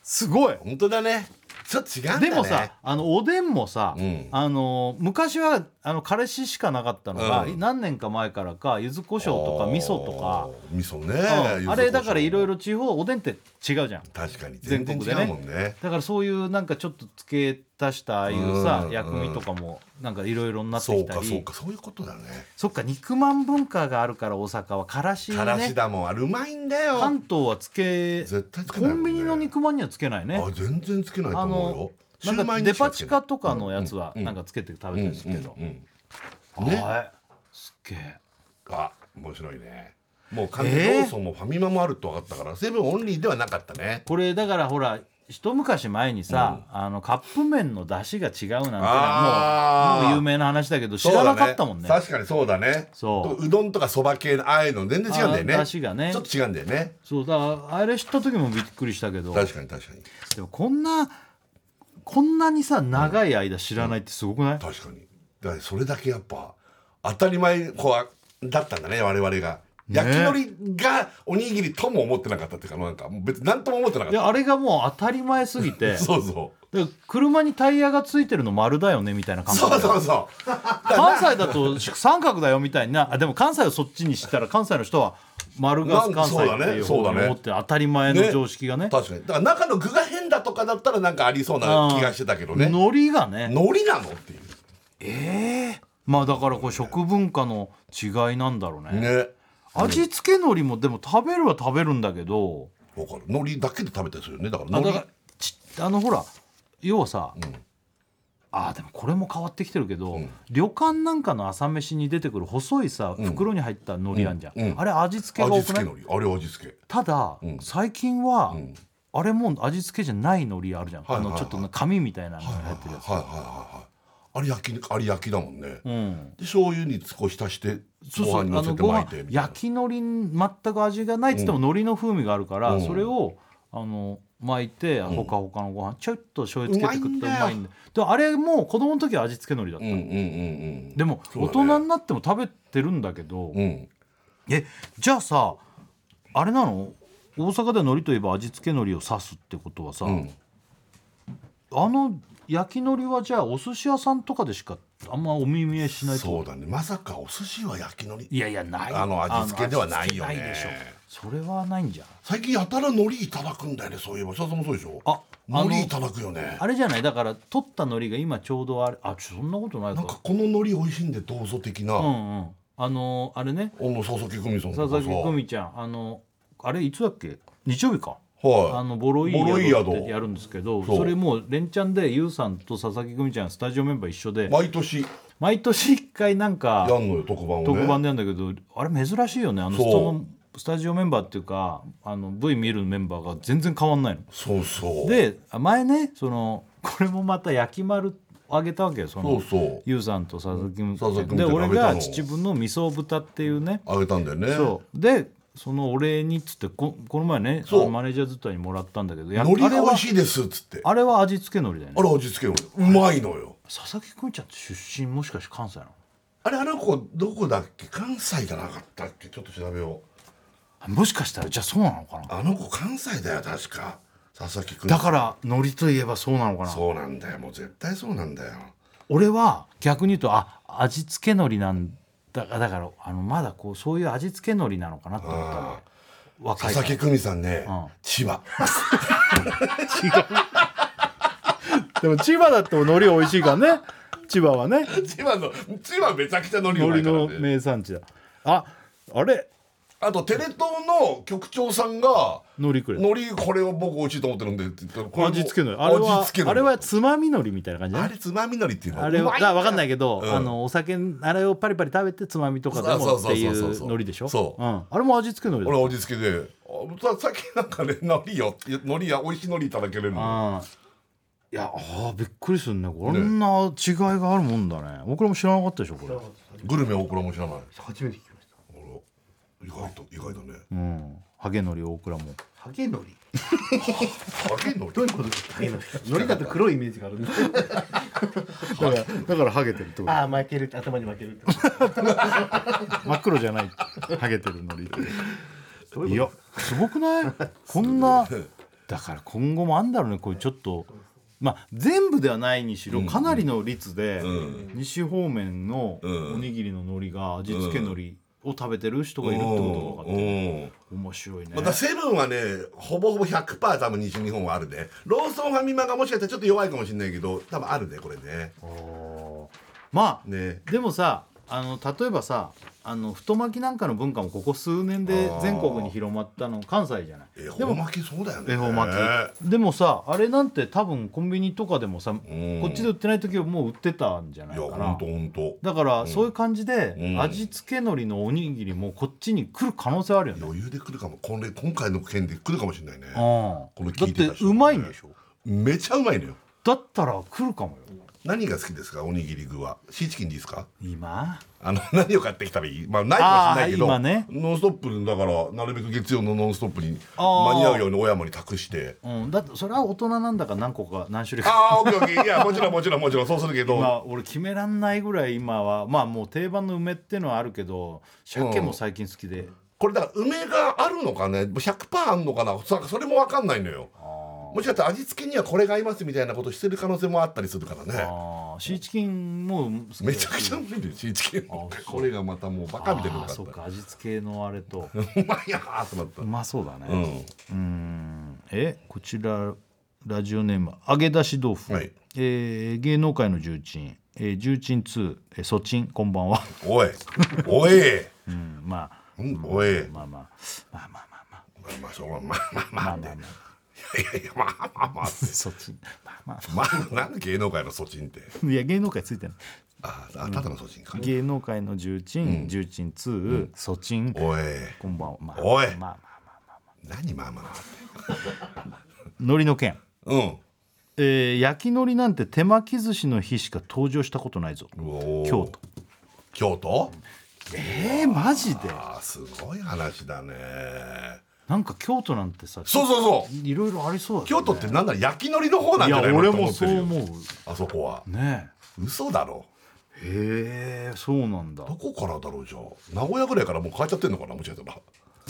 Speaker 2: すごい
Speaker 3: 本当だねちょっと違うんだね
Speaker 2: でもさあのおでんもさ、
Speaker 3: うん
Speaker 2: あの昔はあの彼氏しかなかったのが、
Speaker 3: うん
Speaker 2: 何年か前からか柚子胡椒とか
Speaker 3: あー
Speaker 2: 味噌とか、
Speaker 3: 味噌ね、
Speaker 2: うんあれだからいろい
Speaker 3: ろ
Speaker 2: ろ地方おでんって違うじゃん
Speaker 3: 確かに全然
Speaker 2: 全国
Speaker 3: 違
Speaker 2: でね
Speaker 3: うもんね
Speaker 2: だからそういうなんかちょっと付け足したああいうさ、
Speaker 3: うん
Speaker 2: 薬味とかもなんかいろいろになって
Speaker 3: そう
Speaker 2: きた
Speaker 3: か
Speaker 2: り
Speaker 3: そうかそういうことだね
Speaker 2: そっか肉まん文化があるから大阪はからしね
Speaker 3: からしだもんあれうまいんだよ
Speaker 2: 関東はつけ
Speaker 3: 絶対つけ
Speaker 2: コ
Speaker 3: ないもん
Speaker 2: ン
Speaker 3: ね
Speaker 2: ビニの肉まんにはつけないね
Speaker 3: あ全然つけないと
Speaker 2: あ
Speaker 3: 思
Speaker 2: の
Speaker 3: うよ
Speaker 2: なんかデパ地下とかのやつ
Speaker 3: は
Speaker 2: はなんかつけて食べてるんですけど、
Speaker 3: うんうんね
Speaker 2: はいすっげえ
Speaker 3: あ面白いねもう完全に
Speaker 2: えー
Speaker 3: ローソンもファミマもあると分かったからセブンオンリーではなかったね
Speaker 2: これだからほら一昔前にさ、あのカップ麺の出汁が違うなんての
Speaker 3: あ
Speaker 2: は
Speaker 3: ー
Speaker 2: もうもう有名な話だけど知
Speaker 3: そうだ
Speaker 2: ら
Speaker 3: ね
Speaker 2: なかったもんね
Speaker 3: 確かにそうだね
Speaker 2: そう
Speaker 3: うどんとかそば系のああいうの全然違うんだよね
Speaker 2: あー出汁がね
Speaker 3: ちょっと違うんだよね
Speaker 2: そうだからあれ知った時もびっくりしたけど
Speaker 3: 確かに確かに
Speaker 2: でもこんなこんなにさ長い間知らないってすごくない、
Speaker 3: 確かにだからそれだけやっぱ当たり前こうだったんだね我々が、焼き海苔がおにぎりとも思ってなかったっていうかなんかもう別に何とも思ってなかっ
Speaker 2: いや
Speaker 3: た
Speaker 2: あれがもう当たり前すぎ て
Speaker 3: そうそ
Speaker 2: で車にタイヤがついてるの丸だよねみたいな
Speaker 3: う
Speaker 2: 感
Speaker 3: そう
Speaker 2: 覚
Speaker 3: そうそう
Speaker 2: 関西だと三角だよみたいなあでも関西をそっちにしたら関西の人は丸が
Speaker 3: なん
Speaker 2: 関西っていう
Speaker 3: そうだねそうだ
Speaker 2: 方に
Speaker 3: ね
Speaker 2: 思って当たり前の常識がね
Speaker 3: 確かにだから中の具が変だとかだったらなんかありそうな気がしてたけどね海
Speaker 2: 海苔がね
Speaker 3: 苔なのっていう
Speaker 2: まあだからこれ食文化の違いなんだろうね
Speaker 3: ね
Speaker 2: 味付け海苔もでも食べるは食べるんだけど
Speaker 3: わかる海苔だけで食べたりするよねだから
Speaker 2: あ
Speaker 3: 海
Speaker 2: だ
Speaker 3: 苔
Speaker 2: からちあのほら要はさ、あーでもこれも変わってきてるけど、旅館なんかの朝飯に出てくる細いさ袋に入った海苔あんじゃん、
Speaker 3: うんうん
Speaker 2: あれ味付けが多
Speaker 3: 味
Speaker 2: く
Speaker 3: 付け
Speaker 2: ない
Speaker 3: 海苔あれ味付け
Speaker 2: ただ、
Speaker 3: ん
Speaker 2: 最近は、
Speaker 3: ん
Speaker 2: あれも味付けじゃない海苔あるじゃん、
Speaker 3: はいはいはい
Speaker 2: あのちょっと紙みたいなのが入ってるやつ、
Speaker 3: はいはいはいはいあれ焼きあれ焼きだもんね、
Speaker 2: うん
Speaker 3: で醤油に少し足して
Speaker 2: そうそ
Speaker 3: ご
Speaker 2: う
Speaker 3: 飯に
Speaker 2: あ
Speaker 3: のせ
Speaker 2: の
Speaker 3: て
Speaker 2: ご
Speaker 3: 巻い
Speaker 2: 飯
Speaker 3: てみたいな
Speaker 2: 焼き海苔全く味がないっつっても海苔の風味があるから、
Speaker 3: うん
Speaker 2: それをあの巻いてほかほかのご飯ちょっと醤油つけて食ったらう
Speaker 3: うま
Speaker 2: ま
Speaker 3: い
Speaker 2: い
Speaker 3: ん
Speaker 2: んだでもあれも子供の時は味付け海苔だった、
Speaker 3: うんうんうんうん
Speaker 2: でも、
Speaker 3: そう
Speaker 2: 大
Speaker 3: だね
Speaker 2: 人になっても食べてるんだけど、
Speaker 3: うん
Speaker 2: えじゃあさあれなの大阪では海苔といえば味付け海苔を指すってことはさ、
Speaker 3: ん
Speaker 2: あの焼き海苔はじゃあお寿司屋さんとかでしかあんまお耳にしないと
Speaker 3: そうだねまさかお寿司は焼きのり
Speaker 2: いやいやない
Speaker 3: あの味付けではないよね
Speaker 2: あの味付けないでしょそれはないんじゃん
Speaker 3: 最近やたら海苔いただくんだよねそういえば社長もそうでしょ
Speaker 2: ああの
Speaker 3: 海苔いただくよね
Speaker 2: あれじゃないだから取った海苔が今ちょうどあれあそんなことない
Speaker 3: な
Speaker 2: か
Speaker 3: んかこの海苔美味しいんでどうぞ的な、
Speaker 2: う
Speaker 3: あ
Speaker 2: んうんあのあれね
Speaker 3: の佐々木久美さんと
Speaker 2: 佐
Speaker 3: か
Speaker 2: 々
Speaker 3: さ
Speaker 2: 木久美ちゃんあのあれいつだっけ日曜日かあ
Speaker 3: は
Speaker 2: のボロイ
Speaker 3: ボロイヤ
Speaker 2: ヤ
Speaker 3: ド
Speaker 2: ドってやるんですけど
Speaker 3: そう
Speaker 2: それもう連チャンで YOU さんと佐々木久美ちゃんスタジオメンバー一緒で
Speaker 3: い毎年や
Speaker 2: 毎年一回なんか
Speaker 3: んのよ特番をね
Speaker 2: 特番でやるんだけどあれ珍しいよねあの
Speaker 3: そう
Speaker 2: 人のスタジオメンバーっていうかあの V 見るメンバーが全然変わんないの。
Speaker 3: そうそう
Speaker 2: で前ねそのこれもまた焼き丸あげたわけよそ
Speaker 3: そ
Speaker 2: の
Speaker 3: うそう
Speaker 2: ゆうさんと佐々木
Speaker 3: 佐々木
Speaker 2: 君
Speaker 3: 君
Speaker 2: で
Speaker 3: って
Speaker 2: 俺
Speaker 3: あげた
Speaker 2: が
Speaker 3: の
Speaker 2: 秩父の味噌豚っていうね
Speaker 3: あげたんだよね
Speaker 2: そうでそのお礼にっつってここの前ね
Speaker 3: そう
Speaker 2: あのマネージャーずっとにもらったんだけどや
Speaker 3: 海苔
Speaker 2: あれ
Speaker 3: が美
Speaker 2: は
Speaker 3: 味しいですっつって
Speaker 2: あれは味付け海苔だよね
Speaker 3: あれ味付け海苔うまいのよ
Speaker 2: 佐々木久美ちゃんって出身もしかして関西なの
Speaker 3: あれあの子どこだっけ関西じゃなかったっけちょっと調べよう
Speaker 2: あもしかしたらじゃあそうなのかな
Speaker 3: あの子関西だよ確か佐々木君
Speaker 2: だから海苔といえばそうなのかな
Speaker 3: そうなんだよもう絶対そうなんだよ
Speaker 2: 俺は逆に言うとあ味付け海苔なんだだからあのまだこうそういう味付け海苔なのかなと思ったの
Speaker 3: あー
Speaker 2: 若い
Speaker 3: 佐々木久美さんね、
Speaker 2: ん
Speaker 3: 千葉
Speaker 4: でも千葉だっても海苔美味しい からね千葉はね
Speaker 3: 千葉の千葉めちゃくちゃ海苔うま
Speaker 4: 海
Speaker 3: い
Speaker 4: 苔
Speaker 3: から
Speaker 4: の
Speaker 3: ね
Speaker 4: 名産地だああれ
Speaker 3: あとテレ東の局長さんが
Speaker 4: 海苔くれ
Speaker 3: 海苔これを僕美味しいと思ってるんでって言ってこれも
Speaker 4: 味付け海苔あれは
Speaker 3: 味付け
Speaker 4: あれ
Speaker 3: 海苔
Speaker 4: はつまみ海苔みたいな感じだ
Speaker 3: あ
Speaker 4: ね
Speaker 3: れつまみ海苔っていうの
Speaker 4: あれは
Speaker 3: うまい
Speaker 4: だ分かんないけど、
Speaker 3: うん
Speaker 4: あのお酒あれをパリパリ食べてつまみとかで
Speaker 3: そ
Speaker 4: もっ
Speaker 3: うそうそう
Speaker 4: てい
Speaker 3: そう
Speaker 4: う
Speaker 3: そう
Speaker 4: 海苔でしょ
Speaker 3: そう
Speaker 4: うん、あれも味付け海苔
Speaker 3: 俺
Speaker 4: だ
Speaker 3: は味付けであささっきなんかね海苔よいや海苔や美味しい海苔いただけるの
Speaker 2: あいやあーびっくりするねこんな違いがあるもんだね僕らも知らなかったでしょこれ
Speaker 3: グルメ大倉も知らない
Speaker 4: 初めて聞きました
Speaker 3: あら意外と意外だね
Speaker 2: うんハゲのり大倉も
Speaker 4: ハゲ海苔
Speaker 3: ハゲ海
Speaker 4: どう
Speaker 3: 苔
Speaker 4: いうことですか海 苔だと黒いイメージがあるんですけ
Speaker 2: だからだからハゲてるってこ
Speaker 4: どああ負ける頭に負けるって
Speaker 2: と真っ黒じゃないハゲてるのりいやすごくないこんなだから今後もあんだろうねこういうちょっとまあ全部ではないにしろかなりの率で
Speaker 3: ん
Speaker 2: 西方面の
Speaker 3: うん
Speaker 2: おにぎりの海苔が味付け海苔を食べてる人がいるってことが分かって
Speaker 3: うん
Speaker 2: 面白いね
Speaker 3: またセブンはねほぼほぼ100%多分西日本はあるねローソンファミマがもしかしたらちょっと弱いかもしれないけど多分あるねこれね
Speaker 2: まあ
Speaker 3: ね
Speaker 2: でもさあの例えばさあの太巻きなんかの文化もここ数年で全国に広まったの関西じゃない
Speaker 3: 恵
Speaker 2: で
Speaker 3: 方
Speaker 2: も
Speaker 3: 巻きそうだよね
Speaker 2: 恵方巻
Speaker 3: ね
Speaker 2: きでもさあれなんて多分コンビニとかでもさこ
Speaker 3: ん
Speaker 2: っちで売ってない時はもう売ってたんじゃない
Speaker 3: いや
Speaker 2: か
Speaker 3: ほん
Speaker 2: な
Speaker 3: とほんと
Speaker 2: だからそういう感じで、
Speaker 3: うん
Speaker 2: 味付け海苔のおにぎりもこっちに来る可能性あるよね、
Speaker 3: 余裕で来るかもこれ今回の件で来るかもしれないね
Speaker 2: ああ
Speaker 3: この
Speaker 2: だ
Speaker 3: 聞
Speaker 2: っ
Speaker 3: いて
Speaker 2: て
Speaker 3: た人
Speaker 2: うまいんでしょ
Speaker 3: めちゃうまいのよ
Speaker 2: だったら来るかもよ
Speaker 3: 何が好きですかおにぎり具はシーチキンでいいですか
Speaker 2: 今
Speaker 3: あ の何を買ってきたらいいまあないかもしれないけど
Speaker 2: あー今ね
Speaker 3: ノンストップだからなるべく月曜のノンストップに
Speaker 2: あー
Speaker 3: 間に合うように小山に託して
Speaker 2: うん、だってそれは大人なんだから何個か何種類か
Speaker 3: ああオッケーオッケーいやもちろんもちろんもちろんそうするけど、
Speaker 2: 今俺決めらんないぐらい今はまあもう定番の梅ってのはあるけど鮭も最近好きで、
Speaker 3: これだから梅があるのかね100%あんのかなそそれも分かんないのよもしかしたら味付けにはこれが合いますみたいなことしてる可能性もあったりするからね
Speaker 2: ああシーチキンも好きだ
Speaker 3: めちゃくちゃうまいんだよシーチキン
Speaker 2: あそう
Speaker 3: これがまたもうバカみたいになの
Speaker 2: ああ
Speaker 3: があ
Speaker 2: そう
Speaker 3: った
Speaker 2: か味付けのあれと
Speaker 3: うまいやーってなった
Speaker 2: うまそうだね
Speaker 3: うん、
Speaker 2: うんえこちらラジオネーム揚げ出し豆腐、
Speaker 3: はい
Speaker 2: えー芸能界の重鎮、えー重鎮2、えー、ソチンこんば んは、
Speaker 3: おいおい、
Speaker 2: うん、まあ
Speaker 3: うん、おい
Speaker 2: まあまあまあまあまあまあ
Speaker 3: まあまあそうまあまあまあ
Speaker 2: まあまあま
Speaker 3: いやいやまあまあまあ
Speaker 2: あソチンまあまあ
Speaker 3: まあなんで芸能界のソチンって
Speaker 2: いや芸能界ついてない
Speaker 3: ああただのソチンか
Speaker 2: 芸能界の重鎮、重鎮2、ソチン
Speaker 3: おい
Speaker 2: こんばんは、まあ、
Speaker 3: おい
Speaker 2: まあまあまあ
Speaker 3: 何まあまあまあって
Speaker 2: 海苔の件
Speaker 3: うん
Speaker 2: えー焼き海苔なんて手巻き寿司の日しか登場したことないぞ
Speaker 3: おー
Speaker 2: 京都
Speaker 3: 京都
Speaker 2: えー、マジで
Speaker 3: あーすごい話だね
Speaker 2: なんか京都なんてさ
Speaker 3: そうそうそう
Speaker 2: いろいろありそうだ
Speaker 3: 京
Speaker 2: よね
Speaker 3: 都ってなんだ焼き海苔の方なん
Speaker 2: い
Speaker 3: じ
Speaker 2: や
Speaker 3: ゃないの
Speaker 2: 俺
Speaker 3: って
Speaker 2: も
Speaker 3: って
Speaker 2: そ
Speaker 3: る
Speaker 2: う
Speaker 3: よ
Speaker 2: 思
Speaker 3: あそこは
Speaker 2: うね
Speaker 3: 嘘だろ
Speaker 2: えへえそうなんだ
Speaker 3: どこからだろうじゃあ名古屋ぐらいからもう変えちゃってんのかなもしかしたら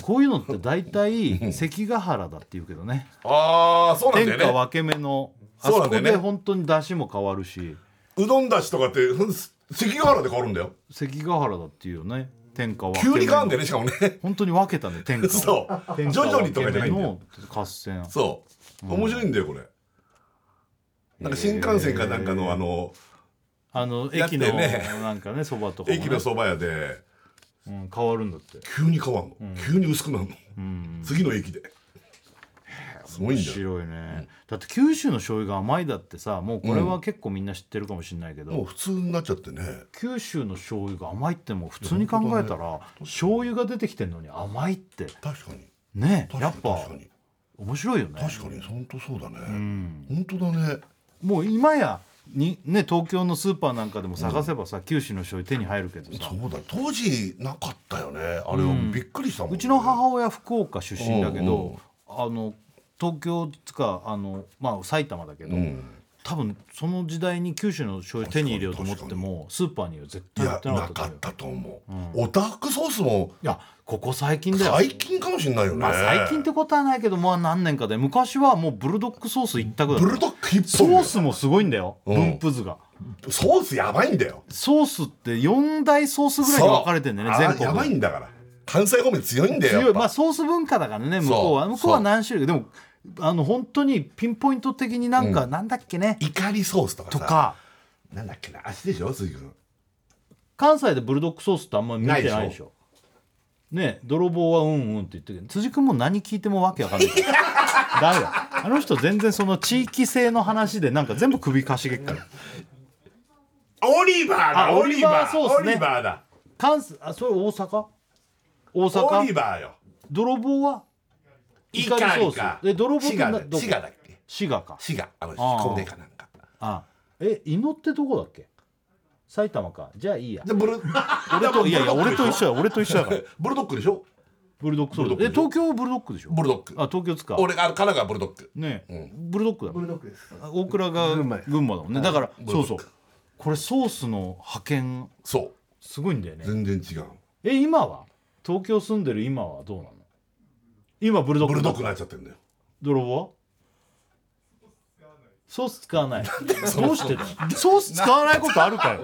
Speaker 2: こういうのって大体関ヶ原だって言うけどね
Speaker 3: ああそうなんだ
Speaker 2: 天下
Speaker 3: よね
Speaker 2: 分け目のあ
Speaker 3: そう
Speaker 2: そ
Speaker 3: なん
Speaker 2: こ
Speaker 3: だよね
Speaker 2: で本当に出汁も変わるし
Speaker 3: うどんだしとかってふん関ヶ原で変わるんだよ
Speaker 2: 関ヶ原だっていうよね天下分け
Speaker 3: 急
Speaker 2: 目の
Speaker 3: に変わるんだよねしかもね
Speaker 2: 本当に分けたね天下を
Speaker 3: そう
Speaker 2: 天下
Speaker 3: 徐々にとかじゃないんだよ
Speaker 2: 分け目の合戦
Speaker 3: そう面白いんだよこれなんか新幹線かなんかのあの
Speaker 2: あの
Speaker 3: やって
Speaker 2: 駅
Speaker 3: ね
Speaker 2: のなんかねそばとかもね
Speaker 3: 駅のそば屋で
Speaker 2: うん変わるんだって
Speaker 3: 急に変わんの、急に薄くなるの、次の駅ですごいん
Speaker 2: 面
Speaker 3: だよ
Speaker 2: 白いねだって九州の醤油が甘いだってさもうこれは結構みんな知ってるかもしれないけど
Speaker 3: もう普通になっちゃってね
Speaker 2: 九州の醤油が甘いってもう普通に考えたら醤油が出てきてるのに甘いって
Speaker 3: 確かに
Speaker 2: ね
Speaker 3: 確かに
Speaker 2: やっぱ
Speaker 3: 確かに
Speaker 2: 面白いよね
Speaker 3: 確かに本当そうだね、本当だね
Speaker 2: もう今やにね東京のスーパーなんかでも探せばさ九州の醤油手に入るけどさ
Speaker 3: そうだ当時なかったよねあれはびっくりしたもん、ね
Speaker 2: うちの母親福岡出身だけ
Speaker 3: うんう
Speaker 2: どあの東京つかあのまあ埼玉だけど
Speaker 3: うん
Speaker 2: 多分その時代に九州の醤油手に入れようと思ってもスーパーには絶
Speaker 3: い
Speaker 2: 対売っ
Speaker 3: や
Speaker 2: てなか
Speaker 3: な
Speaker 2: った
Speaker 3: か
Speaker 2: と思う
Speaker 3: ったと思う、オタフクソースも
Speaker 2: いやここ最近だよ
Speaker 3: 最近かもしれないよね、
Speaker 2: まあ最近ってことはないけどまあ何年かで昔はもうブルドックソース一択だった
Speaker 3: ブルドック一
Speaker 2: ソ
Speaker 3: 本
Speaker 2: ースもすごいんだよ
Speaker 3: うん
Speaker 2: 分布図が
Speaker 3: ソースやばいんだよ
Speaker 2: ソースって4大ソースぐらいに分かれてんだよね
Speaker 3: そう
Speaker 2: 全
Speaker 3: あやばい
Speaker 2: 国
Speaker 3: んだから関西方面強いんだよや
Speaker 2: 強
Speaker 3: っ
Speaker 2: い
Speaker 3: ぱ
Speaker 2: まあソース文化だからね向こうは
Speaker 3: そう
Speaker 2: 向こうは何種類かでもあの本当にピンポイント的になんかなんだっけね
Speaker 3: 怒りソースとかさ
Speaker 2: とか
Speaker 3: なんだっけな足でしょ鈴木君
Speaker 2: 関西でブルドックソースってあんま見てないでしょ
Speaker 3: ないでし
Speaker 2: ね泥棒はうんうんって言ってるけど辻君も何聞いてもわけ わかんないダメだあの人全然その地域性の話でなんか全部首かしげっから
Speaker 3: オリバーだ
Speaker 2: あ
Speaker 3: オリバー
Speaker 2: オリバーソースね
Speaker 3: オリバーだ
Speaker 2: 関西あそれ大阪大
Speaker 3: オリ
Speaker 2: 阪
Speaker 3: バーよ
Speaker 2: 泥棒は
Speaker 3: イ
Speaker 2: 怒
Speaker 3: カ
Speaker 2: りソ
Speaker 3: リ
Speaker 2: ース
Speaker 3: カ
Speaker 2: で泥棒って
Speaker 3: 滋賀
Speaker 2: な
Speaker 3: だ
Speaker 2: どこ
Speaker 3: 滋賀だっけ
Speaker 2: 滋賀か
Speaker 3: 滋賀あの
Speaker 2: あー
Speaker 3: 彦根かなんか
Speaker 2: あえ伊野ってどこだっけ埼玉かじゃあいいや
Speaker 3: でブル
Speaker 2: 俺といやいや俺と一
Speaker 3: 緒
Speaker 2: 緒や俺と一緒だから
Speaker 3: ブルドックでしょ
Speaker 2: ブルドックソ
Speaker 3: ブ
Speaker 2: ー
Speaker 3: ル
Speaker 2: ス
Speaker 3: ドッ
Speaker 2: え
Speaker 3: クでしょ
Speaker 2: 東京ブルドックでしょ
Speaker 3: ブルドック
Speaker 2: あ東京つか
Speaker 3: 俺が神奈川ブルドック
Speaker 2: ねえ、ブルドックだ
Speaker 5: ブ
Speaker 2: もん
Speaker 5: ルドッグです。
Speaker 2: 大倉が群
Speaker 5: 群馬
Speaker 2: 馬
Speaker 5: や
Speaker 2: だもんねだから
Speaker 3: ブル
Speaker 2: そ
Speaker 3: ドッ
Speaker 2: う
Speaker 3: ク
Speaker 2: そうこれソースの派遣
Speaker 3: そう
Speaker 2: すごいんだよね
Speaker 3: 全然違う
Speaker 2: え今は東京住んでる今はどうなの今ブルドッ
Speaker 3: ブ
Speaker 2: ク
Speaker 3: ルドックになっちゃってるんだよ
Speaker 2: 泥棒はソース使わないどうしてだよソース使わないことあるかよ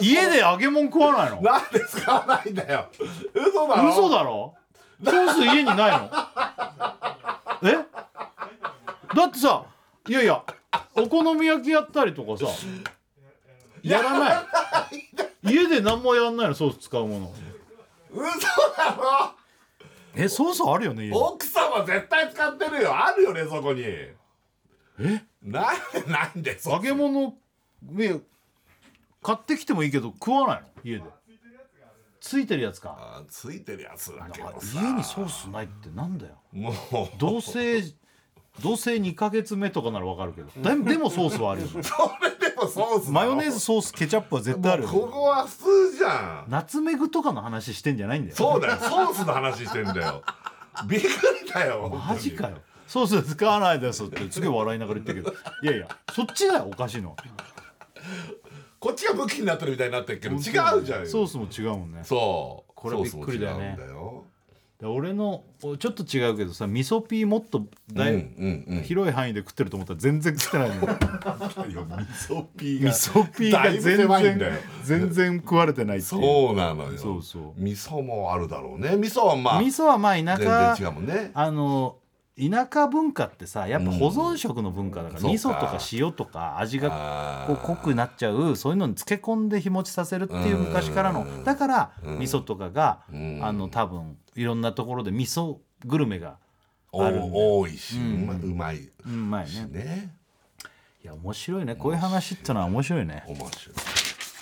Speaker 2: 家で揚げ物食わないの
Speaker 3: なんで使わないんだよ嘘だろ
Speaker 2: 嘘だろソース家に ないのえだってさいやいやお好み焼きやったりとかさやらない
Speaker 4: 家で何もやんないのソース使うもの
Speaker 3: 嘘だ
Speaker 2: えソースあるよね家に
Speaker 3: ろ奥様絶対使ってるよあるよねそこにえななんでそ
Speaker 2: 揚げ物ね買ってきてもいいけど食わないの家でついてるやつか
Speaker 3: あついてるやつだけ
Speaker 2: 家
Speaker 3: どさ
Speaker 2: にソースないってなんだよ
Speaker 3: もう
Speaker 2: 同棲同棲2ヶ月目とかならわかるけどだでもソースはあ るよね
Speaker 3: それでもソース
Speaker 2: マヨネーズソースケチャップは絶対あるよね
Speaker 3: ここは普通じゃん
Speaker 2: ナツメグとかの話してんじゃないんだよ
Speaker 3: そうだよソースの話してんだ よびっくりだよ
Speaker 2: マジかよソース使わないですってすげえ笑いながら言ってるけどいやいやそっちだよおかしいの
Speaker 3: こっちが武器になってるみたいになってるけど違うじゃんよ
Speaker 2: ソースも違うもんね
Speaker 3: そう
Speaker 2: これびっくりだよね
Speaker 3: ソースも違うんだよ
Speaker 2: で俺のおちょっと違うけどさ味噌ピーもっとだいぶ、
Speaker 3: うんうんうん
Speaker 2: 広い範囲で食ってると思ったら全然食ってないの 味
Speaker 3: いや味噌ピーが
Speaker 2: 噌ピー
Speaker 3: だ
Speaker 2: が
Speaker 3: いぶ
Speaker 2: 全
Speaker 3: 狭いんだよ
Speaker 2: 然全然食われてないっていう
Speaker 3: そうなのよ
Speaker 2: そうそう
Speaker 3: 味噌もあるだろうね味噌はまあ
Speaker 2: 味噌はまあ
Speaker 3: 全
Speaker 2: 田
Speaker 3: 然違
Speaker 2: 舎
Speaker 3: うもんね
Speaker 2: あの田舎文化ってさやっぱ保存食の文化だから、
Speaker 3: うん
Speaker 2: 味噌
Speaker 3: そう
Speaker 2: と
Speaker 3: か
Speaker 2: か塩とか味が
Speaker 3: あ
Speaker 2: こう濃くなっちゃうそういうのに漬け込んで日持ちさせるっていう昔からのだから味噌とかが
Speaker 3: ん
Speaker 2: あの多分いろんなところで味噌グルメが
Speaker 3: お
Speaker 2: あるんだよ
Speaker 3: 多いし、うまうまい
Speaker 2: うんうまい
Speaker 3: し
Speaker 2: ね
Speaker 3: ね
Speaker 2: いや面白いねこういう話ってのは面白いね
Speaker 3: 面白い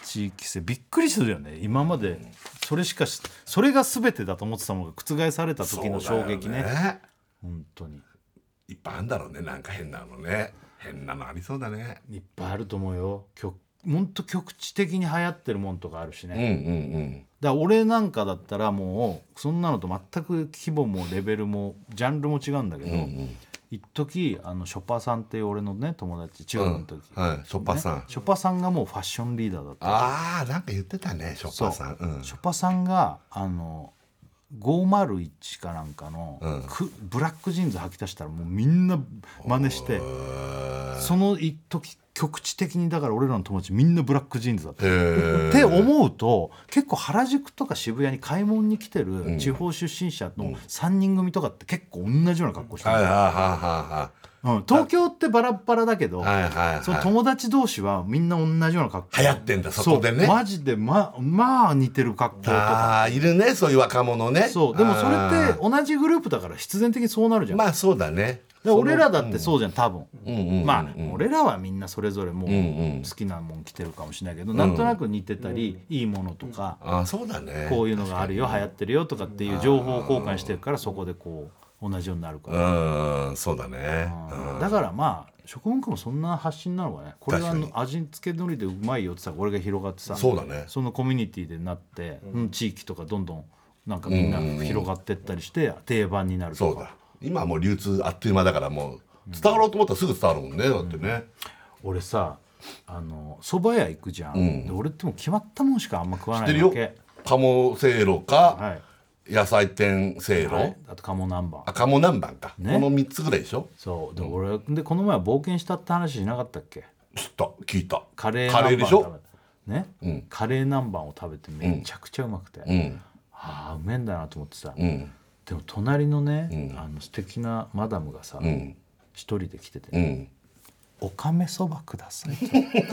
Speaker 2: 地域性びっくりするよね今までそれしかしそれが全てだと思ってたものが覆された時の衝撃
Speaker 3: そうだよ
Speaker 2: ね
Speaker 3: ね
Speaker 2: 本当に
Speaker 3: いっぱいあるんだろうねなんか変なのね変なのありそうだね
Speaker 2: いっぱいあると思うよ極ほんと局地的に流行ってるもんとかあるしね、
Speaker 3: うんうんうん
Speaker 2: だから俺なんかだったらもうそんなのと全く規模もレベルもジャンルも違うんだけど、一時あのショパさんっていう俺のね友達中学の時、
Speaker 3: はいショッパさん、
Speaker 2: ねショパさんがもうファッションリーダーだった
Speaker 3: ああなんか言ってたねショッパさんうん
Speaker 2: ショパさんがあの501かなんかの、
Speaker 3: うん
Speaker 2: くブラックジーンズ履き出したらもうみんな真似してその一時局地的にだから俺らの友達みんなブラックジーンズだった。
Speaker 3: え
Speaker 2: って思うと結構原宿とか渋谷に買い物に来てる地方出身者の3人組とかって結構同じような格好して
Speaker 3: はい
Speaker 2: る、
Speaker 3: はいは
Speaker 2: うん、東京ってバラッバラだけど、
Speaker 3: いはいはいはいはい
Speaker 2: その友達同士はみんな同じような格好
Speaker 3: 流行ってんだそこでね
Speaker 2: そうマジでままあ似てる格好とか
Speaker 3: ああいるねそういう若者ね
Speaker 2: そうでもそれ
Speaker 3: あ
Speaker 2: って同じグループだから必然的にそうなるじ
Speaker 3: ー
Speaker 2: ゃん、
Speaker 3: まあそうだね
Speaker 2: で俺らだってそうじゃん多分、
Speaker 3: うんうんうんうん
Speaker 2: まあ俺らはみんなそれぞれもう
Speaker 3: うん
Speaker 2: 好きなもん着てるかもしれないけど、なんとなく似てたり、いいものとか、
Speaker 3: ああそうだね
Speaker 2: こ
Speaker 3: いう
Speaker 2: ういうのがあるよ流行ってるよとかっていう情報交換してるからそこでこう同じようになるから、
Speaker 3: うんそうだね
Speaker 2: だからまあ食文化もそんな発信なのかねこれがあの
Speaker 3: 確
Speaker 2: 味付け海苔でうまいよってさ俺が広がってさ
Speaker 3: そうだね
Speaker 2: そのコミュニティでなって、うん地域とかどんどんなんかみんな広がってったりして定番になる
Speaker 3: そ
Speaker 2: と
Speaker 3: う
Speaker 2: か、
Speaker 3: だ今はもう流通あっという間だからもう伝わろうと思ったらすぐ伝わるもんねだってね
Speaker 2: 俺さあの蕎麦屋行くじゃん、
Speaker 3: ん
Speaker 2: で俺ってもう決まったもんしかあんま食わ
Speaker 3: 知っ
Speaker 2: な
Speaker 3: てる
Speaker 2: いわ
Speaker 3: よ
Speaker 2: け
Speaker 3: 鴨せいろ
Speaker 2: は
Speaker 3: か
Speaker 2: い、
Speaker 3: 野菜天せい
Speaker 2: はい
Speaker 3: ろ、
Speaker 2: あと鴨南蛮
Speaker 3: あ鴨南蛮かこ
Speaker 2: ね
Speaker 3: の3つぐらいでしょ
Speaker 2: そうで俺でこの前は冒険したって話しなかったっけ
Speaker 3: 知った聞いた
Speaker 2: カレー
Speaker 3: カレー
Speaker 2: 南
Speaker 3: で
Speaker 2: 蛮
Speaker 3: しょ
Speaker 2: 食べね、カレー南蛮を食べてめちゃくちゃうまくて、
Speaker 3: うん
Speaker 2: ああうめえんだなと思ってさ、
Speaker 3: うん
Speaker 2: でも隣のね、あの素敵なマダムがさ、
Speaker 3: ん
Speaker 2: 一人で来てて、
Speaker 3: うん
Speaker 2: おかめそばください」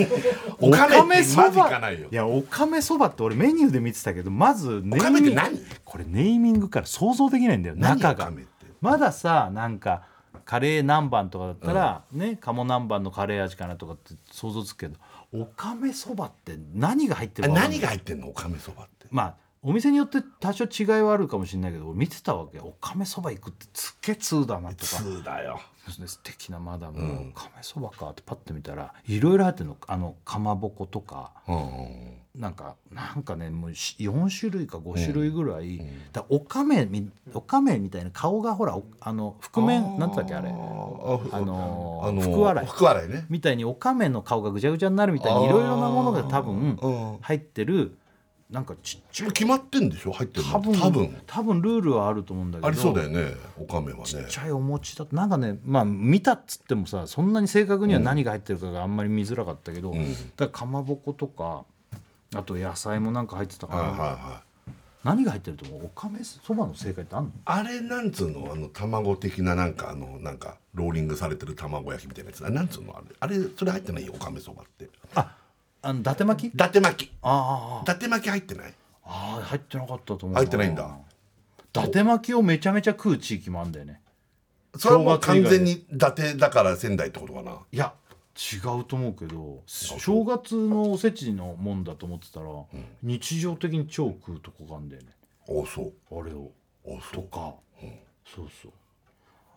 Speaker 3: お金ってマジ
Speaker 2: ば
Speaker 3: 行かないよ
Speaker 2: いやおかめそばって俺メニューで見てたけどまずネ
Speaker 3: おかめって何
Speaker 2: これネーミングから想像できないんだよ
Speaker 3: 何
Speaker 2: 中
Speaker 3: おか
Speaker 2: が
Speaker 3: めって
Speaker 2: まださなんかカレー南蛮とかだったら、ね鴨南蛮のカレー味かなとかって想像つくけどおかめそばって何が入って
Speaker 3: あ
Speaker 2: るかわかんない
Speaker 3: 何が入ってんのおかめそばって
Speaker 2: まあお店によって多少違いはあるかもしれないけど俺見てたわけおかめそば行くってすっげえ通だなとか
Speaker 3: 通だよ
Speaker 2: ですね素敵なマダムの亀そばかってパッと見たらいろいろ入ってるのあのかまぼことか
Speaker 3: うん
Speaker 2: なんかなんかねもうし4種類か5種類ぐらい、だおかめみおかめみたいな顔がほらおあの覆面なんて言ったっけあれ
Speaker 3: あ
Speaker 2: あのー
Speaker 3: あの
Speaker 2: 福笑い
Speaker 3: 福笑いね
Speaker 2: みたいにおかめの顔がぐちゃぐちゃになるみたいにいろいろなものが多分
Speaker 3: うん
Speaker 2: 入ってるなんかちっち
Speaker 3: ち
Speaker 2: ゃ
Speaker 3: ょっと決まってんでしょ入ってる
Speaker 2: い
Speaker 3: の
Speaker 2: 多分
Speaker 3: 多分
Speaker 2: 多分ルールはあると思うんだけど
Speaker 3: ありそうだよねおかめはね
Speaker 2: ちっちゃいお餅だとなんかねまあ見たっつってもさそんなに正確には何が入ってるかがあんまり見づらかったけど、だからかまぼことかあと野菜もなんか入ってたか
Speaker 3: はい
Speaker 2: ら、
Speaker 3: はいはい
Speaker 2: 何が入ってると思うおかめそばの正解ってあんの
Speaker 3: あれなんつうのあの卵的ななんかあのなんかローリングされてる卵焼きみたいなやつあなんつうのあれあれそれ入ってないよおかめそばって
Speaker 2: ああの伊達巻き
Speaker 3: 伊達巻き
Speaker 2: あ
Speaker 3: 伊達巻き入ってない
Speaker 2: あああ入ってなかったと思う
Speaker 3: 入ってないんだ
Speaker 2: 伊達巻きをめちゃめちゃ食う地域もあんだよね
Speaker 3: それはもう
Speaker 2: 正
Speaker 3: 完
Speaker 2: 月以外で
Speaker 3: 全に伊達だから仙台ってことかない
Speaker 2: や違うと思うけど正月のおせちのもんだと思ってたら、日常的に超食うとこがあんだよね
Speaker 3: おそう
Speaker 2: あれを
Speaker 3: おそ
Speaker 2: と
Speaker 3: う
Speaker 2: か、そうそう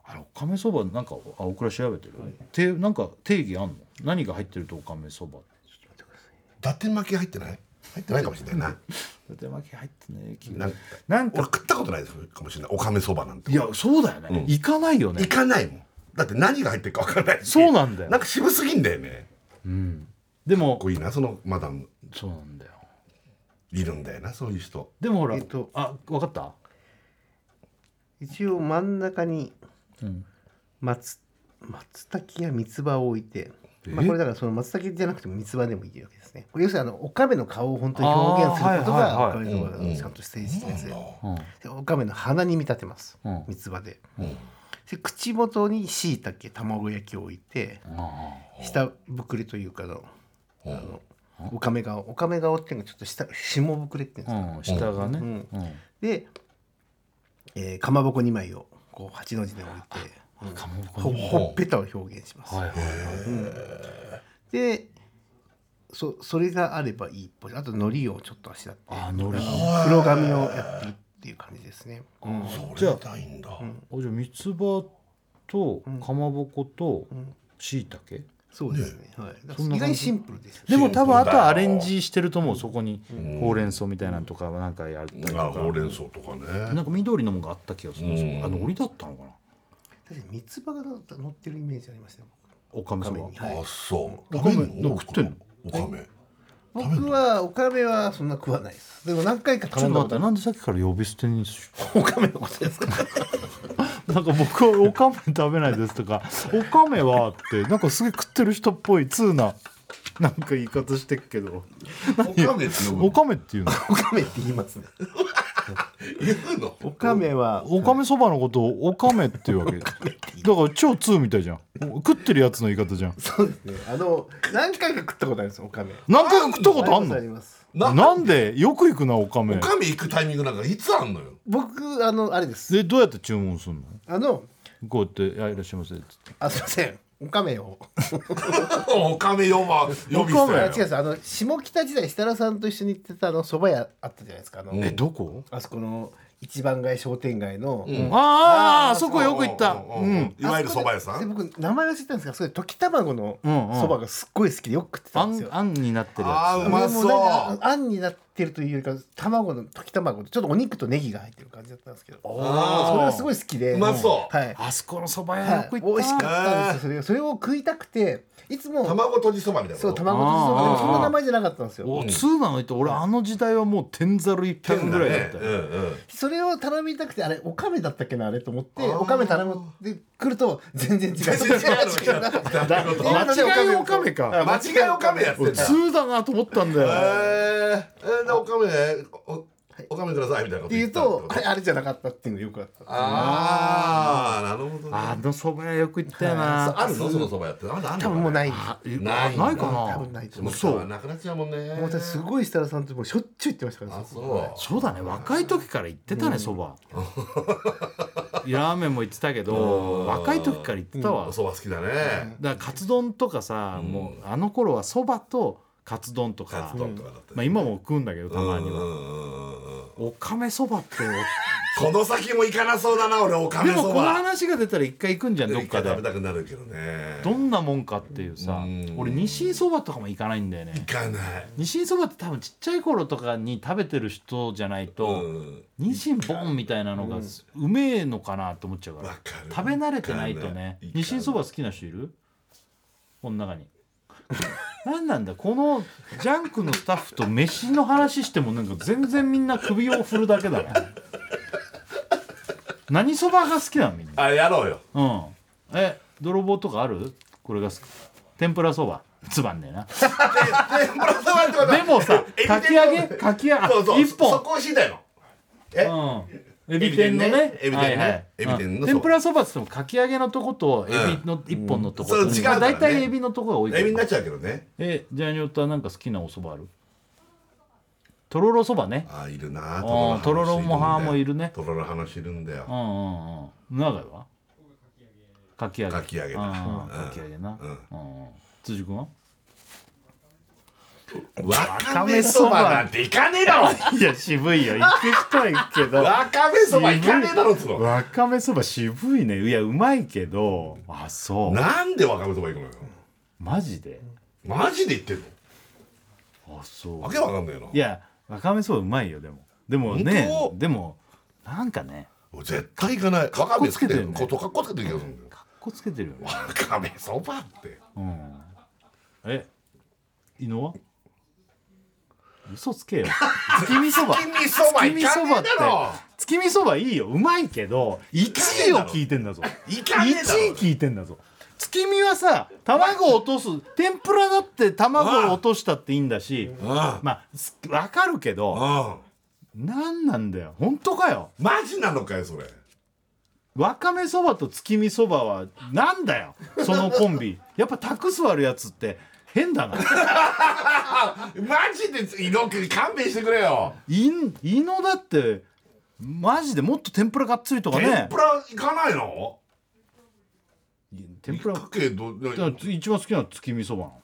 Speaker 2: あれおかめそばなんかあオクラ調べてる、てなんか定義あんの何が入ってるとおかめそば
Speaker 3: 伊達巻き入ってない入ってないかもしれない
Speaker 2: 伊達巻き入ってね気
Speaker 3: なな
Speaker 2: が
Speaker 3: んか
Speaker 2: なん
Speaker 3: 俺
Speaker 2: か
Speaker 3: 食ったことないですかもしれないおかめそばなんて
Speaker 2: いやそうだよね、行かないよね
Speaker 3: 行かないもんだって何が入ってるか分からないし
Speaker 2: そうなんだよ
Speaker 3: なんか渋すぎんだよね
Speaker 2: でも
Speaker 3: こういいなそのマダム
Speaker 2: そうなんだよ
Speaker 3: いるんだよなそういう人
Speaker 2: でもほら、
Speaker 5: えっと
Speaker 2: あ分かった
Speaker 5: 一応真ん中に松松茸や三つ葉を置いて、まあ、これだからその松茸じゃなくても三つ葉でもいいわけですね。これ要するにあのおかめの顔を本当に表現すること
Speaker 2: あ
Speaker 5: がお
Speaker 2: ーは
Speaker 5: か
Speaker 2: い
Speaker 5: めの顔をちゃんとして実現する。
Speaker 2: うん
Speaker 5: でおかめの鼻に見立てます
Speaker 2: うん
Speaker 5: 三つ葉で。
Speaker 3: うん
Speaker 5: で口元にしいたけ卵焼きを置いて
Speaker 2: あ
Speaker 5: 下ぶくれというかの
Speaker 3: うん
Speaker 5: あのおかめ顔おかめ顔っていうのがちょっと下下ぶくれっていうんですか
Speaker 2: あうん下がね、
Speaker 5: う
Speaker 2: うん
Speaker 5: んで、えー、かまぼこ2枚をこう八の字で置いて、うん
Speaker 2: かまぼこ
Speaker 5: ほほっぺたを表現します。
Speaker 2: はいはい
Speaker 5: でそそれがあればいいっぽいあと海苔をちょっとあしらって
Speaker 2: あ海苔
Speaker 5: あの黒髪をやってるっていう感じですね。うん
Speaker 3: それないんだ
Speaker 2: あじゃあ三つ葉とかまぼこと
Speaker 5: ん
Speaker 2: しいたけ
Speaker 5: そうですね。はい、だか
Speaker 2: そんな
Speaker 5: ら意外
Speaker 2: 感
Speaker 5: に
Speaker 2: じ
Speaker 5: シンプルですよ。
Speaker 2: でも多分
Speaker 3: シ
Speaker 2: あ
Speaker 3: ンプルだよ
Speaker 2: とはアレンジしてると思うそこにほうれん草みたいなのとかなんかやったりと
Speaker 3: あほう
Speaker 2: か
Speaker 3: れん草とかね
Speaker 2: なんか緑のもんがあった気がするんですよあのりだったのかな
Speaker 5: 確かに三つ葉が乗ってるイメージありましたね。
Speaker 2: おかめそば
Speaker 5: 亀に
Speaker 3: あそう
Speaker 4: おかめ
Speaker 3: 食べんの
Speaker 4: なんか食ってんの
Speaker 3: おかめ
Speaker 5: 僕はおかめはそんな食わないです。でも何回か
Speaker 2: ちょ
Speaker 5: 頼
Speaker 2: っ
Speaker 5: んだ
Speaker 2: と待って
Speaker 5: こと
Speaker 2: なんでさっきから呼び捨てにし
Speaker 5: おかめのことですか。
Speaker 2: なんか僕はおかめ食べないですと かおかめはってなんかすげえ食ってる人っぽい通ななんか言い方してるけど
Speaker 3: おかめって呼ぶ
Speaker 2: おかめっていうの
Speaker 5: おかめって言いますね。
Speaker 3: 言うの
Speaker 5: おかめは
Speaker 2: おかめそばのことをおかめっていうわけだから超通みたいじゃん食ってるやつの言い方じゃん
Speaker 5: そうですね。あの何回か食ったことあるんですよ。おかめ。
Speaker 2: 何回か食ったことあん
Speaker 5: あり
Speaker 2: の
Speaker 5: ます。
Speaker 3: な
Speaker 2: なんでよく行くなおか
Speaker 3: お
Speaker 2: め
Speaker 3: かめ行くタイミングなんかいつあんのよ
Speaker 5: 僕あのあれです。
Speaker 2: でどうやって注文するの
Speaker 5: あの
Speaker 2: こうやって「あいらっしゃいませ」っつって
Speaker 5: あすいません。おかめを。
Speaker 3: おかめ呼ば呼び捨
Speaker 5: あ
Speaker 3: て
Speaker 5: 違うんです。あの下北時代設楽さんと一緒に行ってたあの蕎麦屋あったじゃないですか。あの、
Speaker 2: えどこ
Speaker 5: あそこの一番街商店街の。
Speaker 2: あーあ
Speaker 5: あー
Speaker 2: そこよく行った
Speaker 3: ううん
Speaker 2: うん
Speaker 3: うん
Speaker 2: ん
Speaker 3: いわゆる蕎麦屋さ
Speaker 5: で
Speaker 3: ん
Speaker 5: 僕名前忘れてたんですが、それ溶き卵の
Speaker 2: うんうん
Speaker 5: 蕎麦がすっごい好きでよく食って
Speaker 2: あ
Speaker 5: たんです
Speaker 2: ん
Speaker 5: よ。
Speaker 2: あんになってる
Speaker 3: あ
Speaker 2: や
Speaker 3: ーうま
Speaker 5: これもな
Speaker 3: そ
Speaker 5: んかあんになってるというよりか卵の溶き卵とちょっとお肉とネギが入ってる感じだったんですけど
Speaker 3: あー
Speaker 5: それがすごい好きで
Speaker 3: うまそう
Speaker 5: はい
Speaker 2: つあそこのそば屋よ
Speaker 5: はい、
Speaker 2: く
Speaker 5: 美
Speaker 2: 行
Speaker 5: 味しか
Speaker 2: っ
Speaker 5: ったたんですよそれがそれを食いたくていつも
Speaker 3: 卵とじそばみたいな
Speaker 5: そう
Speaker 3: こと
Speaker 5: 卵とじそばでも
Speaker 2: あー
Speaker 5: そんな名前じゃなかったんですよ
Speaker 2: お通なの言って俺あの時代はもう天ざる一
Speaker 3: 天
Speaker 2: 百
Speaker 3: だ
Speaker 2: ぐ
Speaker 3: ね
Speaker 2: らいだった
Speaker 3: う
Speaker 2: よ
Speaker 3: んうん
Speaker 5: それを頼みたくてあれおかめだったっけなあれと思って
Speaker 3: あー
Speaker 5: おかめ頼むで来ると全然違う
Speaker 3: 全然違う
Speaker 5: 違うな
Speaker 3: なるほど
Speaker 2: 間違いおかめか
Speaker 3: 間違いおかめやってんだ
Speaker 2: 通だなと思ったんだ
Speaker 3: え
Speaker 2: よ
Speaker 3: ーえーでおかめおおかめくださいみたいなこと
Speaker 5: って言う
Speaker 3: った って
Speaker 5: と
Speaker 3: こ
Speaker 5: あれあれじゃなかったっていうのがよくあった
Speaker 3: ああなるほどね
Speaker 2: あのそば屋よく行ったよ
Speaker 3: そう
Speaker 2: な
Speaker 3: あるのそのそばやってあるあるの
Speaker 5: 多分もうない
Speaker 2: あ
Speaker 5: 多
Speaker 3: ない
Speaker 2: ないかな
Speaker 5: 分ないと
Speaker 3: も
Speaker 5: 思
Speaker 3: う
Speaker 5: う
Speaker 3: そうはなくなっちゃうもんね
Speaker 5: もう私すごい設楽さんともうしょっちゅう言ってましたから
Speaker 3: あ
Speaker 5: ね
Speaker 3: そう
Speaker 2: そうだね若い時から行ってたねそ ば、ラーメンも行ってたけど若い時から行ってたわ、
Speaker 3: お
Speaker 2: だ
Speaker 3: そば好きだね
Speaker 2: からカツ丼とかさ、もうあの頃はそばとカツ丼とか
Speaker 3: カツ丼とかだった
Speaker 2: まあ、今も食うんだけどたまには、おかめそばって
Speaker 3: この先も行かなそうだな俺おか
Speaker 2: で
Speaker 3: め
Speaker 2: も
Speaker 3: そ
Speaker 2: この
Speaker 3: ば
Speaker 2: 話が出たら一回行くんじゃんどっ
Speaker 3: 一
Speaker 2: か
Speaker 3: 回食べ
Speaker 2: で
Speaker 3: たくなるけどね
Speaker 2: どんなもんかっていう
Speaker 3: う
Speaker 2: さ、
Speaker 3: ん
Speaker 2: 俺西井そばとかも行かないんだよね
Speaker 3: 行かない
Speaker 2: ニシンそばって多分ちっちゃい頃とかに食べてる人じゃないと、
Speaker 3: うん
Speaker 2: ニシンボンみたいなのがうめえのかなと思っちゃうから
Speaker 3: わかる
Speaker 2: 食べ慣れてないと
Speaker 3: い
Speaker 2: ね
Speaker 3: かない
Speaker 2: ニシンそば好きな人いるこの中に 何なんだこのジャンクのスタッフと飯の話してもなんか全然みんな首を振るだけだな何そばが好きなのみんな
Speaker 3: あやろうよ
Speaker 2: うんえ泥棒とかあるこれが好き天ぷらそばつまんね えな
Speaker 3: 天ぷらそばってことは
Speaker 2: でもさ
Speaker 3: エビ天
Speaker 2: かき揚げかき揚げあ
Speaker 3: そうそう
Speaker 2: 一
Speaker 3: そ
Speaker 2: 本
Speaker 3: こを知りたいの
Speaker 2: う
Speaker 6: エビ天のね
Speaker 3: エビ天ね
Speaker 6: はいはい
Speaker 3: エビ天ねエ
Speaker 6: うん
Speaker 3: ビ天のそう
Speaker 6: 天ぷらそばっつってもかき揚げのとことエビの一本のとこ
Speaker 3: うんそう違うからね
Speaker 6: まあ大体エビのとこが多いから
Speaker 3: エビになっちゃうけどね
Speaker 6: えジャニオタなんか好きなお蕎麦あるとろろそばね
Speaker 3: あーいるな
Speaker 6: うんとろろもハーもいるね
Speaker 3: とろろ話いるんだ
Speaker 6: う
Speaker 3: よ
Speaker 6: んうんうん長いわかき揚げ
Speaker 3: かき揚げだ
Speaker 6: うん
Speaker 3: うん
Speaker 6: かき揚げな
Speaker 3: うん
Speaker 6: うんうん辻君は
Speaker 3: わか
Speaker 6: か
Speaker 3: め
Speaker 6: め
Speaker 3: そ
Speaker 6: そ
Speaker 3: ば
Speaker 6: ば
Speaker 3: なんていかねえだろ
Speaker 2: いや渋いよ行く人は行くけど
Speaker 3: わかめそばいかねえだろっつうの
Speaker 2: わかめそば渋いねいやうまいけど
Speaker 6: あそう
Speaker 3: なんでわかめそば行くのよ
Speaker 6: マジで
Speaker 3: マジで言ってん
Speaker 6: あそう
Speaker 3: のわけわかんないよない
Speaker 2: やわかめそばうまいよでもでも
Speaker 3: 本
Speaker 2: ね
Speaker 3: 当
Speaker 2: でもなんかね
Speaker 3: 俺絶対行かないわかめつけて
Speaker 6: かっこつけてる
Speaker 3: る
Speaker 6: ね
Speaker 3: ことかっこつけてる気がするんだよ
Speaker 6: かっこつけてるよね
Speaker 3: わかめそばって
Speaker 6: うんえ伊野は嘘つけ よ
Speaker 2: 月見そば
Speaker 3: 月見そばい
Speaker 2: 月見
Speaker 3: か
Speaker 2: そ
Speaker 3: ね
Speaker 2: ば
Speaker 3: え
Speaker 2: って
Speaker 3: だろ
Speaker 2: 月見そばいいようまいけど1位を聞いてんだぞ
Speaker 3: いかねえだろ
Speaker 2: 1位聞いてんだぞ月見はさ卵を落とす天ぷらだって卵を落としたっていいんだし
Speaker 3: うんう
Speaker 2: まあすわかるけど
Speaker 3: ん
Speaker 2: なんなんだよ本当かよ
Speaker 3: マジなのかよそれ
Speaker 2: わかめそばと月見そばはなんだよそのコン ビやっぱタクス割るやつって変だな
Speaker 3: マジで伊野くん勘弁してくれよ
Speaker 2: いんいのだってマジでもっと天ぷらがっつりとか
Speaker 3: 天
Speaker 2: ね
Speaker 3: ぷら行かないの
Speaker 2: 天ぷら
Speaker 3: 行くけどでも
Speaker 2: だから一番好きなのは月見そばなの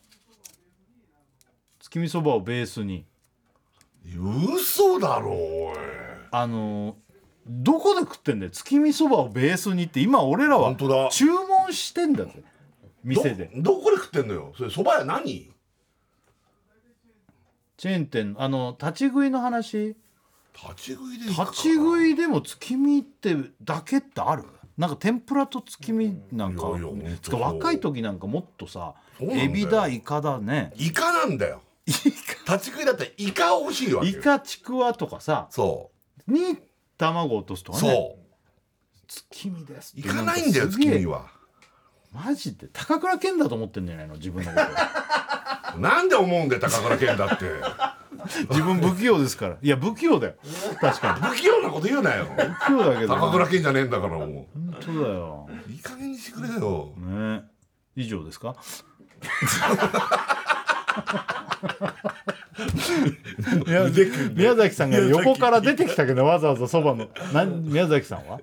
Speaker 2: 月見そばをベースに
Speaker 3: 嘘だろおい
Speaker 2: あのーどこで食ってんだよ月見そばをベースにって今俺らは
Speaker 3: 本当だ
Speaker 2: 注文してんだぜ店で
Speaker 3: どどこで食ってんのよそれそば屋何
Speaker 2: チェーン店あの立ち食いの話
Speaker 3: 立ち食いで
Speaker 2: 立ち食
Speaker 3: い
Speaker 2: いでも月見ってだけってあるなんか天ぷらと月見なんか
Speaker 3: いやいや本当そう
Speaker 2: つか若い時なんかもっとさ
Speaker 3: そうなんだよ
Speaker 2: エビだイカだね
Speaker 3: イカなんだよ
Speaker 2: イ
Speaker 3: 立ち食いだったらイカ欲しいわ
Speaker 2: カ
Speaker 3: け
Speaker 2: イ
Speaker 3: よ
Speaker 2: カちくわとかさ
Speaker 3: そ
Speaker 2: に卵落とすと
Speaker 3: う
Speaker 2: かね
Speaker 3: そう
Speaker 2: 月見ですって
Speaker 3: 行かないんだよ
Speaker 2: かす
Speaker 3: 月
Speaker 2: げえ
Speaker 3: 見は
Speaker 2: マジで高倉健だと思ってんじゃないの自分のこと
Speaker 3: なんで思うんだよ高倉健だって
Speaker 2: 自分不器用ですからいや不器用だよ確かに
Speaker 3: 不器用なこと言うなよ
Speaker 2: 不器用だけどな
Speaker 3: 高倉健じゃねえんだからも
Speaker 2: 本当だよ
Speaker 3: ういい加減にしてくれよ
Speaker 2: ね以上ですか宮
Speaker 3: 腕組んで
Speaker 2: 宮崎さんが横から出てきたけどわざわざそばのなん宮崎さんは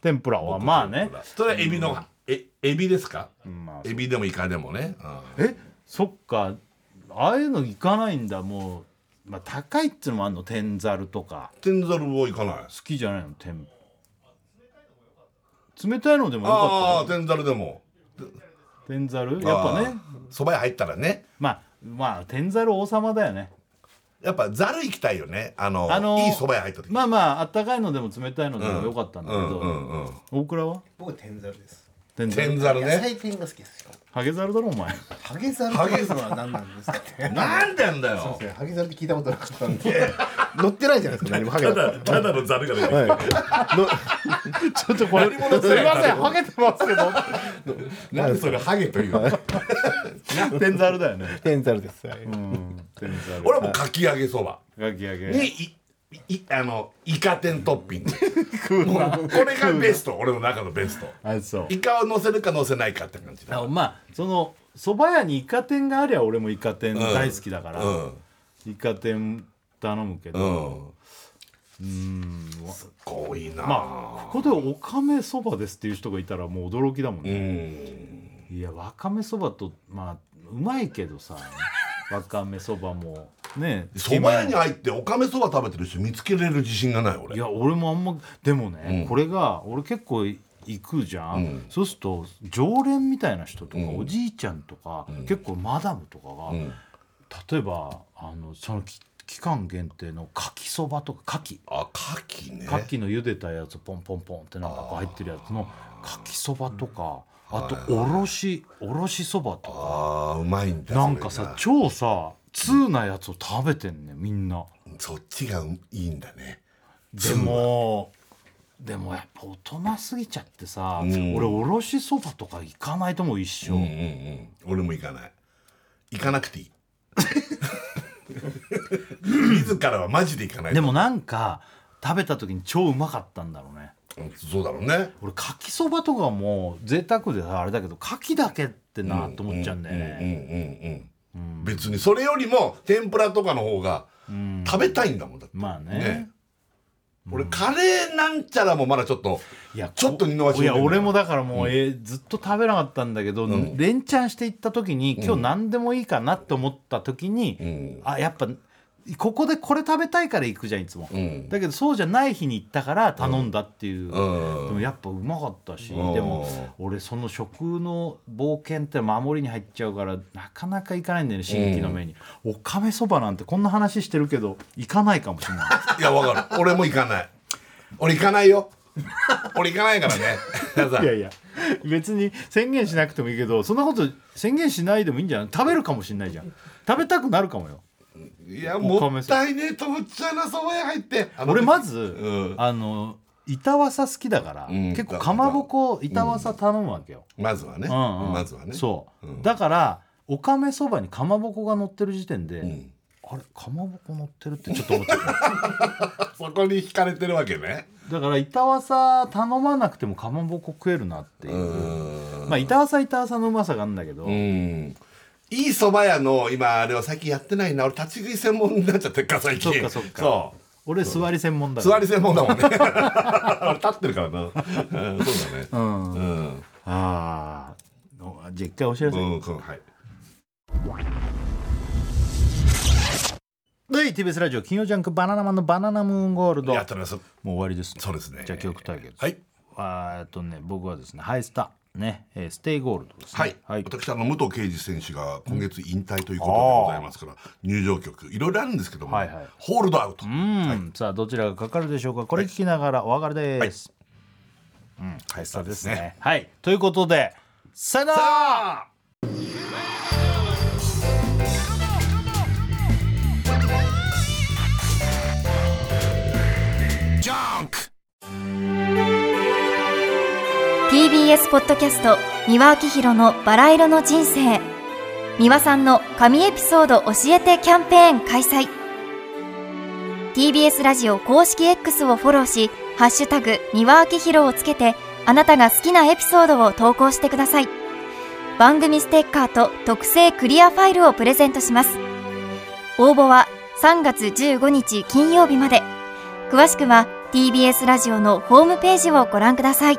Speaker 2: 天ぷらはまあね
Speaker 3: それはエビのえエビですか
Speaker 2: まあ
Speaker 3: エビでもイカでもねうん
Speaker 2: えそっかああいうの行かないんだもう、まあ、高いっていうのもあんの天ざるとか
Speaker 3: 天ざるは行かない
Speaker 2: 好きじゃないの天冷たいのでもよか
Speaker 3: あ
Speaker 2: っ
Speaker 3: あ天ざるでも
Speaker 2: た天ざるやっぱね
Speaker 3: そば屋入ったらね
Speaker 2: まあまあ天ざる王様だよね
Speaker 3: やっぱざる行きたいよねあの
Speaker 2: あのー
Speaker 3: いいそば屋入った時
Speaker 2: まあまああったかいのでも冷たいのでもよかったんだけど、
Speaker 3: うんうんうん
Speaker 2: 大倉は
Speaker 5: 僕天ざるです
Speaker 2: 天ざ
Speaker 3: 天
Speaker 2: る
Speaker 3: ざる
Speaker 5: 野
Speaker 3: ね
Speaker 5: 菜天が好きですよ
Speaker 2: ハゲざるだ ろお前
Speaker 5: ハゲザルハゲザルは何なんですかね
Speaker 3: なんでんだよ
Speaker 5: ハゲザルって聞いたことなかったんで乗ってないじゃないですか何もハゲ
Speaker 3: た
Speaker 5: ザ
Speaker 3: だ
Speaker 5: ル
Speaker 3: ただのざるが出てきた
Speaker 2: ちょっとこれすいませんハゲてますけど
Speaker 3: なんでそれハゲという
Speaker 2: 天ざるだ よね
Speaker 5: 天ざるですはい
Speaker 2: うん天ざる
Speaker 3: 俺はもうかき揚げそば
Speaker 2: ガキガキ
Speaker 3: にいいあのイカ天トッピング もうこれがベスト俺の中のベスト
Speaker 2: あそう
Speaker 3: イカを乗せるか乗せないかって感じだ
Speaker 2: あまあその蕎麦屋にイカ天がありゃ俺もイカ天大好きだから、
Speaker 3: うん
Speaker 2: イカ天頼むけど、
Speaker 3: うんすごいな
Speaker 2: まあここでおかめそばですっていう人がいたらもう驚きだもん
Speaker 3: う
Speaker 2: ね、
Speaker 3: ん
Speaker 2: いやわかめそばとまあうまいけど さわかめそばもね
Speaker 3: 蕎麦屋に入っておかめそば食べてる人見つけれる自信がない俺
Speaker 2: いや俺もあんまでもね、
Speaker 3: うん
Speaker 2: これが俺結構行くじゃん、
Speaker 3: うん
Speaker 2: そうすると常連みたいな人とか、
Speaker 3: うん
Speaker 2: おじいちゃんとか、
Speaker 3: ん
Speaker 2: 結構マダムとかが、
Speaker 3: うん
Speaker 2: 例えばあのそのき期間限定のかきそばとかかき
Speaker 3: あ牡蠣ね
Speaker 2: かきの茹でたやつポンポンポンってなんかこう入ってるやつのかきそばとかあとおろしおろしそばとか
Speaker 3: あーうまいんだ
Speaker 2: なんか
Speaker 3: それ
Speaker 2: さ
Speaker 3: が
Speaker 2: 超さ通なやつを食べてんねみんな
Speaker 3: そっちがういいんだね
Speaker 2: でもでもやっぱ大人すぎちゃってさ
Speaker 3: うん
Speaker 2: 俺おろしそばとか行かないともう一
Speaker 3: うんうんう
Speaker 2: 生
Speaker 3: ん俺も行かない行かなくていい自らはマジで行かない
Speaker 2: でもなんか食べた時に超うまかったんだろうね
Speaker 3: うんそうだろうね
Speaker 2: 俺かきそばとかも贅沢でさあれだけどかきだけってなと思っちゃうんだよ
Speaker 3: うん
Speaker 2: ね
Speaker 3: うんうんうん別にそれよりも天ぷらとかの方が食べたいんだもんだって
Speaker 2: まあね
Speaker 3: ね俺カレーなんちゃらもまだちょっと
Speaker 2: いや
Speaker 3: ちょっと二の足
Speaker 2: いや
Speaker 3: 踏んでる
Speaker 2: 俺もだからもう、えーずっと食べなかったんだけど、連チャンしていった時に今日何でもいいかなって思った時に、
Speaker 3: ん
Speaker 2: あやっぱここでこれ食べたいから行くじゃんいつも、
Speaker 3: ん
Speaker 2: だけどそうじゃない日に行ったから頼んだっていう、
Speaker 3: うん
Speaker 2: でもやっぱうまかったし、
Speaker 3: うん
Speaker 2: でも俺その食の冒険って守りに入っちゃうからなかなか行かないんだよね新規のメニュー、おかめそばなんてこんな話してるけど行かないかも しれない
Speaker 3: いやわかる俺も行かない俺行かないよ俺行かないからね皆さん
Speaker 2: いやいや別に宣言しなくてもいいけどそんなこと宣言しないでもいいんじゃない食べるかもしれないじゃん食べたくなるかもよ
Speaker 3: いやもったいねえと思っちゃうなそば屋入ってあの
Speaker 2: 俺まず、
Speaker 3: うん
Speaker 2: あの板わさ好きだから、
Speaker 3: ん
Speaker 2: 結構かまぼこ板わさ頼むわけよ、
Speaker 3: まずはね
Speaker 2: うんう ん
Speaker 3: まずはね
Speaker 2: そう、
Speaker 3: うん
Speaker 2: だからおかめそばにかまぼこが乗ってる時点で、
Speaker 3: ん
Speaker 2: あれかまぼこ乗ってるってちょっと思っちゃった
Speaker 3: そこに惹かれてるわけね
Speaker 2: だから板わさ頼まなくてもかまぼこ食えるなっていうう、
Speaker 3: ん
Speaker 2: まあ板わさ板わさのうまさがあるんだけど、
Speaker 3: うんいい蕎麦屋の今あれは最近やってないな俺立ち食い専門になっちゃってるから最近
Speaker 2: そっかそっか
Speaker 3: そう
Speaker 2: 俺座り専門だから
Speaker 3: 座り専門だ もんね俺立ってるからな、うんそうだねうんうん、
Speaker 2: ああじゃあ一回お知らせ、
Speaker 3: うん、はい
Speaker 2: で TBS ラジオ金曜ジャンク「バナナマンのバナナムーンゴールド」も
Speaker 3: やっております
Speaker 2: う終わりですね
Speaker 3: そうですね
Speaker 2: じゃあ曲対決
Speaker 3: はい
Speaker 2: あーえっとね僕はですねハイスターね、えーステイゴールドですね
Speaker 3: はい、
Speaker 2: はい、
Speaker 3: 私あの武藤敬司選手が今月引退ということでございますから、入場曲いろいろあるんですけども、
Speaker 2: はいはい
Speaker 3: ホールドアウト、
Speaker 2: うんさあどちらがかかるでしょうかこれ聞きながらお別れです、
Speaker 3: はい
Speaker 2: そ
Speaker 3: そうう
Speaker 2: で
Speaker 3: ですす
Speaker 2: ね
Speaker 3: ね
Speaker 2: はいということでさよなら
Speaker 3: あー
Speaker 7: TBS ポッドキャスト三輪明宏のバラ色の人生三輪さんの神エピソード教えてキャンペーン開催 TBS ラジオ公式 X をフォローし「ハッシュタグ三輪明宏」をつけてあなたが好きなエピソードを投稿してください番組ステッカーと特製クリアファイルをプレゼントします応募は3月15日金曜日まで詳しくは TBS ラジオのホームページをご覧ください